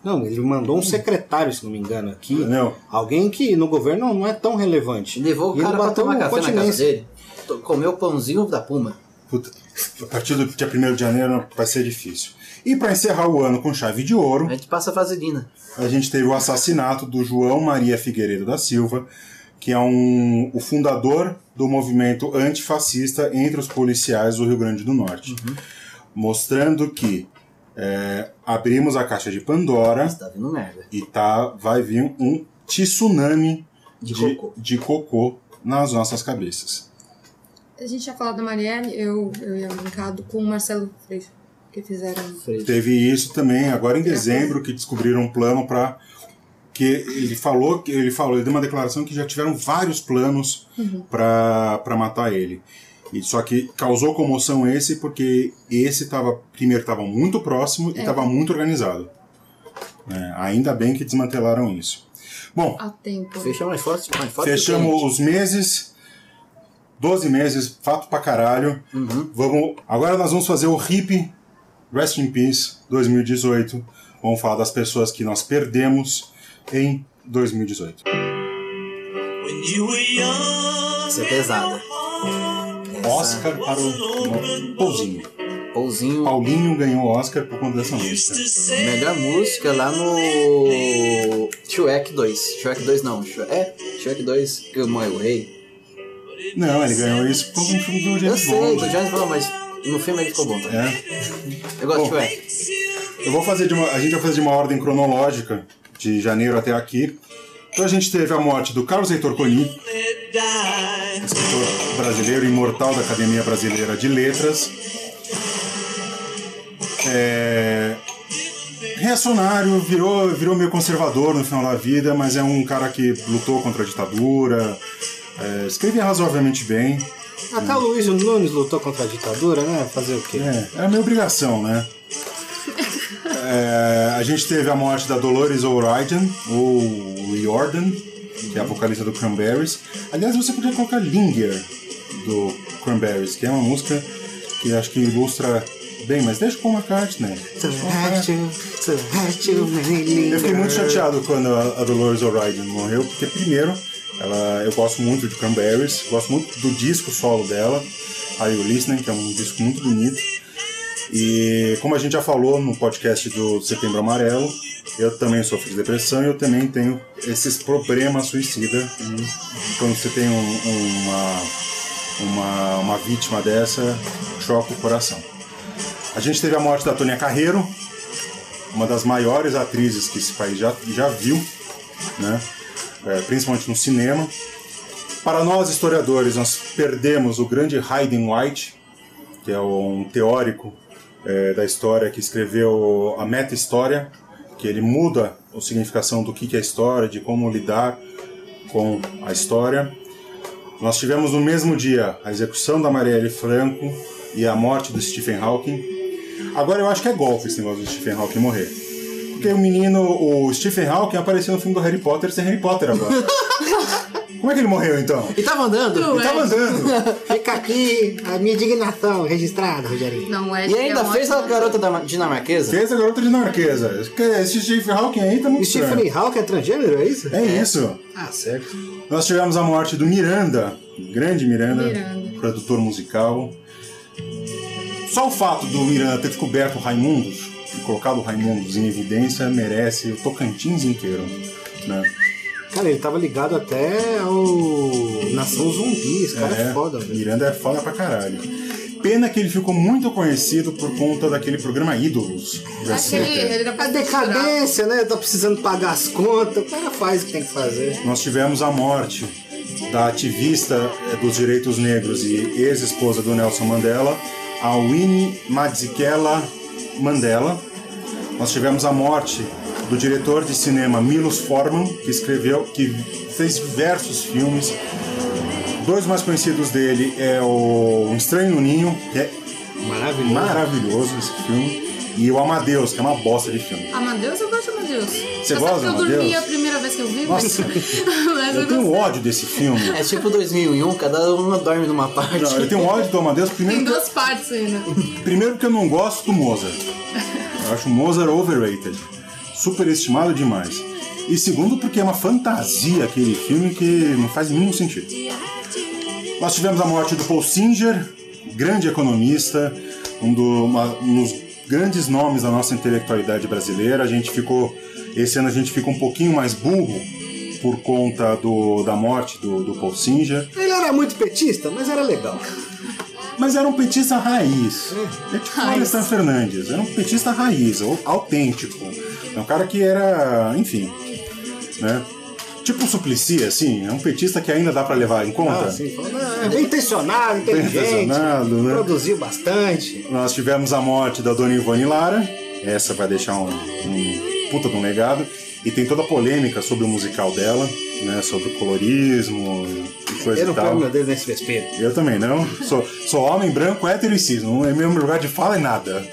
Speaker 4: Não, ele mandou um secretário, se não me engano, aqui.
Speaker 1: entendeu?
Speaker 4: Alguém que no governo não, não é tão relevante.
Speaker 3: Levou o
Speaker 4: E ele
Speaker 3: cara pra
Speaker 4: bateu
Speaker 3: tomar
Speaker 4: um
Speaker 3: café na casa
Speaker 4: continência.
Speaker 3: dele. to- Comeu o pãozinho da Puma.
Speaker 1: Puta, a partir do dia 1 de janeiro vai ser difícil. E pra encerrar o ano com chave de ouro,
Speaker 3: A gente passa vaselina.
Speaker 1: a gente teve o assassinato do João Maria Figueiredo da Silva, que é um, o fundador do movimento antifascista entre os policiais do Rio Grande do Norte.
Speaker 3: Uhum.
Speaker 1: Mostrando que é, abrimos a caixa de Pandora
Speaker 3: Mas tá vindo merda.
Speaker 1: e tá, vai vir um tsunami
Speaker 3: De cocô.
Speaker 1: de cocô nas nossas cabeças.
Speaker 5: A gente já falou da Marielle, eu, eu ia brincado com o Marcelo Freixo, que fizeram.
Speaker 1: Teve isso também agora em dezembro que descobriram um plano para que ele falou que ele falou ele deu uma declaração que já tiveram vários planos pra para matar ele. E só que causou comoção esse porque esse tava primeiro estava muito próximo e estava muito organizado. É, ainda bem que desmantelaram isso. Bom,
Speaker 5: a tempo.
Speaker 3: Fechamos mais forte, mais forte.
Speaker 1: Fechamos os meses. 12 meses, fato pra caralho. Vamos, agora nós vamos fazer o RIP Rest in Peace 2018. Vamos falar das pessoas que nós perdemos em 2018.
Speaker 2: When you were young,
Speaker 3: Isso é pesada.
Speaker 1: Oscar para o Pouzinho.
Speaker 3: Pãozinho.
Speaker 1: Paulinho ganhou o Oscar por conta dessa música.
Speaker 3: Melhor música lá no. Shrek 2. Shrek 2 não. Shre- É, Shrek 2 que eu o rei.
Speaker 1: Não, ele ganhou isso por conta do filme do
Speaker 3: Eu
Speaker 1: James
Speaker 3: sei, do
Speaker 1: Bond.
Speaker 3: James Bond, mas no filme ele ficou bom também.
Speaker 1: É.
Speaker 3: Eu gosto de
Speaker 1: Bom.
Speaker 3: Shrek.
Speaker 1: Eu vou fazer de uma, a gente vai fazer de uma ordem cronológica, de janeiro até aqui. Então a gente teve a morte do Carlos Heitor Coni, escritor brasileiro imortal da Academia Brasileira de Letras. É... Reacionário, virou, virou meio conservador no final da vida, mas é um cara que lutou contra a ditadura, é, escrevia razoavelmente bem.
Speaker 4: Até o Luiz Nunes lutou contra a ditadura, né? Fazer o quê?
Speaker 1: É, era minha obrigação, né? É, a gente teve a morte da Dolores O'Riordan, ou Riordan, que é a vocalista do Cranberries. Aliás, você podia colocar Linger do Cranberries, que é uma música que acho que ilustra bem, mas deixa com uma McCartney.
Speaker 4: é,
Speaker 1: Eu fiquei muito chateado quando a a Dolores O'Riordan morreu, porque primeiro, ela, eu gosto muito de Cranberries, gosto muito do disco solo dela, Are You Listening, que é um disco muito bonito. E como a gente já falou no podcast do Setembro Amarelo, eu também sofro de depressão e eu também tenho esses problemas suicida. E quando você tem um- uma, uma, uma vítima dessa, choca o coração. A gente teve a morte da Tônia Carreiro, uma das maiores atrizes que esse país já, já viu, né? É, principalmente no cinema. Para nós historiadores, nós perdemos o grande Hayden White, que é um teórico é, da história que escreveu a Meta História, que ele muda a significação do que que é história, de como lidar com a história. Nós tivemos no mesmo dia a execução da Marielle Franco e a morte do Stephen Hawking. Agora eu acho que é golpe esse negócio do Stephen Hawking morrer. Porque o menino, o Stephen Hawking, apareceu no filme do Harry Potter sem Harry Potter agora. Como é que ele morreu então?
Speaker 3: E tava andando.
Speaker 1: Ele tava andando.
Speaker 4: Fica aqui a minha indignação registrada, Rogerinho.
Speaker 6: Não é
Speaker 3: E ainda
Speaker 6: é
Speaker 3: fez a
Speaker 5: né?
Speaker 6: ótimo.
Speaker 3: garota da dinamarquesa.
Speaker 1: Fez a garota dinamarquesa. Esse Stephen Hawking aí tá muito estranho.
Speaker 4: Stephen Hawking é transgênero, é isso?
Speaker 1: É isso.
Speaker 4: Ah, certo.
Speaker 1: Nós tivemos a morte do Miranda, grande Miranda,
Speaker 6: Miranda.
Speaker 1: produtor musical. Só o fato do Miranda ter descoberto o Raimundos e colocado o Raimundos em evidência merece o Tocantins inteiro, né?
Speaker 4: Cara, ele tava ligado até ao Nação Zumbi, esse cara é, foda, velho.
Speaker 1: Miranda é foda pra caralho. Pena que ele ficou muito conhecido por conta daquele programa Ídolos. da
Speaker 6: Acho que ele,
Speaker 1: SBT.
Speaker 6: ele era
Speaker 4: A
Speaker 6: pra misturar.
Speaker 4: É decadência, né? Tá precisando pagar as contas, o cara faz o que tem que fazer.
Speaker 1: Nós tivemos a morte da ativista eh, dos direitos negros e ex-esposa do Nelson Mandela, a Winnie Madikela Mandela. Nós tivemos a morte do diretor de cinema Milos Forman, que escreveu, que fez diversos filmes. Dois mais conhecidos dele é o Um Estranho no Ninho, que é
Speaker 4: Maravilhoso.
Speaker 1: maravilhoso esse filme, e o Amadeus, que é uma bosta de filme.
Speaker 6: Amadeus, eu gosto de Amadeus.
Speaker 1: Você
Speaker 6: eu
Speaker 1: gosta
Speaker 6: que
Speaker 1: de
Speaker 6: eu dormi
Speaker 1: Amadeus?
Speaker 6: a primeira vez que eu vi,
Speaker 1: Nossa.
Speaker 6: mas, mas eu
Speaker 1: Eu tenho
Speaker 6: gostei.
Speaker 1: ódio desse filme.
Speaker 3: É tipo 2001, cada uma dorme numa parte.
Speaker 1: Não, é. eu tenho ódio do Amadeus, primeiro
Speaker 6: Tem
Speaker 1: que
Speaker 6: duas partes ainda.
Speaker 1: Primeiro que eu não gosto do Mozart. Eu acho o Mozart overrated. Superestimado demais. E segundo porque é uma fantasia aquele filme que não faz nenhum sentido. Nós tivemos a morte do Paul Singer, grande economista, um, do- uma- um dos grandes nomes da nossa intelectualidade brasileira. A gente ficou. Esse ano a gente fica um pouquinho mais burro por conta do- da morte do- do Paul Singer.
Speaker 4: Ele era muito petista, mas era legal.
Speaker 1: Mas era um petista raiz.
Speaker 4: Uhum.
Speaker 1: É tipo o Alessandro Fernandes. Era um petista raiz, au- autêntico. É um cara que era, enfim, né? Tipo o Suplicy, assim, é um petista que ainda dá pra levar em conta.
Speaker 4: Ah, sim, falando, ah, bem intencionado, inteligente,
Speaker 1: intencionado, né?
Speaker 4: produziu bastante.
Speaker 1: Nós tivemos a morte da Dona Ivone Lara. Essa vai deixar um, um puta de um legado. E tem toda a polêmica sobre o musical dela, né? Sobre o colorismo e coisa
Speaker 4: Eu não
Speaker 1: e tal.
Speaker 4: pego meu dedo nesse vespeiro.
Speaker 1: Eu também não. Sou, sou homem branco, hétero e cis. Não é meu lugar de fala em nada.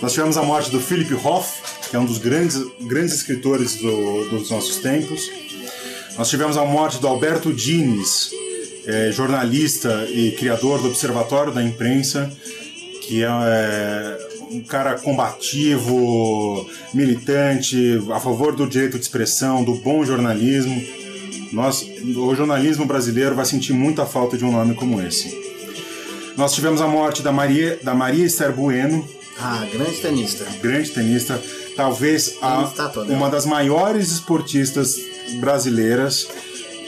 Speaker 1: Nós tivemos a morte do Philip Hoff, que é um dos grandes, grandes escritores do- dos nossos tempos. Nós tivemos a morte do Alberto Dines, eh, jornalista e criador do Observatório da Imprensa, que é eh, um cara combativo, militante, a favor do direito de expressão, do bom jornalismo. Nós, o jornalismo brasileiro vai sentir muita falta de um nome como esse. Nós tivemos a morte da Maria, da Maria Esther Bueno,
Speaker 3: Ah, grande tenista.
Speaker 1: grande tenista, talvez
Speaker 3: Tem uma
Speaker 1: a,
Speaker 3: estátua dela.
Speaker 1: uma das maiores esportistas brasileiras,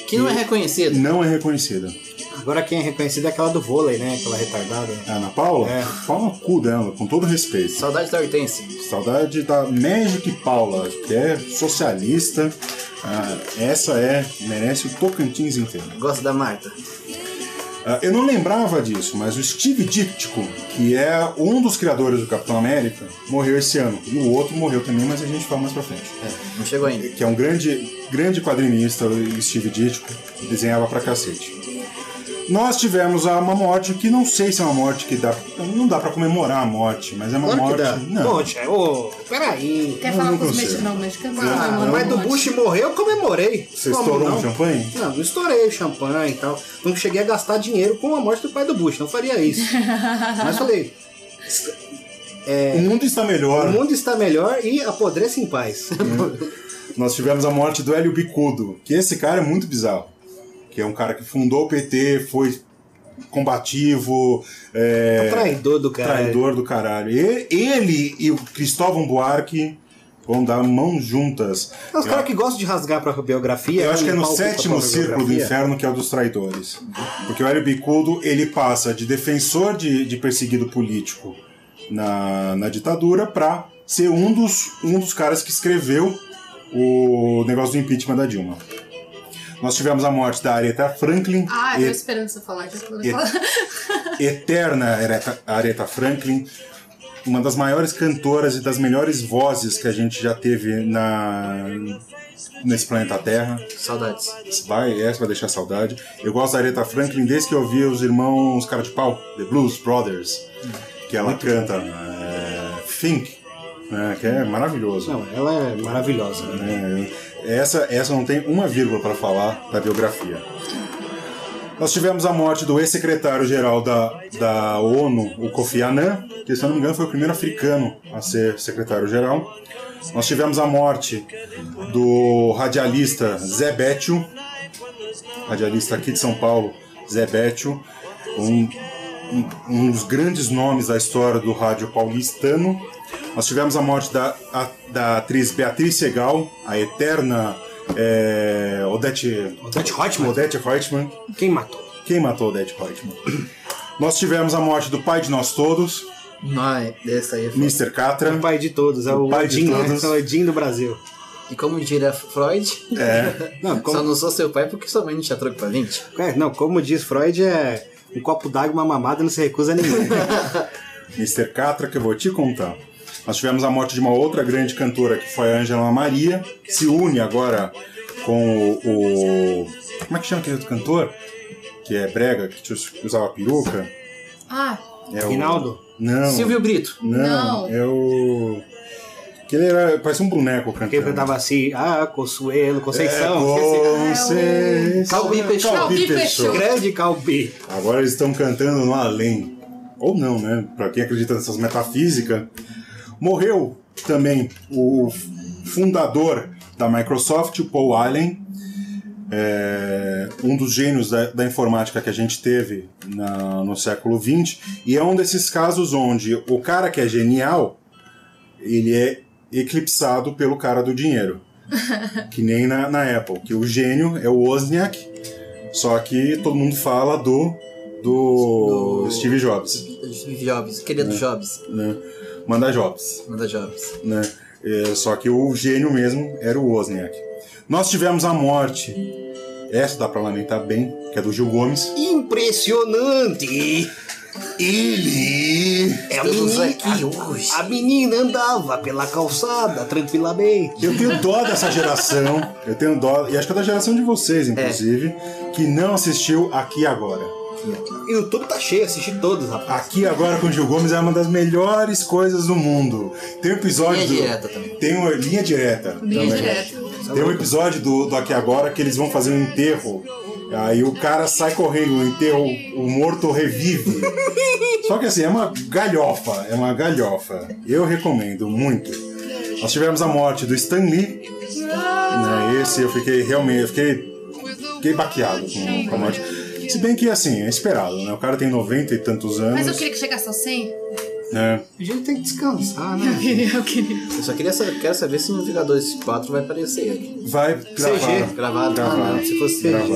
Speaker 3: Que não é reconhecido.
Speaker 1: não é reconhecida.
Speaker 4: Agora quem é reconhecido é aquela do vôlei, né? Aquela retardada.
Speaker 1: A Ana Paula?
Speaker 4: É.
Speaker 1: Pau no cu dela, com todo respeito.
Speaker 3: Saudade da Hortense.
Speaker 1: Saudade da Magic Paula, que é socialista. Ah, essa é, merece o Tocantins inteiro.
Speaker 3: Gosto da Marta.
Speaker 1: Ah, Eu não lembrava disso, mas o Steve Ditko, que é um dos criadores do Capitão América, morreu esse ano. E o outro morreu também, mas a gente fala mais pra frente.
Speaker 3: É, não chegou ainda.
Speaker 1: Que é um grande, grande quadrinista, o Steve Ditko, que desenhava pra cacete. Nós tivemos a- uma morte que não sei se é uma morte que dá. Não dá pra comemorar a morte, mas é uma
Speaker 4: Claro que
Speaker 1: morte.
Speaker 4: dá.
Speaker 1: Não.
Speaker 4: Poxa, ô, peraí.
Speaker 6: Quer
Speaker 1: Não,
Speaker 6: falar
Speaker 1: não
Speaker 6: com os
Speaker 1: consigo.
Speaker 6: mexicanos? Não, mexicanos não,
Speaker 4: Ah,
Speaker 6: mano,
Speaker 4: mas
Speaker 5: um
Speaker 4: do
Speaker 6: não pode.
Speaker 4: Bush morrer eu comemorei.
Speaker 1: Você
Speaker 4: Como
Speaker 1: estourou
Speaker 4: não?
Speaker 1: um champanhe?
Speaker 4: Não, não estourei o champanhe e tal. Não cheguei a gastar dinheiro com a morte do pai do Bush, não faria isso. Mas falei, É.
Speaker 1: O mundo está melhor.
Speaker 4: o mundo está melhor e apodreça em paz.
Speaker 1: Nós tivemos a morte do Hélio Bicudo, que esse cara é muito bizarro. Que é um cara que fundou o PT, foi combativo, é,
Speaker 4: Traidor do cara.
Speaker 1: traidor do caralho. E- ele e o Cristóvão Buarque vão dar mãos juntas.
Speaker 4: É os caras que gostam de rasgar a própria biografia.
Speaker 1: Eu acho que é no
Speaker 4: limpar o cu com a
Speaker 1: sétimo
Speaker 4: própria
Speaker 1: círculo do
Speaker 4: biografia.
Speaker 1: inferno que é o dos traidores. Porque o Hélio Bicudo, ele passa de defensor de, de perseguido político na, na ditadura pra ser um dos, um dos caras que escreveu o negócio do impeachment da Dilma. Nós tivemos a morte da Aretha Franklin.
Speaker 6: Ah,
Speaker 5: é
Speaker 6: eu
Speaker 1: e-
Speaker 6: tô esperando você falar. Já tô
Speaker 1: E- eterna Aretha, Aretha Franklin, uma das maiores cantoras e das melhores vozes que a gente já teve na, nesse planeta Terra.
Speaker 3: Saudades.
Speaker 1: Vai, essa vai deixar saudade. Eu gosto da Aretha Franklin desde que eu vi os irmãos Cara de Pau, The Blues Brothers, que ela canta é, Think, né, que é maravilhoso.
Speaker 4: Não, ela é maravilhosa. Né?
Speaker 1: né? Essa, essa não tem uma vírgula para falar da biografia. Nós tivemos a morte do ex-secretário-geral da, da ONU, o Kofi Annan, que, se eu não me engano, foi o primeiro africano a ser secretário-geral. Nós tivemos a morte do radialista Zé Bétio, radialista aqui de São Paulo, Zé Bétio. um, um, um dos grandes nomes da história do rádio paulistano. Nós tivemos a morte da, a- da atriz Beatriz Segal, a eterna é, Odete,
Speaker 4: Odete Reutemann.
Speaker 1: Odete Reutemann.
Speaker 4: Quem matou?
Speaker 1: Quem matou Odete Reutemann? Nós tivemos a morte do pai de nós todos,
Speaker 3: Ai, essa aí é foda.
Speaker 1: Mr. Catra.
Speaker 4: O pai de todos, é o,
Speaker 1: O pai de
Speaker 4: Odin, né?
Speaker 1: todos.
Speaker 4: É o Odin do Brasil.
Speaker 3: E como diria Freud,
Speaker 1: É.
Speaker 4: Não,
Speaker 3: só
Speaker 4: como,
Speaker 3: não sou seu pai porque sua mãe não te atrou pra 20.
Speaker 4: é, não, como diz Freud, é um copo d'água, uma mamada, não se recusa a ninguém.
Speaker 1: Mr. Catra, que eu vou te contar. Nós tivemos a morte de uma outra grande cantora que foi a Angela Maria, que se une agora com o. o- como é que chama aquele outro cantor? Que é brega, que te- usava peruca.
Speaker 5: Ah,
Speaker 1: É o-
Speaker 4: Rinaldo?
Speaker 1: Não.
Speaker 3: Silvio Brito.
Speaker 1: Não,
Speaker 5: Não.
Speaker 1: é o. Que ele era. Parece um boneco cantando.
Speaker 4: Quem cantava assim, ah, Consuelo, Conceição.
Speaker 1: É, Conceição.
Speaker 3: Ah, é Calbi Peixoto.
Speaker 5: Calbi
Speaker 1: Peixoto.
Speaker 4: Grande Calbi.
Speaker 1: Agora eles estão cantando no além. Ou não, né? Pra quem acredita nessas metafísicas. Morreu também o fundador da Microsoft, o Paul Allen. É, um dos gênios da, da informática que a gente teve na- no século XX. E é um desses casos onde o cara que é genial, ele é eclipsado pelo cara do dinheiro. que nem na, na Apple, que o gênio é o Wozniak, só que todo mundo fala do, do,
Speaker 3: Do-
Speaker 1: Steve Jobs,
Speaker 3: Steve Jobs, querido Jobs.
Speaker 1: né? Manda Jobs,
Speaker 3: Manda Jobs.
Speaker 1: né? É, só que o gênio mesmo era o Wozniak. Nós tivemos a morte, essa dá pra lamentar bem, que é do Gil Gomes.
Speaker 4: Impressionante!
Speaker 1: Ele!
Speaker 4: É a
Speaker 3: Estamos
Speaker 4: menina,
Speaker 3: aqui hoje.
Speaker 4: a menina andava pela calçada tranquilamente.
Speaker 1: Eu tenho dó dessa geração, eu tenho dó, e acho que é da geração de vocês, inclusive, que não assistiu Aqui Agora.
Speaker 4: E o YouTube tá cheio, assisti todos, rapaz.
Speaker 1: Aqui Agora com Gil Gomes é uma das melhores coisas do mundo. Tem um episódio.
Speaker 3: Linha
Speaker 1: do-
Speaker 3: direta também.
Speaker 1: Tem uma linha direta.
Speaker 5: linha
Speaker 1: também.
Speaker 5: direta.
Speaker 1: Tem um episódio do, do Aqui Agora que eles vão fazer um enterro. Aí o cara sai correndo, o enterro, o morto revive. Só que assim, é uma galhofa, é uma galhofa. Eu recomendo muito. Nós tivemos a morte do Stan Lee. Né, esse eu fiquei realmente, eu fiquei, fiquei baqueado com, com a morte. Se bem que assim, é esperado, né? O cara tem 90 e tantos anos.
Speaker 5: Mas eu queria que chegasse ao 100.
Speaker 1: né?
Speaker 4: A gente tem que descansar, né?
Speaker 5: Eu queria, eu queria.
Speaker 3: Eu só queria sa- quero saber se no Vingadores 4 vai aparecer ele.
Speaker 1: Vai
Speaker 4: CG,
Speaker 1: gravar.
Speaker 3: Gravado? Ah, não,
Speaker 1: Gravado.
Speaker 3: se fosse
Speaker 1: Gravado.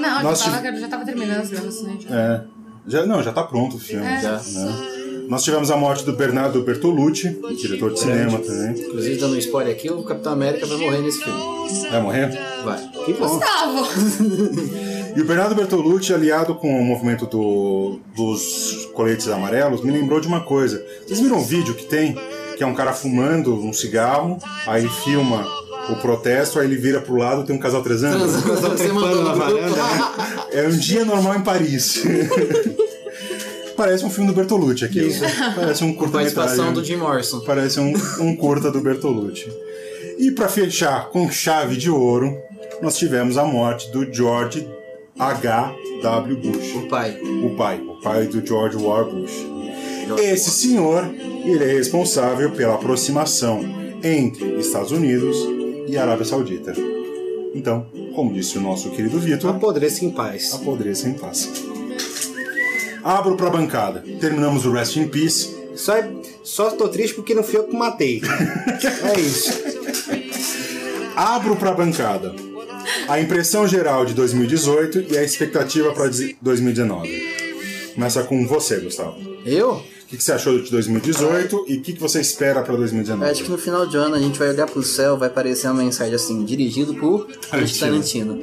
Speaker 5: Não, eu
Speaker 1: Nós
Speaker 5: já tava, eu já tava terminando as gravações. né?
Speaker 1: É. Já, não, já tá pronto o filme.
Speaker 3: já.
Speaker 1: né? Nós tivemos a morte do Bernardo Bertolucci, diretor de cinema também.
Speaker 3: Inclusive, dando um spoiler aqui, o Capitão América vai morrer nesse filme.
Speaker 1: Vai morrer?
Speaker 3: Vai.
Speaker 4: Que bom.
Speaker 5: Gustavo!
Speaker 1: E o Bernardo Bertolucci, aliado com o movimento do- dos coletes amarelos, me lembrou de uma coisa. Vocês viram um vídeo que tem, que é um cara fumando um cigarro, aí filma o protesto, aí ele vira pro lado, tem um casal transando.
Speaker 3: Você mandou no
Speaker 4: na
Speaker 3: grupo. né?
Speaker 4: varanda,
Speaker 1: É um dia normal em Paris. Parece um filme do Bertolucci aqui. Parece um
Speaker 3: Participação
Speaker 1: curta-metragem.
Speaker 3: do Jim Morrison.
Speaker 1: Parece um, um curta do Bertolucci. E para fechar com chave de ouro, nós tivemos a morte do George H.W. Bush,
Speaker 3: O pai.
Speaker 1: o pai, o pai do George War Bush. Esse senhor, ele é responsável pela aproximação entre Estados Unidos e Arábia Saudita. Então, como disse o nosso querido Vitor,
Speaker 4: Apodreça em paz.
Speaker 1: apodreça em paz. Abro pra bancada. Terminamos o Rest in Peace.
Speaker 4: Só, é, só tô triste porque não fui eu que matei. É isso.
Speaker 1: Abro para a bancada. A impressão geral de 2018 e a expectativa para 2019. Começa com você, Gustavo. O
Speaker 3: Eu?
Speaker 1: que, que você achou de 2018 e o que, que você espera para
Speaker 3: Eu acho
Speaker 1: 2019?
Speaker 3: que no final de ano a gente vai olhar pro céu, vai aparecer uma mensagem assim, dirigido por Quentin Tarantino.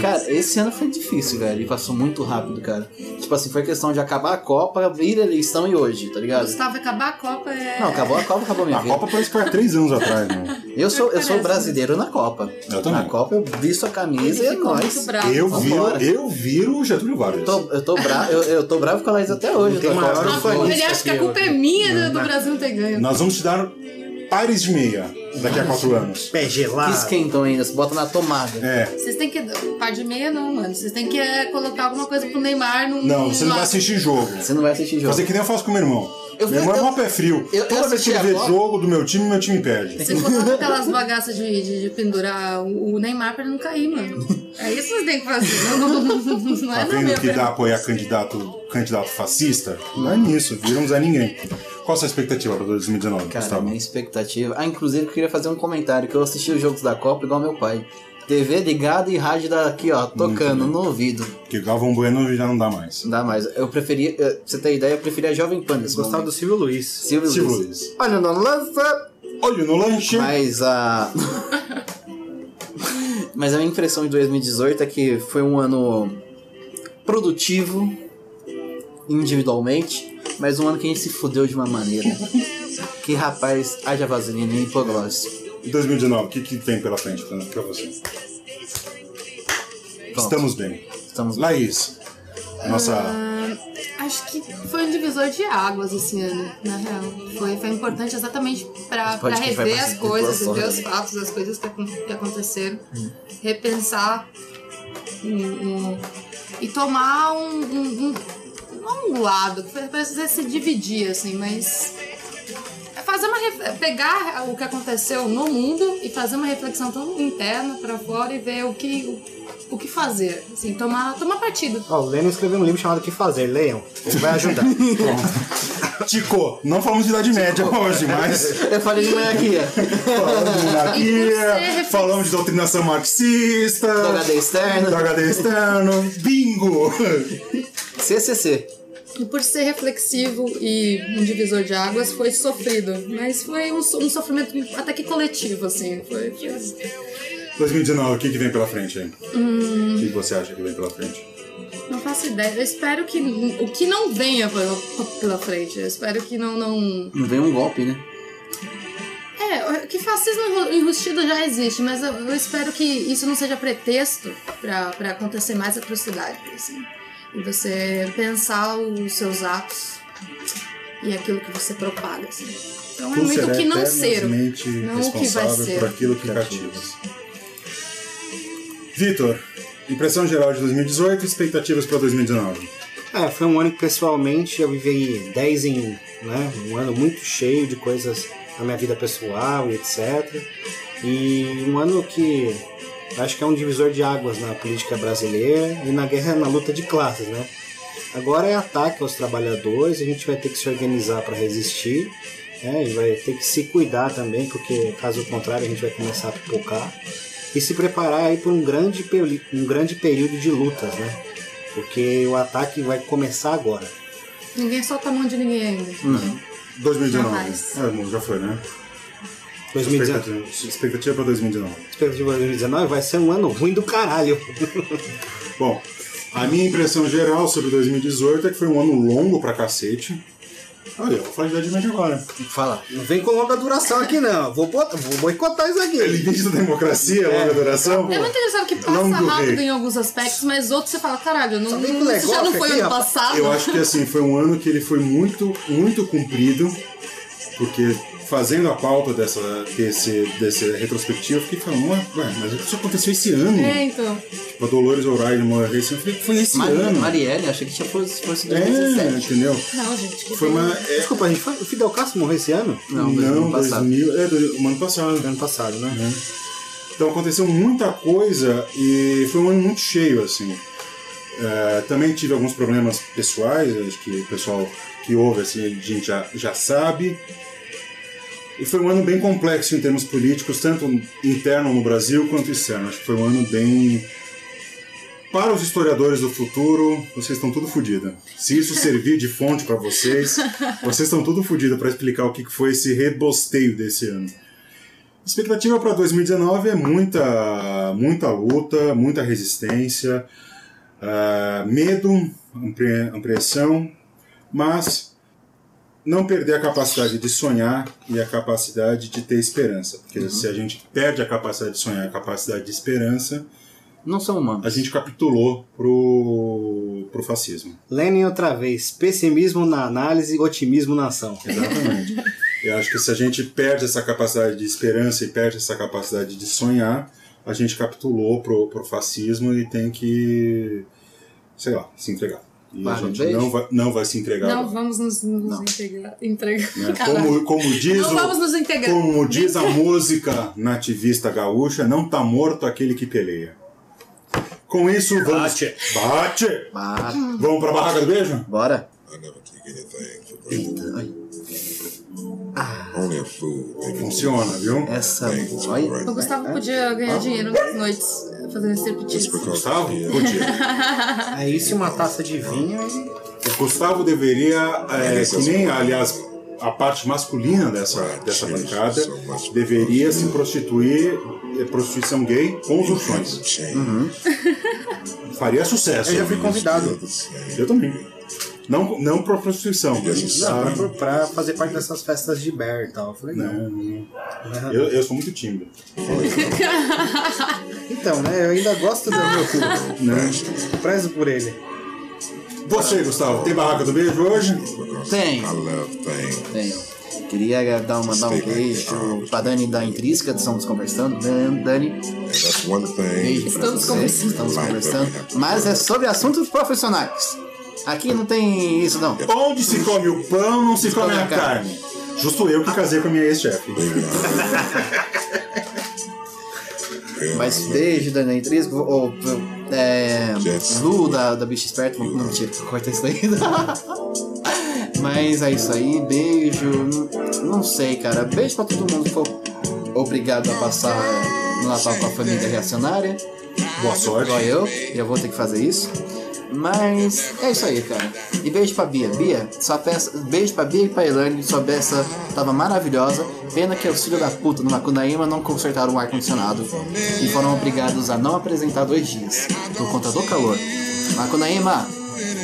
Speaker 3: Cara, esse ano foi difícil, velho. E passou muito rápido, cara. Tipo assim, foi questão de acabar a Copa, abrir a eleição e hoje, tá ligado?
Speaker 5: Gustavo, acabar a Copa é.
Speaker 3: Não, acabou a Copa, acabou a minha
Speaker 1: A
Speaker 3: vida.
Speaker 1: Copa parece que foi há três anos atrás, né?
Speaker 3: Eu sou, eu sou
Speaker 5: Parece.
Speaker 3: brasileiro na Copa.
Speaker 1: Eu também.
Speaker 3: Na Copa eu visto a
Speaker 5: Ele
Speaker 3: camisa e é
Speaker 5: ficou
Speaker 3: nóis.
Speaker 5: muito bravo.
Speaker 1: Eu viro,
Speaker 3: Vambora.
Speaker 1: eu viro o Getúlio Vargas.
Speaker 3: Tô- eu, tô bra eu, eu tô bravo com a Laís até hoje.
Speaker 4: tem
Speaker 3: da
Speaker 4: maior
Speaker 3: Copa.
Speaker 4: ufanista
Speaker 5: Ele acha que a culpa é minha do- do Brasil não ter ganho.
Speaker 1: Nós vamos te dar pares de meia daqui a quatro anos.
Speaker 4: Pé
Speaker 3: Que
Speaker 4: gelado.
Speaker 3: esquentam tá ainda, se bota na tomada.
Speaker 1: É.
Speaker 5: Vocês têm que. Par de meia não, mano. Vocês têm que é, colocar alguma coisa pro Neymar num.
Speaker 1: Não, você não vai
Speaker 5: numa-
Speaker 1: assistir jogo.
Speaker 3: Você não vai assistir jogo.
Speaker 1: Fazer que nem eu faço com meu irmão.
Speaker 3: Eu,
Speaker 1: Meu irmão é mó pé frio.
Speaker 3: eu- eu
Speaker 1: Toda vez que
Speaker 3: assisti
Speaker 1: ele vê
Speaker 3: agora-
Speaker 1: jogo do meu time, meu time perde.
Speaker 5: Você coloca aquelas bagaças de, de, de pendurar o o Neymar pra ele não cair, mano. É isso que você tem que fazer. Não, não, não, não
Speaker 1: Tá
Speaker 5: é na minha
Speaker 1: vendo que dá
Speaker 5: perna.
Speaker 1: apoiar candidato, candidato fascista? Não é nisso, viramos a ninguém. Qual a sua expectativa para 2019,
Speaker 3: Cara, né?
Speaker 1: Gustavo?
Speaker 3: minha expectativa. Ah, inclusive eu queria fazer um comentário que eu assisti os jogos da Copa igual meu pai. TV ligada e rádio daqui, ó, tocando no ouvido.
Speaker 1: Porque Galvão Bueno já não dá mais.
Speaker 3: Não dá mais. Eu preferia. eh, Pra você ter ideia, eu preferia a Jovem Pan. nesse
Speaker 4: Gostava do
Speaker 3: momento.
Speaker 4: Silvio Luiz.
Speaker 3: Silvio
Speaker 1: Silvio
Speaker 3: Luiz.
Speaker 1: Luiz.
Speaker 3: Olha, não lança!
Speaker 1: Olha no lanche.
Speaker 3: Mas a. Mas a minha impressão de 2018 é que foi um ano produtivo, individualmente, mas um ano que a gente se fudeu de uma maneira. que rapaz, haja vaselina e hipoglose.
Speaker 1: Em 2019, o que, que tem pela frente para você?
Speaker 3: Pronto,
Speaker 1: Estamos bem.
Speaker 3: estamos
Speaker 1: Laís, nossa.
Speaker 5: Ah, acho que foi um divisor de águas esse ano, na real. Foi, foi importante exatamente pra,
Speaker 3: Mas pode
Speaker 5: pra
Speaker 3: que vai
Speaker 5: rever as
Speaker 3: fazer
Speaker 5: coisas,
Speaker 3: duas
Speaker 5: rever
Speaker 3: horas.
Speaker 5: os fatos, as coisas que, acon- que aconteceram, repensar um- um- e tomar um, um, um- não um lado, que precisa se dividir, assim, mas. é Fazer uma ref- pegar o que aconteceu no mundo e fazer uma reflexão tão interna pra fora e ver o que, o, o que fazer. Assim, tomar, tomar partido.
Speaker 4: Ó, o Lennon escreveu um livro chamado Que Fazer, leiam. Ele vai ajudar.
Speaker 1: Tico, não falamos de Idade Média hoje, mas
Speaker 3: Eu falei de é. monarquia.
Speaker 1: falamos de
Speaker 5: E
Speaker 1: monarquia,
Speaker 5: você,
Speaker 1: falamos de doutrinação marxista,
Speaker 3: Do HD externo.
Speaker 1: do HD externo, bingo!
Speaker 3: CCC.
Speaker 5: E por ser reflexivo e um divisor de águas, foi sofrido. Mas foi um, so- um sofrimento até que coletivo, assim. Foi, foi-
Speaker 1: 2019, o que, que vem pela frente aí?
Speaker 5: Hum.
Speaker 1: O que que você acha que vem pela frente?
Speaker 5: Não faço ideia. Eu espero que o que não venha pela, pela frente. Eu espero que não, não.
Speaker 3: Não veio um golpe, né?
Speaker 5: É, que fascismo enru- enrustido já existe, mas eu, eu espero que isso não seja pretexto pra pra acontecer mais atrocidade. Assim. E você pensar os seus atos e aquilo que você propaga. Assim. Então é muito o que não ser.
Speaker 1: eternamente
Speaker 5: Não o que vai
Speaker 1: responsável
Speaker 5: ser.
Speaker 1: por aquilo que cativas. Vitor, impressão geral de 2018 e expectativas para 2019.
Speaker 4: É, foi um ano que pessoalmente eu vivi 10 em 1, né? Um ano muito cheio de coisas na minha vida pessoal e etc. E um ano que acho que é um divisor de águas na política brasileira e na guerra, na luta de classes, né? Agora é ataque aos trabalhadores, a gente vai ter que se organizar para resistir, né? E vai ter que se cuidar também, porque caso contrário a gente vai começar a pipocar. E se preparar aí para um grande, peri- um grande período de lutas, né? Porque o ataque vai começar agora.
Speaker 5: Ninguém solta a mão de ninguém ainda.
Speaker 1: 2019.
Speaker 5: Jamais.
Speaker 1: Ah, bom, já foi, né?
Speaker 4: 2019,
Speaker 1: Expectativa, expectativa para 2019.
Speaker 4: expectativa de 2019 vai ser um ano ruim do caralho.
Speaker 1: Bom, a minha impressão geral sobre 2018 é que foi um ano longo pra cacete. Olha, eu vou falar de Idade Média agora.
Speaker 3: Fala.
Speaker 4: Não vem com longa duração aqui não. Vou, bot- vou boicotar isso aqui.
Speaker 1: Limite da democracia, longa duração.
Speaker 5: É muito engraçado que passa
Speaker 1: Longo
Speaker 5: rápido
Speaker 1: rei. é
Speaker 5: em alguns aspectos, mas outros você fala, caralho, não,
Speaker 4: vem com
Speaker 5: isso já não
Speaker 4: negócio
Speaker 5: foi
Speaker 4: aqui,
Speaker 5: ano
Speaker 4: rapaz.
Speaker 5: passado.
Speaker 1: Eu acho que assim, foi um ano que ele foi muito, muito comprido, porque fazendo a pauta dessa, desse, desse retrospectivo, eu fiquei falando, ué, ué, mas isso aconteceu esse ano.
Speaker 5: É, então.
Speaker 1: Tipo, a Dolores O'Reilly morreu esse ano. Eu falei, foi esse
Speaker 3: Mari-
Speaker 1: ano.
Speaker 3: Marielle, achei que tinha fosse, fosse
Speaker 1: é,
Speaker 3: 2017.
Speaker 1: entendeu?
Speaker 5: Não, gente. que
Speaker 1: Foi uma.
Speaker 5: pena.
Speaker 1: É,
Speaker 4: Desculpa, gente, foi- o Fidel Castro morreu esse ano?
Speaker 3: Não, mas ano passado.
Speaker 1: 2000, é, do, um ano passado.
Speaker 4: Ano passado, né?
Speaker 1: Então aconteceu muita coisa e foi um ano muito cheio, assim. É, também tive alguns problemas pessoais, acho que o pessoal que ouve assim, a gente já, já sabe. E foi um ano bem complexo em termos políticos, tanto interno no Brasil quanto externo. Acho que foi um ano bem. Para os historiadores do futuro, vocês estão tudo fodida. Se isso servir de fonte para vocês, vocês estão tudo fodida para explicar o que que foi esse rebosteio desse ano. Expectativa para 2019 é muita, muita luta, muita resistência, ah, medo, ampre- ampreensão, mas não perder a capacidade de sonhar e a capacidade de ter esperança. Porque se a gente perde a capacidade de sonhar, a capacidade de esperança,
Speaker 3: Não são humanos.
Speaker 1: a gente capitulou pro, pro fascismo.
Speaker 4: Lenin outra vez. Pessimismo na análise, otimismo na ação.
Speaker 1: Exatamente. Eu acho que se a gente perde essa capacidade de esperança e perde essa capacidade de sonhar, a gente capitulou pro, pro fascismo e tem que, sei lá, se entregar. E a
Speaker 3: Vale,
Speaker 1: gente
Speaker 3: beijo.
Speaker 1: não vai, não vai se entregar.
Speaker 5: Não vamos nos, nos
Speaker 3: Não.
Speaker 5: entregar. entregar.
Speaker 1: né?
Speaker 5: Caralho.
Speaker 1: como, como diz
Speaker 5: não
Speaker 1: o-
Speaker 5: vamos nos integrar.
Speaker 1: Como diz a música nativista gaúcha, não tá morto aquele que peleia. Com isso, vamos.
Speaker 7: Bate.
Speaker 1: Bate!
Speaker 3: Bah,
Speaker 1: Vamos pra barraca do beijo?
Speaker 3: Ah, bora.
Speaker 2: I never take anything for
Speaker 3: Eita,
Speaker 2: granted.
Speaker 3: olha.
Speaker 2: Only a fool thinking
Speaker 1: Funciona, viu?
Speaker 3: Essa.
Speaker 2: things are
Speaker 3: Olha.
Speaker 2: right.
Speaker 5: O Gustavo
Speaker 1: né?
Speaker 5: podia ganhar dinheiro nas noites eh, fazendo
Speaker 2: It's
Speaker 5: striptease.
Speaker 2: because
Speaker 1: Gustavo?
Speaker 2: he
Speaker 1: Bom dia.
Speaker 4: Aí se É uma taça de vinho.
Speaker 1: O Gustavo deveria, é, que nem, aliás, a parte masculina dessa, dessa bancada, deveria se prostituir, é, prostituição gay com os ursões.
Speaker 2: changed.
Speaker 3: Uhum.
Speaker 1: Faria sucesso.
Speaker 4: Eu já fui convidado
Speaker 2: The same.
Speaker 3: Uhum.
Speaker 1: Eu também. Não, não pra prostituição.
Speaker 4: pra, pra fazer parte dessas festas de bear e tal. Eu falei, não.
Speaker 1: Não, eu, eu sou muito tímido.
Speaker 4: Então, né? Eu ainda gosto do meu filho.
Speaker 1: Né?
Speaker 4: Prezo por ele.
Speaker 1: Você,
Speaker 4: Ah.
Speaker 1: Gustavo, tem barraca do beijo hoje?
Speaker 3: Tem.
Speaker 2: I love things.
Speaker 3: Tenho. Queria dar, uma, dar um beijo pra Dani da Intrínseca, de Estamos Conversando. Dan- Dani,
Speaker 2: And that's one thing.
Speaker 3: beijo pra
Speaker 5: Estamos
Speaker 3: você.
Speaker 5: conversando.
Speaker 3: Estamos conversando. Mas é sobre assuntos profissionais. Aqui não tem isso, não.
Speaker 1: Onde se come o pão, não se come a carne. Justo eu que casei com a minha ex-chefe.
Speaker 3: Mas beijo, Dani da Intrínseca. Ou, é, Lu, da, da Bicha Esperta. Não, mentira, corta isso daí. Mas é isso aí. Beijo. Não, não sei, cara. Beijo pra todo mundo que for obrigado a passar é, no Natal com a família reacionária.
Speaker 1: Boa sorte.
Speaker 3: Igual eu, eu vou ter que fazer isso. Mas é isso aí, cara. E beijo pra Bia. Bia, sua peça. Beijo pra Bia e pra Elaine, sua peça tava maravilhosa. Pena que os filhos da puta no Macunaíma não consertaram o ar-condicionado e foram obrigados a não apresentar dois dias por conta do calor. Macunaíma,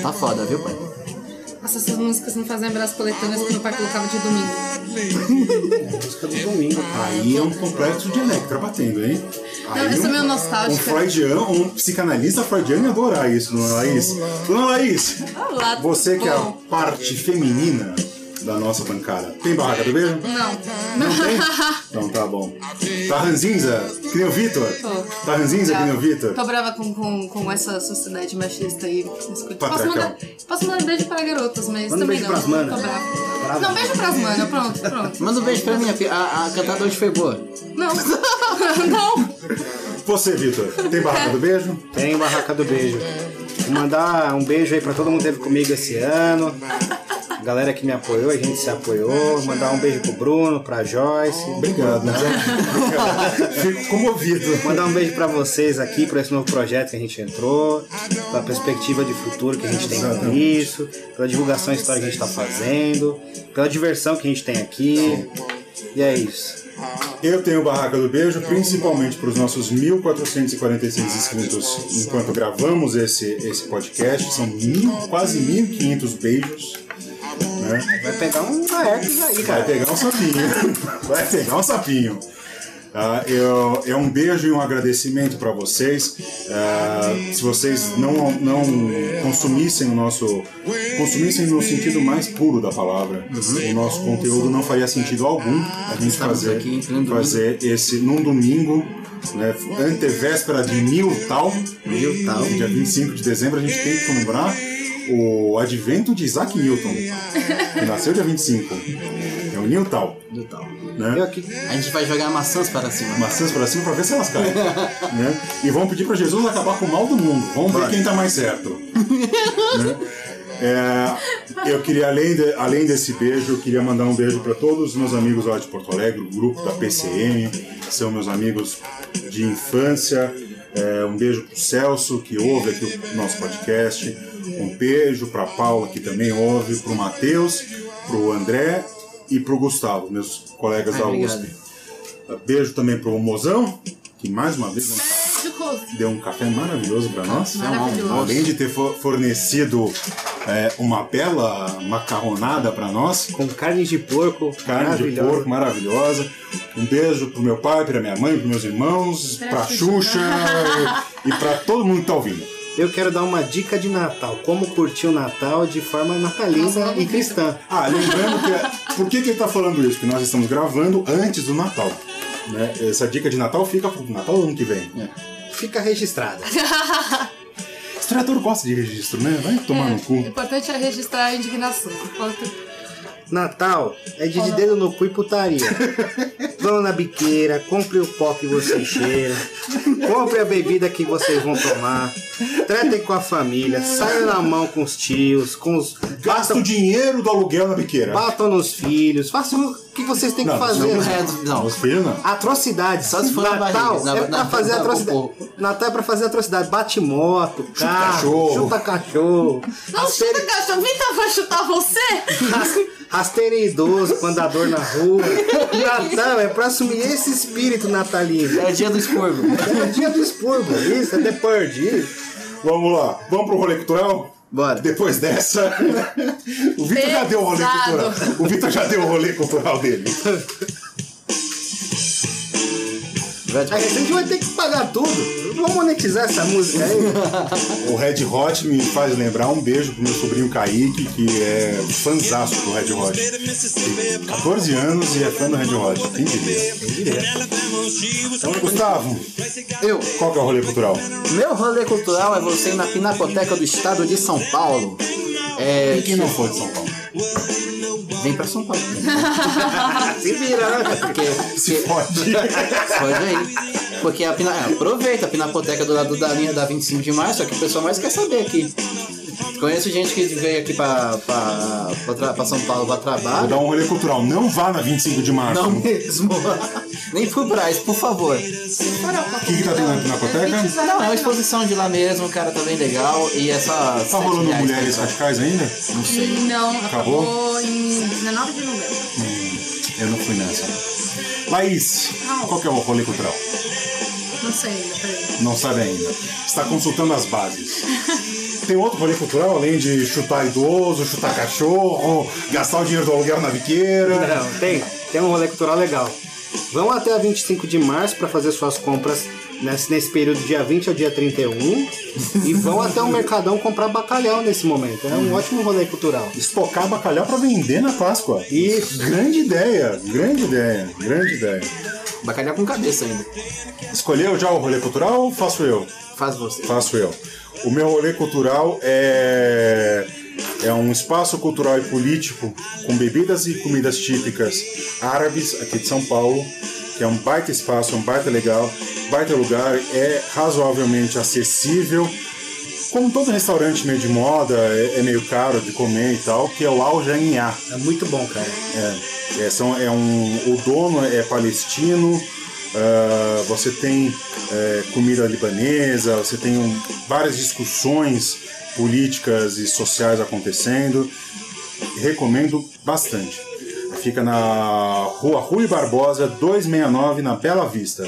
Speaker 3: tá foda, viu, pai?
Speaker 5: Nossa, essas músicas me fazem lembrar as coletâneas que meu pai colocava de domingo.
Speaker 4: Música do domingo.
Speaker 1: Aí é um complexo de Electra batendo, hein?
Speaker 5: Não, eu
Speaker 1: Aí
Speaker 5: sou
Speaker 1: um,
Speaker 5: meio
Speaker 1: um
Speaker 5: nostálgica.
Speaker 1: freudiano, um psicanalista freudiano ia adorar isso, dona Laís. Dona Laís,
Speaker 5: Olá, Tá tudo
Speaker 1: você que é a
Speaker 5: bom?
Speaker 1: parte feminina da nossa bancada, tem barraca do beijo?
Speaker 5: Não.
Speaker 1: Não tem? Então tá bom. Tá ranzinza, que nem o Vitor?
Speaker 5: Tô.
Speaker 1: Tá ranzinza, que nem o Vitor?
Speaker 5: Tô brava com, com, com essa sociedade machista aí. Escuta, Posso
Speaker 1: Patriarcal.
Speaker 5: mandar, posso mandar um beijo pra garotas, mas
Speaker 4: Manda um
Speaker 5: também
Speaker 4: beijo
Speaker 5: não.
Speaker 4: pras manas.
Speaker 5: Tô brava.
Speaker 4: Brava.
Speaker 5: Não, beijo pras manas. Pronto, pronto.
Speaker 3: Manda um beijo pra minha filha. A, a cantada hoje foi boa.
Speaker 5: Não. não.
Speaker 1: Você, Vitor, tem barraca do beijo?
Speaker 4: Tem Barraca do Beijo. Vou mandar um beijo aí pra todo mundo que teve comigo esse ano. A Galera que me apoiou, a gente se apoiou. Mandar um beijo pro Bruno, pra Joyce.
Speaker 1: Obrigado. Obrigado. Fico comovido.
Speaker 4: Mandar um beijo pra vocês aqui, pra esse novo projeto que a gente entrou, pela perspectiva de futuro que a gente tem com isso, pela divulgação história que a gente tá fazendo, pela diversão que a gente tem aqui. E é isso.
Speaker 1: Eu tenho Barraca do Beijo, principalmente para os nossos 1.446 inscritos enquanto gravamos esse, esse podcast. São mil, quase 1.500 beijos. Né?
Speaker 4: Vai pegar um Aertes aí,
Speaker 1: Vai
Speaker 4: cara.
Speaker 1: pegar um sapinho. Vai pegar um sapinho. Ah, eu, é um beijo e um agradecimento para vocês. Ah, se vocês não, não consumissem o nosso. consumissem no sentido mais puro da palavra,
Speaker 4: Uhum.
Speaker 1: o nosso conteúdo não faria sentido algum a gente
Speaker 3: Estamos
Speaker 1: fazer,
Speaker 3: aqui em pleno domingo.
Speaker 1: fazer É esse num domingo, né, antevéspera de mil tal.
Speaker 3: Mil tal.
Speaker 1: Dia 25 de dezembro a gente tem que comemorar o advento de Isaac Newton, que nasceu dia 25. É o Newton,
Speaker 3: Do tal.
Speaker 1: né?
Speaker 4: Eu aqui.
Speaker 3: A gente vai jogar maçãs para cima.
Speaker 1: maçãs pra cima pra ver se elas caem. né? E vão pedir pra Jesus acabar com o mal do mundo. Vamos ver quem tá mais certo. Né? É, eu queria, além, de- além desse beijo, eu queria mandar um beijo pra todos os meus amigos lá de Porto Alegre, o grupo da PCM, que são meus amigos de infância. É, um beijo pro Celso, que ouve aqui o nosso podcast. Um beijo pra Paula, que também ouve, pro Matheus, pro André e pro Gustavo, meus colegas
Speaker 3: Ai,
Speaker 1: da
Speaker 3: obrigado.
Speaker 1: USP. Beijo também pro Mozão, que mais uma vez deu um café maravilhoso para nós.
Speaker 5: Maravilhoso.
Speaker 1: Além de ter fo- fornecido é, uma bela macarronada para nós,
Speaker 4: Com carne de porco,
Speaker 1: carne de
Speaker 4: maravilhosa.
Speaker 1: porco maravilhosa. Um beijo pro meu pai, pra minha mãe, pros meus irmãos, pra, Xuxa e, e pra todo mundo que tá ouvindo.
Speaker 4: Eu quero dar uma dica de Natal. Como curtir o Natal de forma natalina e cristã.
Speaker 1: Ah, lembrando que. Por que, que ele tá falando isso? Porque nós estamos gravando antes do Natal. né? Essa dica de Natal fica pro Natal do ano que vem.
Speaker 4: Fica registrada.
Speaker 1: historiador gosta de registro, né? Vai tomar no
Speaker 6: O
Speaker 1: cu.
Speaker 6: importante é registrar a indignação. Enquanto
Speaker 4: Natal é dia de dedo no cu e putaria. Vão na biqueira, compre o pó que vocês cheiram, compre a bebida que vocês vão tomar, tretem com a família, saiam na mão com os tios, com os.
Speaker 1: Gasta o dinheiro do aluguel na biqueira.
Speaker 4: Batam nos filhos, façam o que vocês têm que
Speaker 1: Não,
Speaker 4: fazer.
Speaker 3: É, não,
Speaker 1: Os filhos não.
Speaker 4: Atrocidade,
Speaker 3: Só se for na
Speaker 4: Natal
Speaker 3: barriga, na-
Speaker 4: é pra
Speaker 3: na-
Speaker 4: fazer
Speaker 3: na-
Speaker 4: atrocidade.
Speaker 3: popô.
Speaker 4: Natal é pra fazer atrocidade. Bate moto, carro,
Speaker 1: cachorro.
Speaker 4: chuta cachorro.
Speaker 6: Não
Speaker 4: rasteira-
Speaker 6: chuta cachorro, vem cá, vai chutar você?
Speaker 4: Ras- Rasteira em idoso com andador na rua. Natal é pra assumir esse espírito natalino.
Speaker 3: é o dia do expurgo.
Speaker 4: É o dia do expurgo, isso, é The Purge. isso.
Speaker 1: Vamos lá, vamos pro rolê cultural?
Speaker 4: Bora.
Speaker 1: Depois dessa. o Vitor já deu o rolê cultural.
Speaker 6: Pesado.
Speaker 1: O Vitor já deu o rolê cultural dele.
Speaker 4: A gente vai ter que pagar tudo. Vamos monetizar essa música aí.
Speaker 1: O Red Hot me faz lembrar um beijo pro meu sobrinho Kaique, que é fanzaço do Red Hot. Tem 14 anos e é fã do Red Hot. Quem diria? Quem diria? Então, Gustavo,
Speaker 3: Eu,
Speaker 1: qual que é o rolê cultural?
Speaker 3: meu rolê cultural é você ir na Pinacoteca do Estado de São Paulo. É,
Speaker 1: E quem não for de São Paulo?
Speaker 3: vem pra São Paulo.
Speaker 4: Se vira, né?
Speaker 3: Porque,
Speaker 1: Se
Speaker 3: porque
Speaker 1: pode.
Speaker 3: Pode aí. Porque a pina... é, aproveita a pinacoteca do lado da linha da 25 de março, é o que o pessoal mais quer saber aqui. Conheço gente que veio aqui pra, pra, pra, tra- pra São Paulo pra
Speaker 1: Vou
Speaker 3: trabalho.
Speaker 1: dar um rolê cultural. Não vá na 25 de março.
Speaker 3: Não
Speaker 1: O
Speaker 3: mesmo. Nem fui pra isso, por favor.
Speaker 1: que, que tá tendo na Pinacoteca?
Speaker 3: Não, é uma exposição de lá mesmo, o cara tá bem legal. E essa.
Speaker 1: Tá rolando mulheres
Speaker 3: né?
Speaker 1: radicais ainda?
Speaker 3: Não sei.
Speaker 5: Não,
Speaker 1: Acabou?
Speaker 5: acabou em 19 de novembro.
Speaker 1: Eu não fui nessa. Laís, qual que é o rolê cultural?
Speaker 5: Não sei ainda, peraí.
Speaker 1: Não sabe ainda. Está consultando as bases. Tem outro rolê cultural, além de chutar idoso, chutar cachorro, gastar o dinheiro do aluguel na biqueira.
Speaker 4: Não, tem, tem um rolê cultural legal. Vão até a 25 de março para fazer suas compras nesse, nesse período dia 20 ao dia 31 e vão até o Mercadão comprar bacalhau nesse momento. É um ótimo rolê cultural.
Speaker 1: Estocar bacalhau para vender na Páscoa.
Speaker 4: Isso.
Speaker 1: Grande ideia, grande ideia, grande ideia.
Speaker 3: Bacalhau com cabeça ainda.
Speaker 1: Escolheu já o rolê cultural ou faço eu?
Speaker 3: Faz você.
Speaker 1: Faço eu. O meu rolê cultural é é um espaço cultural e político com bebidas e comidas típicas árabes aqui de São Paulo, que é um baita espaço, um baita legal, baita lugar, é razoavelmente acessível. Como todo restaurante meio de moda, é, é meio caro de comer e tal, que é o Al Janiá.
Speaker 4: É muito bom, cara.
Speaker 1: É, é, são, é um, o dono é palestino, ah, você tem eh, comida libanesa, você tem um- várias discussões políticas e sociais acontecendo. Recomendo bastante. Fica na rua Rui Barbosa, 269, na Bela Vista.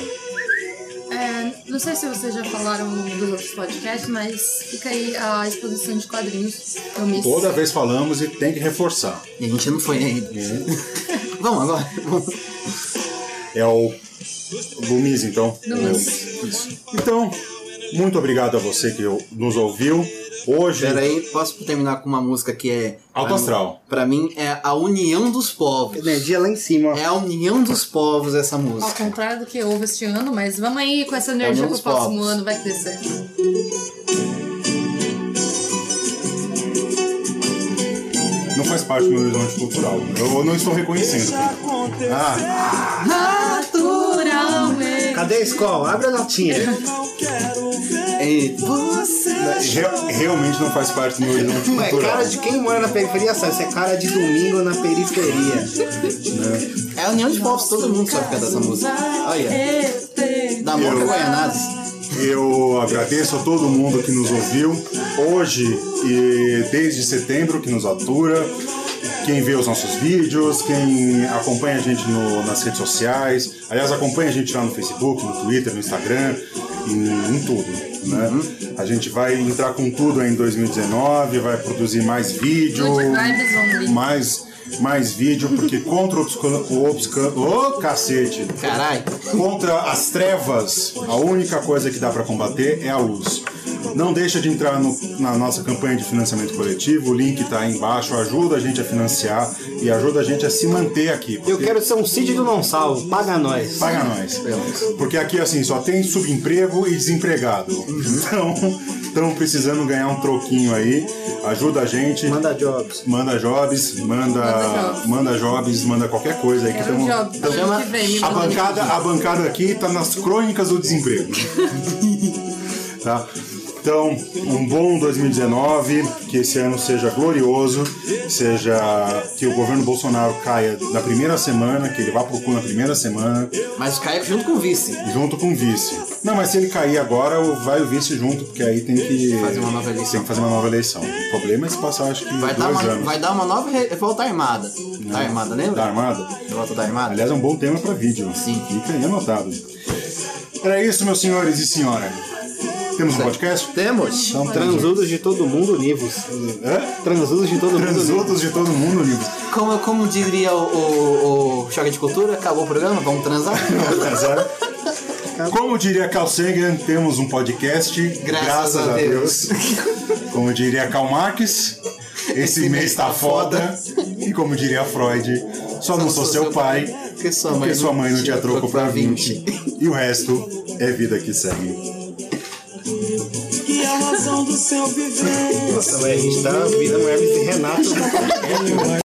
Speaker 5: É, não sei se vocês já falaram no dos outros podcasts, mas fica aí a exposição de quadrinhos. Eu me
Speaker 1: Toda vez falamos e tem que reforçar.
Speaker 3: E a gente não foi ainda. Vamos agora. Vamos.
Speaker 1: É o Lumiz, então.
Speaker 5: Lumiz.
Speaker 1: Eu- isso. Então, muito obrigado a você que nos ouviu. Hoje.
Speaker 3: Pera aí, posso terminar com uma música que é.
Speaker 1: Alto astral.
Speaker 3: Pra mim é a união dos povos.
Speaker 4: Energia lá em cima. ó.
Speaker 3: É a união dos povos essa
Speaker 5: Ao
Speaker 3: música.
Speaker 5: contrário do que houve este ano, mas vamos aí com essa energia
Speaker 3: Vamos
Speaker 5: pro próximo
Speaker 3: povos.
Speaker 5: ano, vai crescer.
Speaker 1: Não faz parte do meu horizonte cultural. Eu não estou reconhecendo. Ah,
Speaker 6: é.
Speaker 5: Naturalmente.
Speaker 4: Cadê a escola? Abre a notinha.
Speaker 3: É,
Speaker 1: re- realmente não faz parte do meu horizonte
Speaker 4: É
Speaker 1: cultural.
Speaker 4: cara de quem mora na periferia, sabe? Isso é cara de domingo na periferia.
Speaker 3: é a união de povos, todo mundo sabe cantar essa música. Olha, da Mônica
Speaker 1: Eu-
Speaker 3: Guaianazes.
Speaker 1: Eu agradeço a todo mundo que nos ouviu hoje e desde setembro que nos atura. Quem vê os nossos vídeos, quem acompanha a gente no- nas redes sociais, aliás, acompanha a gente lá no Facebook, no Twitter, no Instagram, em, em tudo. Né?
Speaker 5: Uhum.
Speaker 1: A gente vai entrar com tudo aí em 2019, vai produzir mais vídeo,
Speaker 5: Good vibes only.
Speaker 1: mais, mais vídeo, porque contra o obscuro. Ô, cacete!
Speaker 3: Caralho,
Speaker 1: Contra as trevas, a única coisa que dá para combater é a luz. Não deixa de entrar no- na nossa campanha de financiamento coletivo, o link está aí embaixo, ajuda a gente a financiar e ajuda a gente a se manter aqui.
Speaker 4: Eu
Speaker 1: porque
Speaker 4: quero ser um Cid do não salvo. Paga nós.
Speaker 1: Paga nós. Porque aqui assim só tem subemprego e desempregado. Então estão precisando ganhar um troquinho aí. Ajuda a gente.
Speaker 4: Manda jobs.
Speaker 1: Manda jobs, manda, manda jobs, manda qualquer coisa aí que
Speaker 6: Quero um job.
Speaker 1: estamos.
Speaker 6: pro ano
Speaker 4: chama
Speaker 6: que vem, me
Speaker 1: A
Speaker 5: então.
Speaker 6: manda.
Speaker 1: bancada, a bancada aqui tá nas crônicas do desemprego. tá? Então, um bom 2019, que esse ano seja glorioso, seja que o governo Bolsonaro caia na primeira semana, que ele vá pro cu na primeira semana,
Speaker 3: Mas cai junto com o vice.
Speaker 1: junto com o vice. Não, mas se ele cair agora, o- vai o vice junto, porque aí tem que
Speaker 3: Fazer uma nova eleição.
Speaker 1: Tem que fazer uma nova eleição. O problema é se passar, acho que
Speaker 3: Vai dar,
Speaker 1: dois
Speaker 3: uma,
Speaker 1: anos.
Speaker 3: vai dar uma nova revolta armada.
Speaker 4: Hum.
Speaker 3: Tá armada,
Speaker 1: Da
Speaker 3: lembra?
Speaker 1: armada.
Speaker 3: Revolta da armada?
Speaker 1: Aliás, é um bom tema para vídeo.
Speaker 3: Sim.
Speaker 1: Fica aí anotado. Era isso, meus senhores e senhora. Temos um podcast?
Speaker 3: Temos.
Speaker 1: Então, transu...
Speaker 4: Transudos de todo mundo, Nivos.
Speaker 1: Hã?
Speaker 4: Transudos de todo mundo.
Speaker 1: Transudos de todo mundo, livros.
Speaker 3: Como, como diria o, o, o Choque de Cultura, acabou o programa, vamos transar?
Speaker 1: Azar. Como diria Carl Sagan, temos um podcast.
Speaker 3: Graças a
Speaker 1: Como diria Karl Marx, esse, mês tá foda. E como diria Freud, só, não sou seu pai,
Speaker 3: porque sua mãe
Speaker 1: porque
Speaker 3: não
Speaker 1: sua mãe não tinha
Speaker 3: tinha
Speaker 1: troco pra 20. E o resto é vida que segue.
Speaker 7: que é a razão do seu viver.
Speaker 1: Então, um
Speaker 4: Nossa, mas a gente tá virando Hermes e Renato.